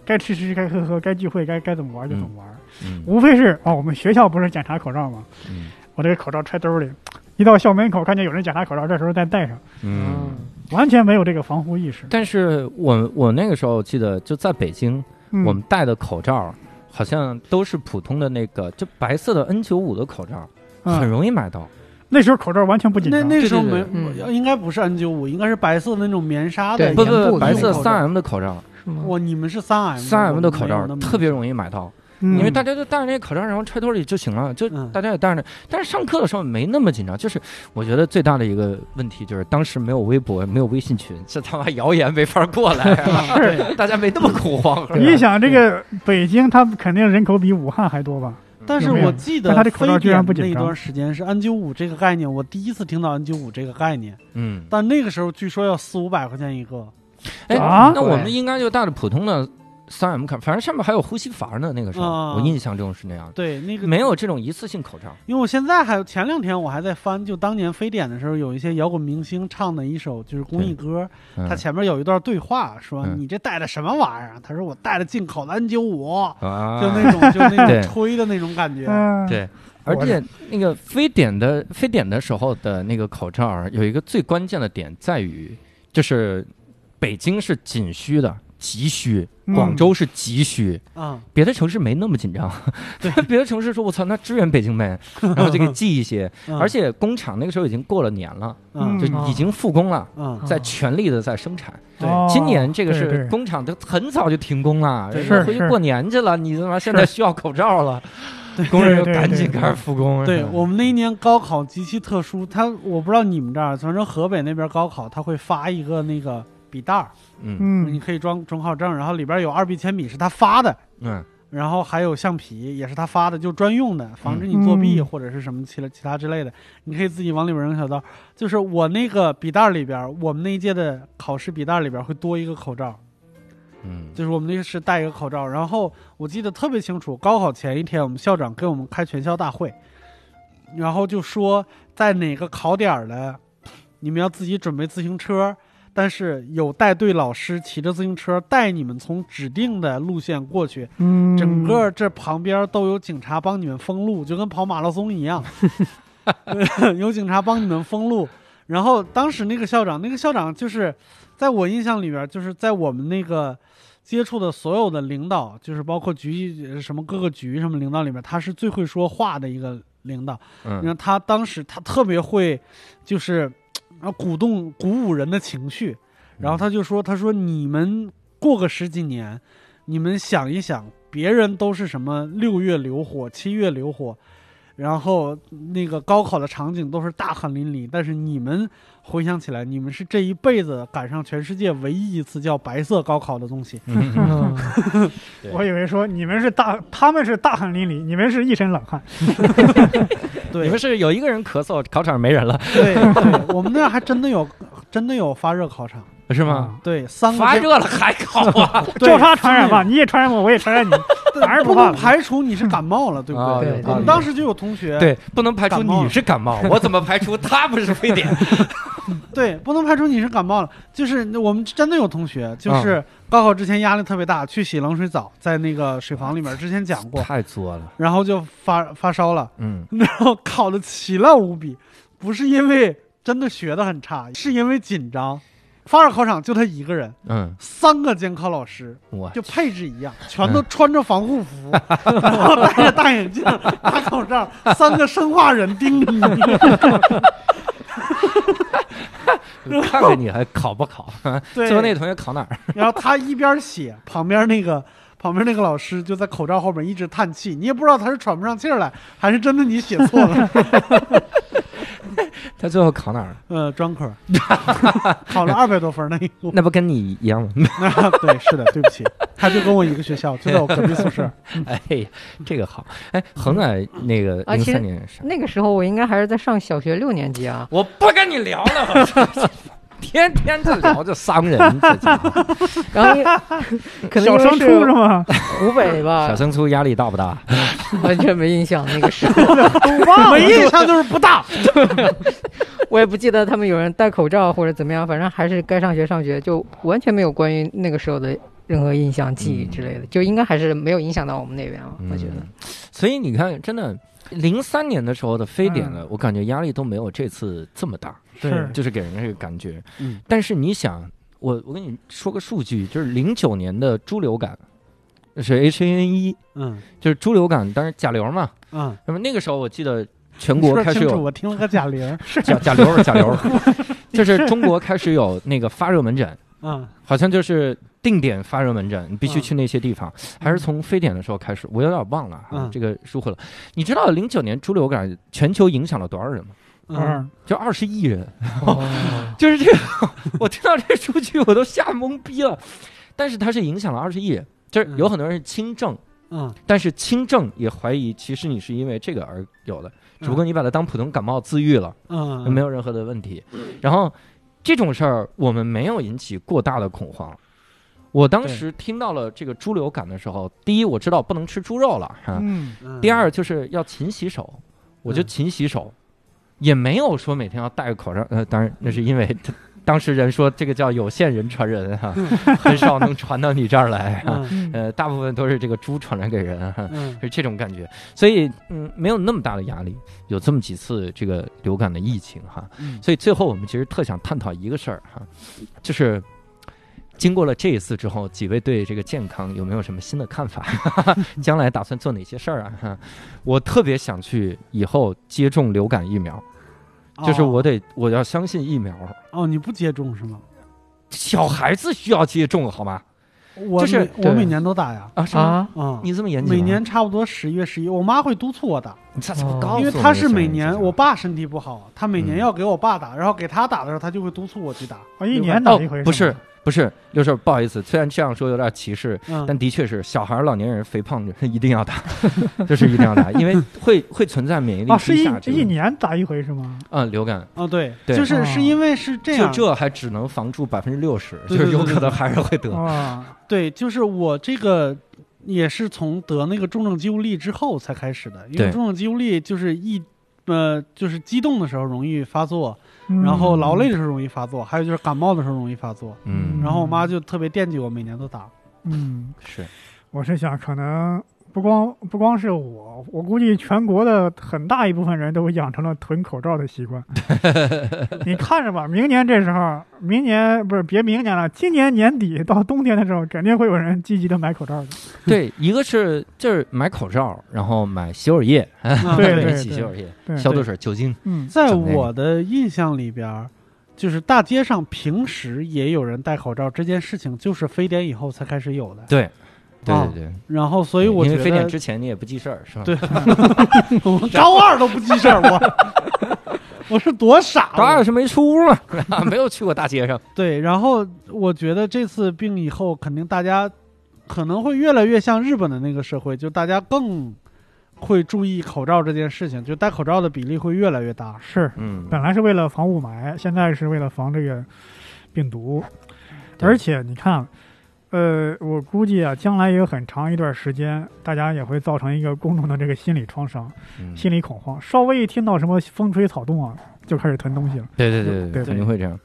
Speaker 3: 该吃吃该喝喝，该聚会该该怎么玩就怎么玩。
Speaker 1: 嗯
Speaker 3: 无非是哦，我们学校不是检查口罩吗？
Speaker 1: 嗯
Speaker 3: 我这个口罩揣兜里，一到校门口看见有人检查口罩，这时候再戴上，
Speaker 1: 嗯。
Speaker 3: 完全没有这个防护意识。
Speaker 1: 但是我我那个时候记得就在北京，
Speaker 3: 嗯、
Speaker 1: 我们戴的口罩好像都是普通的那个，就白色的 N 九五的口罩，很
Speaker 3: 嗯、
Speaker 1: 容易买到。
Speaker 3: 那时候口罩完全不紧
Speaker 2: 那
Speaker 3: 张，嗯
Speaker 2: 那时候没
Speaker 1: 对，
Speaker 4: 对对
Speaker 2: 我应该不是 N 9 5应该是白色的那种棉纱的
Speaker 4: 对，
Speaker 1: 不
Speaker 4: 全部
Speaker 1: 不不，
Speaker 4: 都
Speaker 1: 白色
Speaker 4: 有
Speaker 1: 三 M 的口罩，
Speaker 4: 是吗？
Speaker 2: 哇，你们是三 M，
Speaker 1: 三 M 的口罩特别
Speaker 2: 易。
Speaker 1: 容易买到，
Speaker 3: 嗯
Speaker 1: 因为大家就戴着那个口罩，然后揣兜里就行了，就
Speaker 2: 嗯
Speaker 1: 大家也戴着。但是上课的时候没那么紧张，就是我觉得最大的一个问题就是当时没有微博，没有微信群，这他妈谣言没法过来 [laughs] 啊，
Speaker 3: 是
Speaker 1: 大家没那么恐慌。啊 [laughs]
Speaker 3: 你想这个北京，它肯定人口比武汉还多吧？
Speaker 2: 但是
Speaker 3: 有没有
Speaker 2: 我记得
Speaker 3: 但它这口罩居然不
Speaker 2: 非
Speaker 3: 紧
Speaker 2: 典
Speaker 3: 张
Speaker 2: 那段时间是 N 9 5这个概念，我第一次听到 N 9 5这个概念，
Speaker 1: 嗯，
Speaker 2: 但那个时候据说要四五百块钱一个。
Speaker 1: 哎，
Speaker 3: 啊
Speaker 1: 那我们应该就带着普通的三 M 卡，反正上面还有呼吸阀呢。那个时候、
Speaker 2: 啊
Speaker 1: 我印象中是那样的，
Speaker 2: 对，那个
Speaker 1: 没有这种一次性口罩。
Speaker 2: 因为我现在还有前两天我还在翻，就当年非典的时候，有一些摇滚明星唱的一首就是公益歌，
Speaker 1: 嗯
Speaker 2: 他前面有一段对话，说、
Speaker 1: 嗯
Speaker 2: 你这带的什么玩意儿啊？他说我带的进口的 N 9 5
Speaker 1: 啊，
Speaker 2: 就 [laughs] 那种就那
Speaker 1: 对
Speaker 2: 种吹的那种感觉。
Speaker 3: 嗯，
Speaker 1: 对而且那个非典的非典的时候的那个口罩，有一个最关键的点在于，就是北京是紧需的，急需；
Speaker 3: 嗯
Speaker 1: 广州是急需。
Speaker 2: 啊，
Speaker 1: 别的城市没那么紧张，
Speaker 2: 对，
Speaker 1: [laughs] 别的城市说我操，那支援北京呗，然后就给寄一些，
Speaker 2: 嗯
Speaker 1: 而且工厂那个时候已经过了年了，
Speaker 2: 嗯
Speaker 1: 就已经复工了。
Speaker 2: 嗯
Speaker 1: 在全力的在生产。
Speaker 2: 对
Speaker 3: 哦
Speaker 1: 今年这个
Speaker 3: 对
Speaker 1: 是
Speaker 3: 对
Speaker 1: 工厂都很早就停工了，
Speaker 2: 对
Speaker 1: 人家
Speaker 3: 是
Speaker 1: 回去
Speaker 3: 是
Speaker 1: 过年去了，你他妈现在需要口罩了， [laughs] 工
Speaker 3: 对
Speaker 1: 人就
Speaker 3: 对
Speaker 1: 赶紧
Speaker 3: 对
Speaker 1: 开始复
Speaker 3: [laughs]
Speaker 1: 工。
Speaker 2: 对
Speaker 1: 是
Speaker 3: 嗯
Speaker 1: 吧
Speaker 2: 我们那一年高考极其特殊，他我不知道你们这儿，反正河北那边高考他会发一个那个笔袋儿，
Speaker 1: 嗯
Speaker 2: 你
Speaker 3: 嗯，
Speaker 2: 可以装准考证，然后里边有二 B 铅笔是他发的，
Speaker 1: 嗯
Speaker 2: 然后还有橡皮也是他发的，就专用的，防止你作弊
Speaker 3: 嗯
Speaker 2: 或者是什么其他其他之类的，你可以自己往里边扔小刀。就是我那个笔袋儿里边，我们那一届的考试笔袋儿里边会多一个口罩，
Speaker 1: 嗯
Speaker 2: 就是我们那个是戴一个口罩，然后我记得特别清楚，高考前一天我们校长给我们开全校大会，然后就说在哪个考点儿呢，你们要自己准备自行车，但是有带队老师骑着自行车带你们从指定的路线过去，
Speaker 3: 嗯，
Speaker 2: 整个这旁边都有警察帮你们封路，就跟跑马拉松一样， [laughs] 有警察帮你们封路。然后当时那个校长，那个校长就是在我印象里边，就是在我们那个接触的所有的领导，就是包括局呃什么各个局什么领导里面，他是最会说话的一个领导。你
Speaker 1: 嗯
Speaker 2: 看他当时他特别会，就是啊鼓动鼓舞人的情绪。
Speaker 1: 嗯
Speaker 2: 然后他就说：“他说你们过个十几年，你们想一想，别人都是什么六月流火、七月流火，然后那个高考的场景都是大汗淋漓，但是你们回想起来，你们是这一辈子赶上全世界唯一一次叫白色高考的东西。
Speaker 1: 嗯嗯
Speaker 3: 我以为说你们是大，他们是大汗淋漓，你们是一身冷汗。
Speaker 2: [laughs] 对，
Speaker 1: 你们是有一个人咳嗽，考场没人了
Speaker 2: 对对，我们那儿还真的有真的有发热考场，
Speaker 1: 是吗？
Speaker 2: 对，三个
Speaker 1: 发
Speaker 2: 天
Speaker 1: 热了还考
Speaker 2: [laughs]
Speaker 1: 啊？
Speaker 2: 对
Speaker 3: 交叉传染吧，
Speaker 2: 真
Speaker 3: 你也传染我，我也传染你，
Speaker 2: [laughs] 的
Speaker 3: 哪儿
Speaker 2: 不
Speaker 3: 不怕
Speaker 2: 能排除你是感冒了，对不
Speaker 1: 啊
Speaker 2: 对？
Speaker 1: 有
Speaker 4: 对
Speaker 1: 道
Speaker 2: 我
Speaker 1: 理
Speaker 2: 们当时就有同学
Speaker 1: 对，不能排除
Speaker 2: 感冒
Speaker 1: 你
Speaker 2: 了
Speaker 1: 是感冒，我怎么排除他不是非
Speaker 2: [laughs]
Speaker 1: 典？
Speaker 2: 对，不能排除你是感冒了。就是我们真的有同学，就是高考之前压力特别大，去洗冷水澡，在那个水房里面，之前讲过，
Speaker 1: 太作了，
Speaker 2: 然后就发发烧了， [laughs]
Speaker 1: 嗯
Speaker 2: 然后考的奇烂无比，不是因为真的学的很差，是因为紧张。发热考场就他一个人，
Speaker 1: 嗯，
Speaker 2: 三个监考老师，
Speaker 1: 我
Speaker 2: 就配置一样，全都穿着防护服，然后戴着大眼镜、大口罩，三个生化人盯着你。
Speaker 1: 看看你还考不考？
Speaker 2: 对
Speaker 1: 最后那同学考哪儿？
Speaker 2: 然后他一边写， [laughs] 旁边那个旁边那个老师就在口罩后面一直叹气，你也不知道他是喘不上气儿来，还是真的你写错
Speaker 1: [laughs]
Speaker 2: 了。
Speaker 1: 他最后考哪儿？
Speaker 2: 呃，专科， [laughs] 考了二百多分儿那一个。
Speaker 1: 那不跟你一样吗？
Speaker 2: [laughs] 那对，是的，对不起，他就跟我一个学校，就在我隔壁宿
Speaker 1: [laughs]
Speaker 2: 舍。
Speaker 1: 哎，这个好。哎，恒仔那个
Speaker 4: 啊
Speaker 1: 零
Speaker 4: 其实
Speaker 1: 三年是，
Speaker 4: 那个时候我应该还是在上小学六年级啊。
Speaker 1: 我不跟你聊了，我说天天就聊这伤人，这家伙
Speaker 4: 然后因为 [laughs] 可能
Speaker 3: 小
Speaker 4: 因为
Speaker 3: 升初是
Speaker 4: 是
Speaker 3: 吗？
Speaker 4: 湖北吧
Speaker 1: [laughs] 小，升初压力大不 [laughs] 大？
Speaker 4: [laughs] 完全没印象那个时 [laughs] 候，
Speaker 2: 没印象就是不大。
Speaker 4: 我也不记得他们有人戴口罩或者怎么样，反正还是该上学上学，就完全没有关于那个时候的任何印象、记忆之类的，就应该还是没有影响到我们那边啊，我觉得。
Speaker 1: 嗯所以你看，真的，零三年的时候的非典呢，我感觉压力都没有这次这么大，
Speaker 2: 对
Speaker 3: 是
Speaker 1: 嗯就是给人这个感觉。
Speaker 2: 嗯
Speaker 1: 但是你想，我我跟你说个数据，就是零九年的猪流感是 H1N1，
Speaker 2: 嗯
Speaker 1: 就是猪流感，当然甲流嘛。
Speaker 2: 嗯，
Speaker 1: 那么那个时候我记得全国
Speaker 2: 说
Speaker 1: 开始
Speaker 2: 清楚，
Speaker 1: 有
Speaker 2: 我听了个贾玲，
Speaker 1: 甲甲流，甲流，
Speaker 2: [laughs]
Speaker 1: 就是中国开始有那个发热门诊，
Speaker 2: 嗯
Speaker 1: 好像就是定点发热门诊，你必须
Speaker 2: 嗯
Speaker 1: 去那些地方，还是从非典的时候开始，我有点忘了啊，
Speaker 2: 嗯
Speaker 1: 这个疏忽了。你知道零九年猪流感全球影响了多少人吗？
Speaker 2: 嗯，
Speaker 1: 就二十亿人，
Speaker 2: 哦
Speaker 1: [laughs] 就是这个， [laughs] 我听到这数据我都吓懵逼了。但是它是影响了二十亿人，就是有
Speaker 2: 嗯
Speaker 1: 很多人是轻症，
Speaker 2: 嗯，
Speaker 1: 但是轻症也怀疑其实你是因为这个而有的，只不过你把它当普通感冒自愈了。
Speaker 2: 嗯
Speaker 1: 没有任何的问题。然后这种事儿我们没有引起过大的恐慌。我当时听到了这个猪流感的时候，第一我知道不能吃猪肉了，哈、
Speaker 3: 嗯，
Speaker 2: 有
Speaker 1: 第二就是要勤洗手，我
Speaker 2: 嗯
Speaker 1: 就勤洗手，也没有说每天要戴个口罩。呃，当然那是因为当时人说这个叫有限人传人哈、很少能传到你这儿
Speaker 2: [laughs]
Speaker 1: 来哈、
Speaker 3: 嗯
Speaker 2: 嗯
Speaker 1: 呃，大部分都是这个猪传染给人哈、
Speaker 2: 嗯
Speaker 1: 是这种感觉，所以嗯，没有那么大的压力，有这么几次这个流感的疫情哈，
Speaker 2: 嗯
Speaker 1: 所以最后我们其实特想探讨一个事儿哈，就是经过了这一次之后，几位对这个健康有没有什么新的看法？ [laughs] 将来打算做哪些事儿啊？哈，我特别想去以后接种流感疫苗，就是我得我要相信疫苗，
Speaker 2: 哦，你不接种是吗？
Speaker 1: 小孩子需要接种好吗？
Speaker 2: 我
Speaker 1: 就是
Speaker 2: 每
Speaker 1: 对
Speaker 2: 我每年都打呀，
Speaker 1: 啊是吗？
Speaker 4: 啊，
Speaker 2: 啊，
Speaker 1: 你这么严谨啊？
Speaker 2: 每年差不多十月十一，我妈会督促我打，
Speaker 1: 你咋怎么啊告诉我
Speaker 2: 因为
Speaker 1: 这
Speaker 2: 她
Speaker 1: 事
Speaker 2: 是
Speaker 1: 儿
Speaker 2: 每
Speaker 1: 你这
Speaker 2: 年
Speaker 1: 样
Speaker 2: 我爸身体不好，她每
Speaker 1: 嗯
Speaker 2: 年要给我爸打，然后给他打的时候，她就会督促我去打。
Speaker 3: 我一年打
Speaker 1: 哦
Speaker 3: 一回，
Speaker 1: 不是，不是，六叔，不好意思，虽然这样说有点歧视，
Speaker 2: 嗯
Speaker 1: 但的确是小孩儿、老年人、肥胖的人一定要打， [laughs] 就是一定要打，因为会会存在免疫力
Speaker 3: 啊，是
Speaker 1: 低
Speaker 3: 一
Speaker 1: 下这个
Speaker 3: 一
Speaker 1: 问题。
Speaker 3: 年打一回是吗？
Speaker 1: 嗯，流感
Speaker 2: 哦，对，
Speaker 1: 对
Speaker 2: 就是
Speaker 3: 哦
Speaker 2: 是因为是这
Speaker 1: 就
Speaker 2: 样，
Speaker 1: 这还只能防住百分之六十，就
Speaker 2: 啊对
Speaker 1: 是
Speaker 2: 对
Speaker 1: 有
Speaker 2: 对
Speaker 1: 可
Speaker 2: 对
Speaker 1: 能
Speaker 2: 哦
Speaker 1: 还是会得。
Speaker 2: [laughs]
Speaker 3: 啊，
Speaker 2: 对，就是我这个也是从得那个重症肌无力之后才开始的，因
Speaker 1: 对
Speaker 2: 为重症肌无力就是一呃就是激动的时候容易发作，
Speaker 3: 嗯
Speaker 2: 然后劳累的时候容易发作，还有就是感冒的时候容易发作。
Speaker 1: 嗯，
Speaker 2: 然后我妈就特别惦记我，每年
Speaker 1: [laughs]
Speaker 2: 都打。
Speaker 3: 嗯，
Speaker 1: 是，
Speaker 3: 我是想，可能不光不光是我，我估计全国的很大一部分人都养成了囤口罩的习
Speaker 2: [laughs]
Speaker 3: 惯。你看着吧，明年这时候，明年不是别明年了，今年年底到冬天的时候，肯定会有人积极的买口罩的。
Speaker 1: 对，一个是就是买口罩，然后买洗手液，
Speaker 2: 啊
Speaker 1: 每
Speaker 3: 对对
Speaker 1: 人洗洗手液、
Speaker 3: 对，
Speaker 1: 消毒水、酒精。
Speaker 3: 嗯，
Speaker 2: 在我的印象里边儿，就是大街上平时也有人戴口罩，这件事情就是非典以后才开始有的。
Speaker 1: 对，对
Speaker 2: 啊
Speaker 1: 对对。
Speaker 2: 然后，所以我
Speaker 1: 因
Speaker 2: 觉
Speaker 1: 为非典
Speaker 2: 得
Speaker 1: 之前你也不记事儿，是吧？
Speaker 2: 对
Speaker 1: [laughs]
Speaker 2: 我高二都不记事儿，我我 [laughs] 是多傻。
Speaker 1: 高
Speaker 2: 我
Speaker 1: 二是没出屋嘛， [laughs] 没有去过大街上。
Speaker 2: 对，然后我觉得这次病以后，肯定大家可能会越来越像日本的那个社会，就大家更会注意口罩这件事情，就戴口罩的比例会越来越大。
Speaker 3: 是
Speaker 1: 嗯，
Speaker 3: 本来是为了防雾霾，现在是为了防这个病毒，
Speaker 1: 对
Speaker 3: 而且你看，呃，我估计啊，将来也有很长一段时间，大家也会造成一个公众的这个心理创伤、
Speaker 1: 嗯
Speaker 3: 心理恐慌，稍微一听到什么风吹草动啊，就开始囤东西了。
Speaker 1: 对对对
Speaker 3: 对
Speaker 1: 肯
Speaker 3: 对
Speaker 1: 定会这样。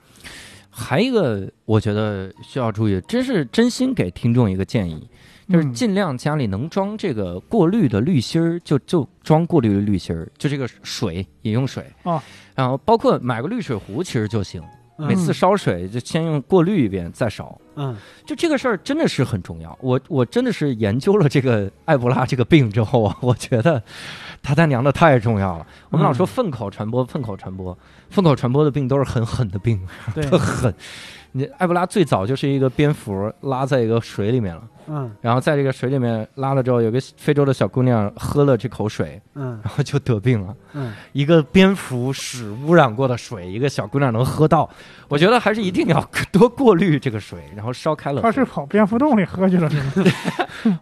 Speaker 1: 还一个，我觉得需要注意，真是真心给听众一个建议，就是
Speaker 3: 嗯
Speaker 1: 尽量家里能装这个过滤的滤芯儿，就就装过滤的滤芯儿，就这个水饮用水
Speaker 3: 哦，
Speaker 1: 然后包括买个滤水壶其实就行，
Speaker 2: 嗯
Speaker 1: 每次烧水就先用过滤一遍再烧。
Speaker 2: 嗯
Speaker 1: 就这个事儿真的是很重要，我我真的是研究了这个埃博拉这个病之后啊， [laughs] 我觉得他他娘的太重要了。我们老说粪口传播，粪口传播，粪口传播的病都是很狠的病， [laughs]
Speaker 2: 对，
Speaker 1: 特狠。你埃博拉最早就是一个蝙蝠拉在一个水里面了，
Speaker 2: 嗯
Speaker 1: 然后在这个水里面拉了之后，有个非洲的小姑娘喝了这口水， [laughs]
Speaker 2: 嗯
Speaker 1: 然后就得病了。
Speaker 2: 嗯，
Speaker 1: 一个蝙蝠屎污染过的水，一个小姑娘能喝到，我觉得还是一定要 [laughs] 多过滤这个水，然后烧开了喝。
Speaker 3: 他是跑蝙蝠洞里喝去了是吗？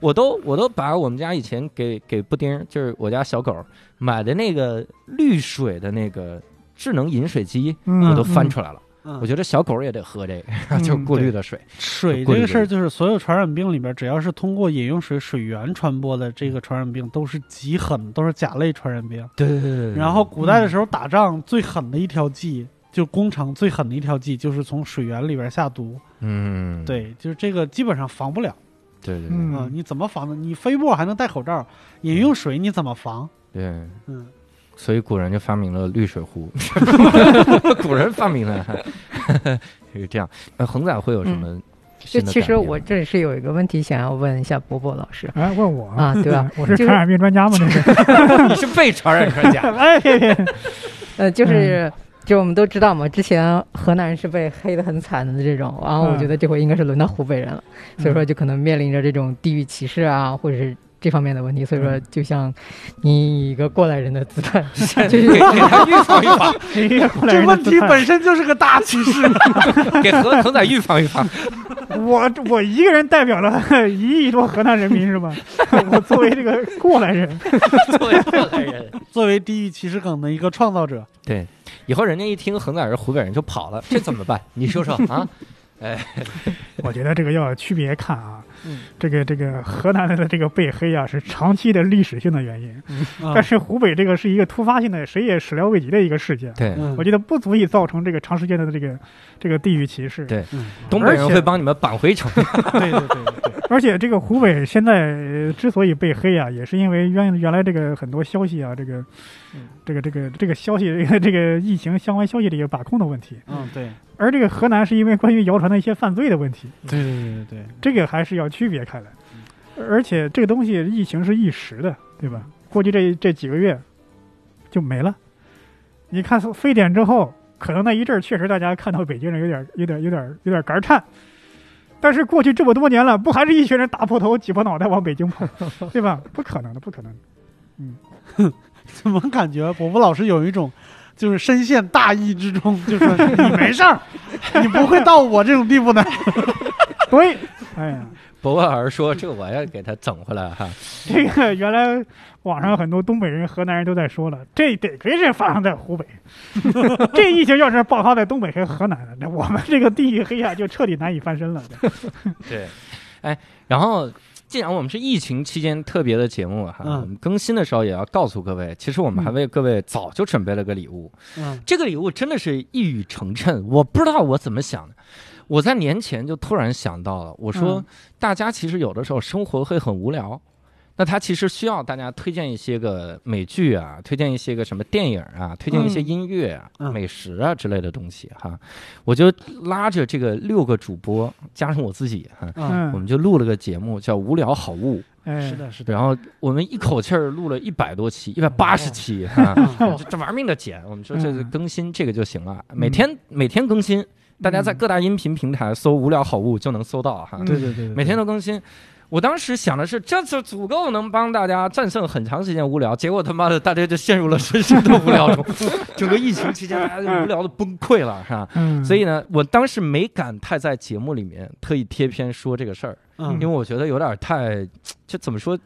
Speaker 1: 我都我都把我们家以前给给布丁儿，就是我家小狗儿买的那个滤水的那个智能饮水机，
Speaker 3: 嗯
Speaker 1: 我都翻出来了。
Speaker 2: 嗯
Speaker 1: 我觉得小狗儿也得喝这个，
Speaker 3: 嗯
Speaker 1: [laughs] 就是过滤的水。
Speaker 2: 水
Speaker 1: 过
Speaker 2: 这
Speaker 1: 滤
Speaker 2: 个事儿，
Speaker 1: 过
Speaker 2: 就是所有传染病里边，只要是通过饮用水水源传播的这个传染病，都是极狠，都是甲类传染病。
Speaker 1: 对对对对
Speaker 2: 然后古代的时候打仗最狠的一条计就工厂最狠的一条计就是从水源里边下毒，
Speaker 1: 嗯，
Speaker 2: 对，就是这个基本上防不了
Speaker 1: 对对
Speaker 3: 嗯
Speaker 2: 啊、你怎么防呢？你飞沫还能戴口罩，饮用水你怎么防？
Speaker 1: 对对，
Speaker 2: 嗯，
Speaker 1: 所以古人就发明了滤水 [laughs] 壶，古人发明了， [laughs] 是这样。那恒仔会有什么
Speaker 4: 就
Speaker 1: 新的改变吗？
Speaker 4: 其实我这里是有一个问题想要问一下波波老师
Speaker 3: 哎，问我
Speaker 4: 啊，对吧？
Speaker 3: 我是
Speaker 4: 就是
Speaker 3: 传染病专家吗？那
Speaker 1: [laughs]
Speaker 3: 是，
Speaker 1: 你是被传染科
Speaker 4: [laughs]
Speaker 1: 家，
Speaker 3: 哎，嘿嘿
Speaker 4: 呃，就是就我们都知道嘛，之前河南是被黑的很惨的这种，然后我
Speaker 3: 嗯
Speaker 4: 觉得这回应该是轮到湖北人了，所以说就可能面临着这种地域歧视啊，或者是。这方面的问题，所以说就像你以一个过来人的姿态， [laughs]
Speaker 1: 给给他预防预防，
Speaker 3: 哎呀过来
Speaker 2: [laughs] 这
Speaker 3: 人的
Speaker 2: 问
Speaker 3: 姿
Speaker 2: 题
Speaker 3: 态
Speaker 2: 本身就是
Speaker 1: [laughs]
Speaker 2: 个大歧视。
Speaker 1: 给恒恒仔预防预
Speaker 2: [laughs]
Speaker 1: 防。
Speaker 3: 我我一个人代表了一亿多河南人民是吧？ [laughs] 我作为这个过来人，
Speaker 1: 作为过来人，
Speaker 2: 作为地域歧视梗的一个创造者，
Speaker 1: 对，以后人家一听恒仔是湖北人就跑了，这怎么办？你说说
Speaker 2: [laughs]
Speaker 1: 啊？
Speaker 3: [laughs] 我觉得这个要区别看啊。
Speaker 1: 嗯
Speaker 3: 这个这个河南的这个被黑啊，是长期的历史性的原
Speaker 1: 嗯
Speaker 3: 因，
Speaker 2: 啊
Speaker 3: 但是湖北这个是一个突发性的，谁也始料未及的一个事件。
Speaker 1: 对，
Speaker 2: 嗯
Speaker 3: 我觉得不足以造成这个长时间的这个这个地域歧视。
Speaker 1: 对
Speaker 2: 嗯
Speaker 1: 东北人
Speaker 3: 而且
Speaker 1: 会帮你们扳回城。
Speaker 2: 对对对对对，
Speaker 3: 而且这个湖北现在呃之所以被黑啊，也是因为原原来这个很多消息啊，这个
Speaker 2: 嗯
Speaker 3: 这个这个这个消息， [laughs] 这个这个疫情相关消息的一个把控的问题。
Speaker 2: 嗯对
Speaker 3: 而这个河南是因为关于谣传的一些犯罪的问题，
Speaker 2: 对对对对，
Speaker 3: 这个还是要区别开来。而且这个东西疫情是一时的，对吧？过去这这几个月就没了。你看非典之后，可能那一阵儿确实大家看到北京人有点有点有点有点肝颤，但是过去这么多年了，不还是一群人打破头挤破脑袋往北京跑，对吧？不可能的，不可能的。
Speaker 2: 怎么感觉伯伯老师有一种就是深陷大义之中，就说你没事儿，你不会到我这种
Speaker 1: [laughs]
Speaker 2: 地步的。
Speaker 3: 对，哎呀，
Speaker 1: 伯伯老师说：“这我要给他整回来哈。
Speaker 2: [laughs]
Speaker 3: 这个原来网上很多东北人、河南人都在说了，这得亏是发生在湖北， [laughs] 这疫情要是爆发在东北和河南了，那我们这个地域黑啊就彻底难以翻身了。”
Speaker 1: 对，哎，然后既然我们是疫情期间特别的节目哈，
Speaker 2: 嗯
Speaker 1: 我们更新的时候也要告诉各位，其实我们还为各位早就准备了个礼物，
Speaker 2: 嗯
Speaker 1: 这个礼物真的是一语成谶，我不知道我怎么想的。我在年前就突然想到了，我说
Speaker 2: 嗯
Speaker 1: 大家其实有的时候生活会很无聊，那他其实需要大家推荐一些个美剧啊，推荐一些个什么电影啊，推荐一些
Speaker 2: 嗯
Speaker 1: 音乐啊、
Speaker 2: 嗯
Speaker 1: 美食啊之类的东西哈。我就拉着这个六个主播加上我自己哈，
Speaker 2: 嗯，
Speaker 1: 啊我
Speaker 3: 嗯，
Speaker 1: 们就录了个节目叫《无聊好物》，
Speaker 3: 哎，
Speaker 2: 是，的，是的。
Speaker 1: 然后我们一口气儿录了一百多
Speaker 3: 哦
Speaker 1: 期，一百八十期，
Speaker 3: [laughs]
Speaker 1: 哈、
Speaker 2: 嗯
Speaker 1: 这这玩命的剪。我们说这是
Speaker 3: 嗯
Speaker 1: 更新这个就行了，每天每天更新，大家在各大音频平台搜“无聊好物”就能搜到哈，
Speaker 3: 嗯
Speaker 2: 对对对，对
Speaker 1: 每天都更新。我当时想的是，这次足够能帮大家战胜很长时间无聊，结果他妈的大家就陷入了深深的无
Speaker 3: [laughs]
Speaker 1: 聊中，整个疫情期间大家就无聊的崩溃了，是吧？
Speaker 3: 嗯，
Speaker 1: 所以呢，我当时没敢太在节目里面特意贴片说这个事儿，因为
Speaker 2: 嗯
Speaker 1: 我觉得有点太，这怎么说，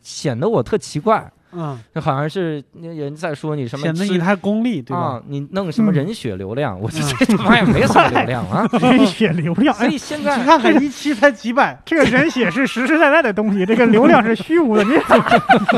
Speaker 1: 显得我特奇怪，
Speaker 2: 嗯，
Speaker 1: 就好像是那人在说你什么
Speaker 2: 显得
Speaker 1: 吃
Speaker 2: 你太功利，对吧？
Speaker 1: 啊，你弄什么
Speaker 3: 嗯。
Speaker 1: 人血流量，我这这他妈也没什么流量
Speaker 2: [laughs]
Speaker 1: 啊
Speaker 3: 人血流量，
Speaker 1: 所
Speaker 3: 哎，
Speaker 1: 以现
Speaker 2: 你
Speaker 1: 在
Speaker 2: [laughs] 看看一期才几百，
Speaker 3: 这个人血是实实在在的东西，这个流量是虚无的，你咋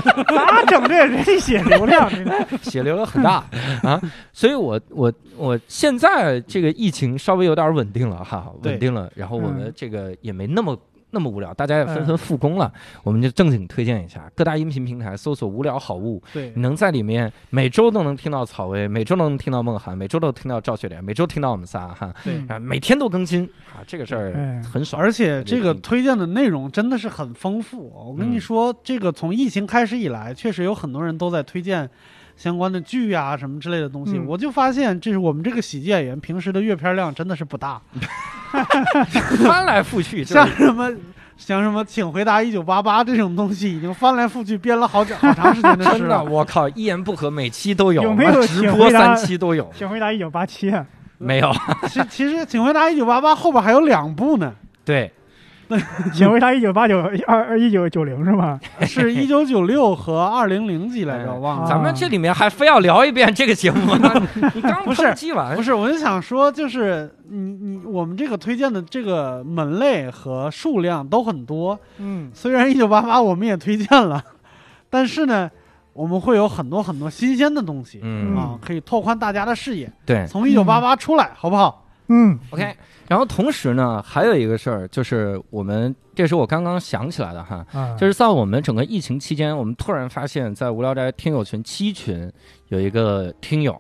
Speaker 3: 咋整这人血流量？这个
Speaker 1: 血流量很大啊，所以我我我现在这个疫情稍微有点稳定了哈，
Speaker 2: 对
Speaker 1: 稳定了，然后我们
Speaker 3: 嗯
Speaker 1: 这个也没那么。那么无聊，大家也
Speaker 2: 嗯
Speaker 1: 纷纷复工了，我们就正经推荐一下各大音频平台搜索“无聊好物”，
Speaker 2: 对
Speaker 1: 你能在里面每周都能听到草薇，每周都能听到梦涵，每周都听到赵雪莲，每周听到我们仨哈，
Speaker 2: 对。
Speaker 1: 啊，每天都更新啊，这个事儿
Speaker 3: 嗯哎
Speaker 1: 很爽。
Speaker 2: 而且这个推荐的内容真的是很丰富，哦我
Speaker 1: 嗯
Speaker 2: 跟你说，这个从疫情开始以来，确实有很多人都在推荐相关的剧啊什么之类的东西。
Speaker 3: 嗯
Speaker 2: 我就发现，这是我们这个喜剧演员平时的阅片量真的是不大，
Speaker 1: 翻来覆去，就是
Speaker 2: [laughs] 像什么像什么《请回答一九八八》这种东西，已经翻来覆去编了好久好长时间的诗
Speaker 1: 真的，
Speaker 2: 了。
Speaker 1: 我靠，一言不合每期都有，
Speaker 3: 有没有
Speaker 1: 直
Speaker 3: 请
Speaker 1: 播
Speaker 3: 回
Speaker 1: 三
Speaker 3: 答
Speaker 1: 期都有，
Speaker 3: 请回答一九八七，啊
Speaker 1: 没有？
Speaker 2: 其其实《请回答一九八八》后边还有两部呢，
Speaker 1: 对，
Speaker 3: 请回答一九八九二二一九九零是吗？
Speaker 2: 是一九九六和二零零几来着，
Speaker 1: 嗯
Speaker 2: 忘了。
Speaker 1: 咱们这里面还非要聊一遍这个节目，你刚
Speaker 2: 不是
Speaker 1: 抨击完
Speaker 2: 不，是，我就想说，就是你你我们这个推荐的这个门类和数量都很多，
Speaker 3: 嗯，
Speaker 2: 虽然一九八八我们也推荐了，但是呢，我们会有很多很多新鲜的东西、
Speaker 1: 嗯，
Speaker 2: 啊，可以拓宽大家的视野，
Speaker 1: 对
Speaker 2: 从一九八八出来，好不好？
Speaker 3: 嗯，
Speaker 1: ，OK。然后同时呢，还有一个事儿，就是我们这是我刚刚想起来的哈，
Speaker 3: 啊，
Speaker 1: 嗯就是在我们整个疫情期间，我们突然发现，在无聊斋听友群七群有一个听友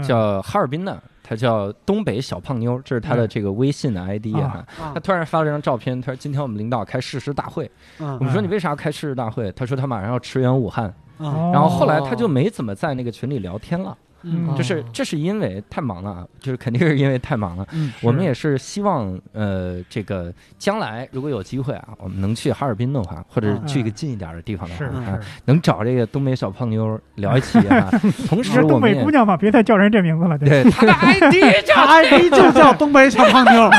Speaker 3: 是
Speaker 1: 叫哈尔滨的，他叫东北小胖妞，这是他的这个微信的 ID
Speaker 3: 嗯
Speaker 1: 哈。
Speaker 2: 啊
Speaker 1: 他，突然发了张照片，他说今天我们领导开誓师大会，
Speaker 2: 嗯
Speaker 1: 我们说
Speaker 3: 嗯
Speaker 1: 你为啥要开誓师大会？他说他马上要驰援武汉，
Speaker 2: 嗯
Speaker 1: 然后后
Speaker 3: 哦
Speaker 1: 来他就没怎么在那个群里聊天了，
Speaker 2: 嗯，
Speaker 1: 就是这是因为太忙了啊，就是肯定是因为太忙了。
Speaker 2: 嗯
Speaker 1: 我们也是希望，呃，这个将来如果有机会啊，我们能去哈尔滨的话，或者是去一个近一点的地方的话，
Speaker 3: 是
Speaker 1: 啊
Speaker 3: 是，
Speaker 1: 能找这个东北小胖妞聊一起
Speaker 2: [laughs]
Speaker 1: 啊。同
Speaker 3: 你
Speaker 1: 时
Speaker 3: 是
Speaker 1: 我
Speaker 3: 东
Speaker 1: 们
Speaker 3: 北
Speaker 1: 也
Speaker 3: 姑娘嘛，别再叫人这名字了，
Speaker 1: 对他的 ID 叫
Speaker 2: 他 ID 就叫东北小胖 [laughs] 妞，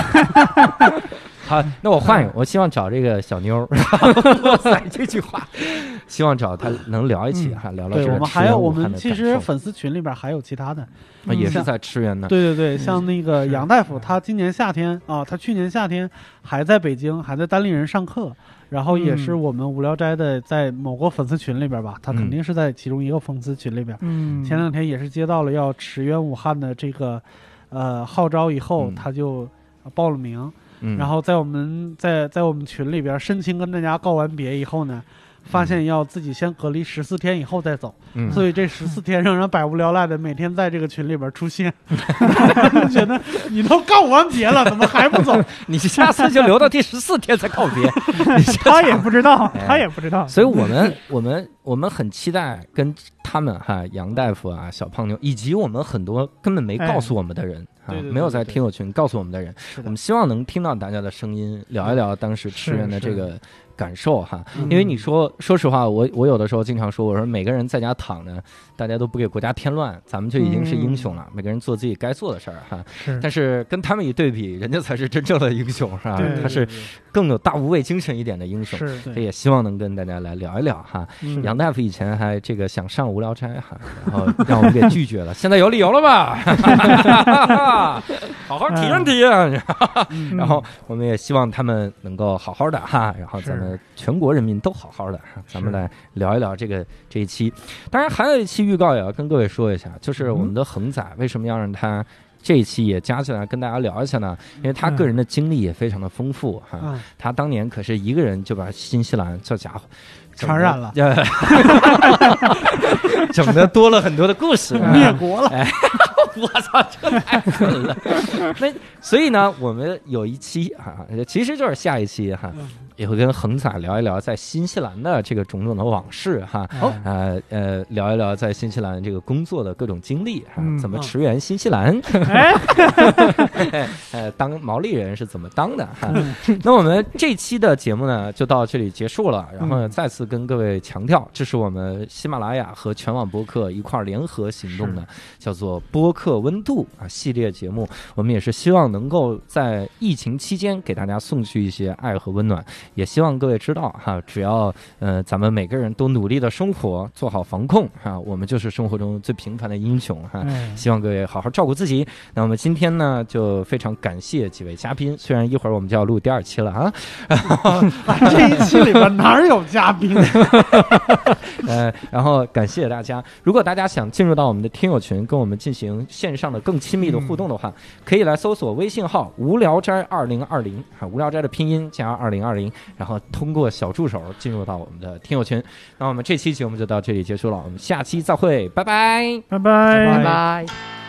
Speaker 1: 好，那我换一个，我希望找这个小妞儿。 [laughs] 哇塞，这句话，希望找她能聊一啊起哈，聊聊这
Speaker 2: 嗯
Speaker 1: 个
Speaker 2: 对，我们
Speaker 1: 驰
Speaker 2: 还有
Speaker 1: 援武
Speaker 2: 我
Speaker 1: 汉的
Speaker 2: 们
Speaker 1: 感
Speaker 2: 其实
Speaker 1: 受
Speaker 2: 粉丝群里边还有其他的，
Speaker 1: 啊
Speaker 3: 嗯
Speaker 1: 也是
Speaker 2: 像
Speaker 1: 在驰援呢。
Speaker 2: 对对对，像那个
Speaker 3: 是
Speaker 2: 杨大
Speaker 1: 嗯
Speaker 2: 夫，他今年夏天啊，他去年夏天还在北京，还在单立人上课，然后也
Speaker 3: 嗯
Speaker 2: 是我们无聊斋的在某个粉丝群里边吧，他肯
Speaker 1: 嗯
Speaker 2: 定是在其中一个粉丝群里边。
Speaker 3: 嗯，
Speaker 2: 前两天也是接到了要驰援武汉的这个呃号召以后，
Speaker 1: 嗯
Speaker 2: 他就报了名，
Speaker 1: 嗯，
Speaker 2: 然后在我们在在我们群里边深情跟大家告完别以后呢。发现要自己先隔离十四天以后再走，
Speaker 1: 嗯
Speaker 2: 所以这十四天仍然百无聊赖的每天在这个群里边出现， [laughs] 就觉得你都告完别了，怎么还不走？
Speaker 1: 你下次就留到第十四天才告
Speaker 2: [laughs]
Speaker 1: 别。
Speaker 3: 他也不知道，
Speaker 1: 哎
Speaker 3: 他也不知 [laughs] 道，
Speaker 1: 所以我们我们我们很期待跟他们哈，杨大夫啊，小胖妞，以及我们很多根本没告诉我们的人啊
Speaker 3: 哎
Speaker 2: 对对，对
Speaker 1: 没有在
Speaker 2: 对对
Speaker 1: 听友群告诉我们的人，
Speaker 2: 的
Speaker 1: 我们希望能听到大家的声音，聊一聊当时驰援的
Speaker 3: 是
Speaker 1: 这
Speaker 3: 嗯是
Speaker 1: 个感受哈。因为你说，说实话，我我有的时候经常说，我说每个人在家躺着，大家都不给国家添乱，咱们就已经是英雄
Speaker 3: 嗯
Speaker 1: 了。每个人做自己该做的事儿哈。
Speaker 3: 是
Speaker 1: 但是跟他们一对比，人家才是真正的英雄哈
Speaker 3: 对，
Speaker 1: 嗯他是更有大无畏精神一点的英雄。
Speaker 3: 是
Speaker 1: 这也希望能跟大家来聊一聊哈。
Speaker 2: 嗯
Speaker 1: 杨大夫以前还这个想上无聊斋哈，然后让我们给拒绝了，现在有理由了吧？ [laughs] 好好体验体验。
Speaker 3: 嗯
Speaker 1: 然后我们也希望他们能够好好的哈，然后咱们全国人民都好好的哈，咱们来聊一聊这个这一期。当然还有一期预告也要跟各位说一下，就是我们的恒仔为什么要让他。这一期也加进来跟大家聊一下呢，因为他个人的经历也非常的丰富哈、
Speaker 2: 嗯
Speaker 1: 他当年可是一个人就把新西兰这家伙整得
Speaker 2: 传染了
Speaker 1: 呃，整的多了很多的故事、
Speaker 2: 灭
Speaker 1: [laughs]
Speaker 2: 国了，
Speaker 1: 我操，这太狠了！那所以呢，我们有一期啊，其实就是下一期哈、
Speaker 2: 嗯
Speaker 1: 也会跟恒仔聊一聊在新西兰的这个种种的往事哈。
Speaker 3: 好
Speaker 1: 呃呃，聊一聊在新西兰这个工作的各种经历哈，
Speaker 3: 嗯
Speaker 1: 怎么驰援新西兰，
Speaker 3: 哎，
Speaker 1: [laughs] 呃，当毛利人是怎么当的哈。
Speaker 3: 嗯
Speaker 1: 那我们这期的节目呢，就到这里结束了。然后呢，
Speaker 3: 嗯
Speaker 1: 再次跟各位强调，这是我们喜马拉雅和全网播客一块儿联合行动的，叫做“播客温度”啊系列节目。我们也是希望能够在疫情期间给大家送去一些爱和温暖，也希望各位知道哈，只要呃咱们每个人都努力的生活，做好防控哈，我们就是生活中最平凡的英雄哈。
Speaker 3: 哎
Speaker 1: 希望各位好好照顾自己。那我们今天呢，就非常感谢几位嘉宾，虽然一会儿我们就要录第二期了啊，
Speaker 2: 这一期里边哪儿有嘉宾？
Speaker 1: 呃，然后感谢大家。如果大家想进入到我们的听友群，跟我们进行线上的更亲密的互动的话，可以来搜索微信号“无聊斋二零二零”啊，无聊斋的拼音加二零二零，然后通过小助手进入到我们的听友群。那我们这期节目就到这里结束了，我们下期再会，拜拜。
Speaker 3: 拜拜
Speaker 4: 拜拜。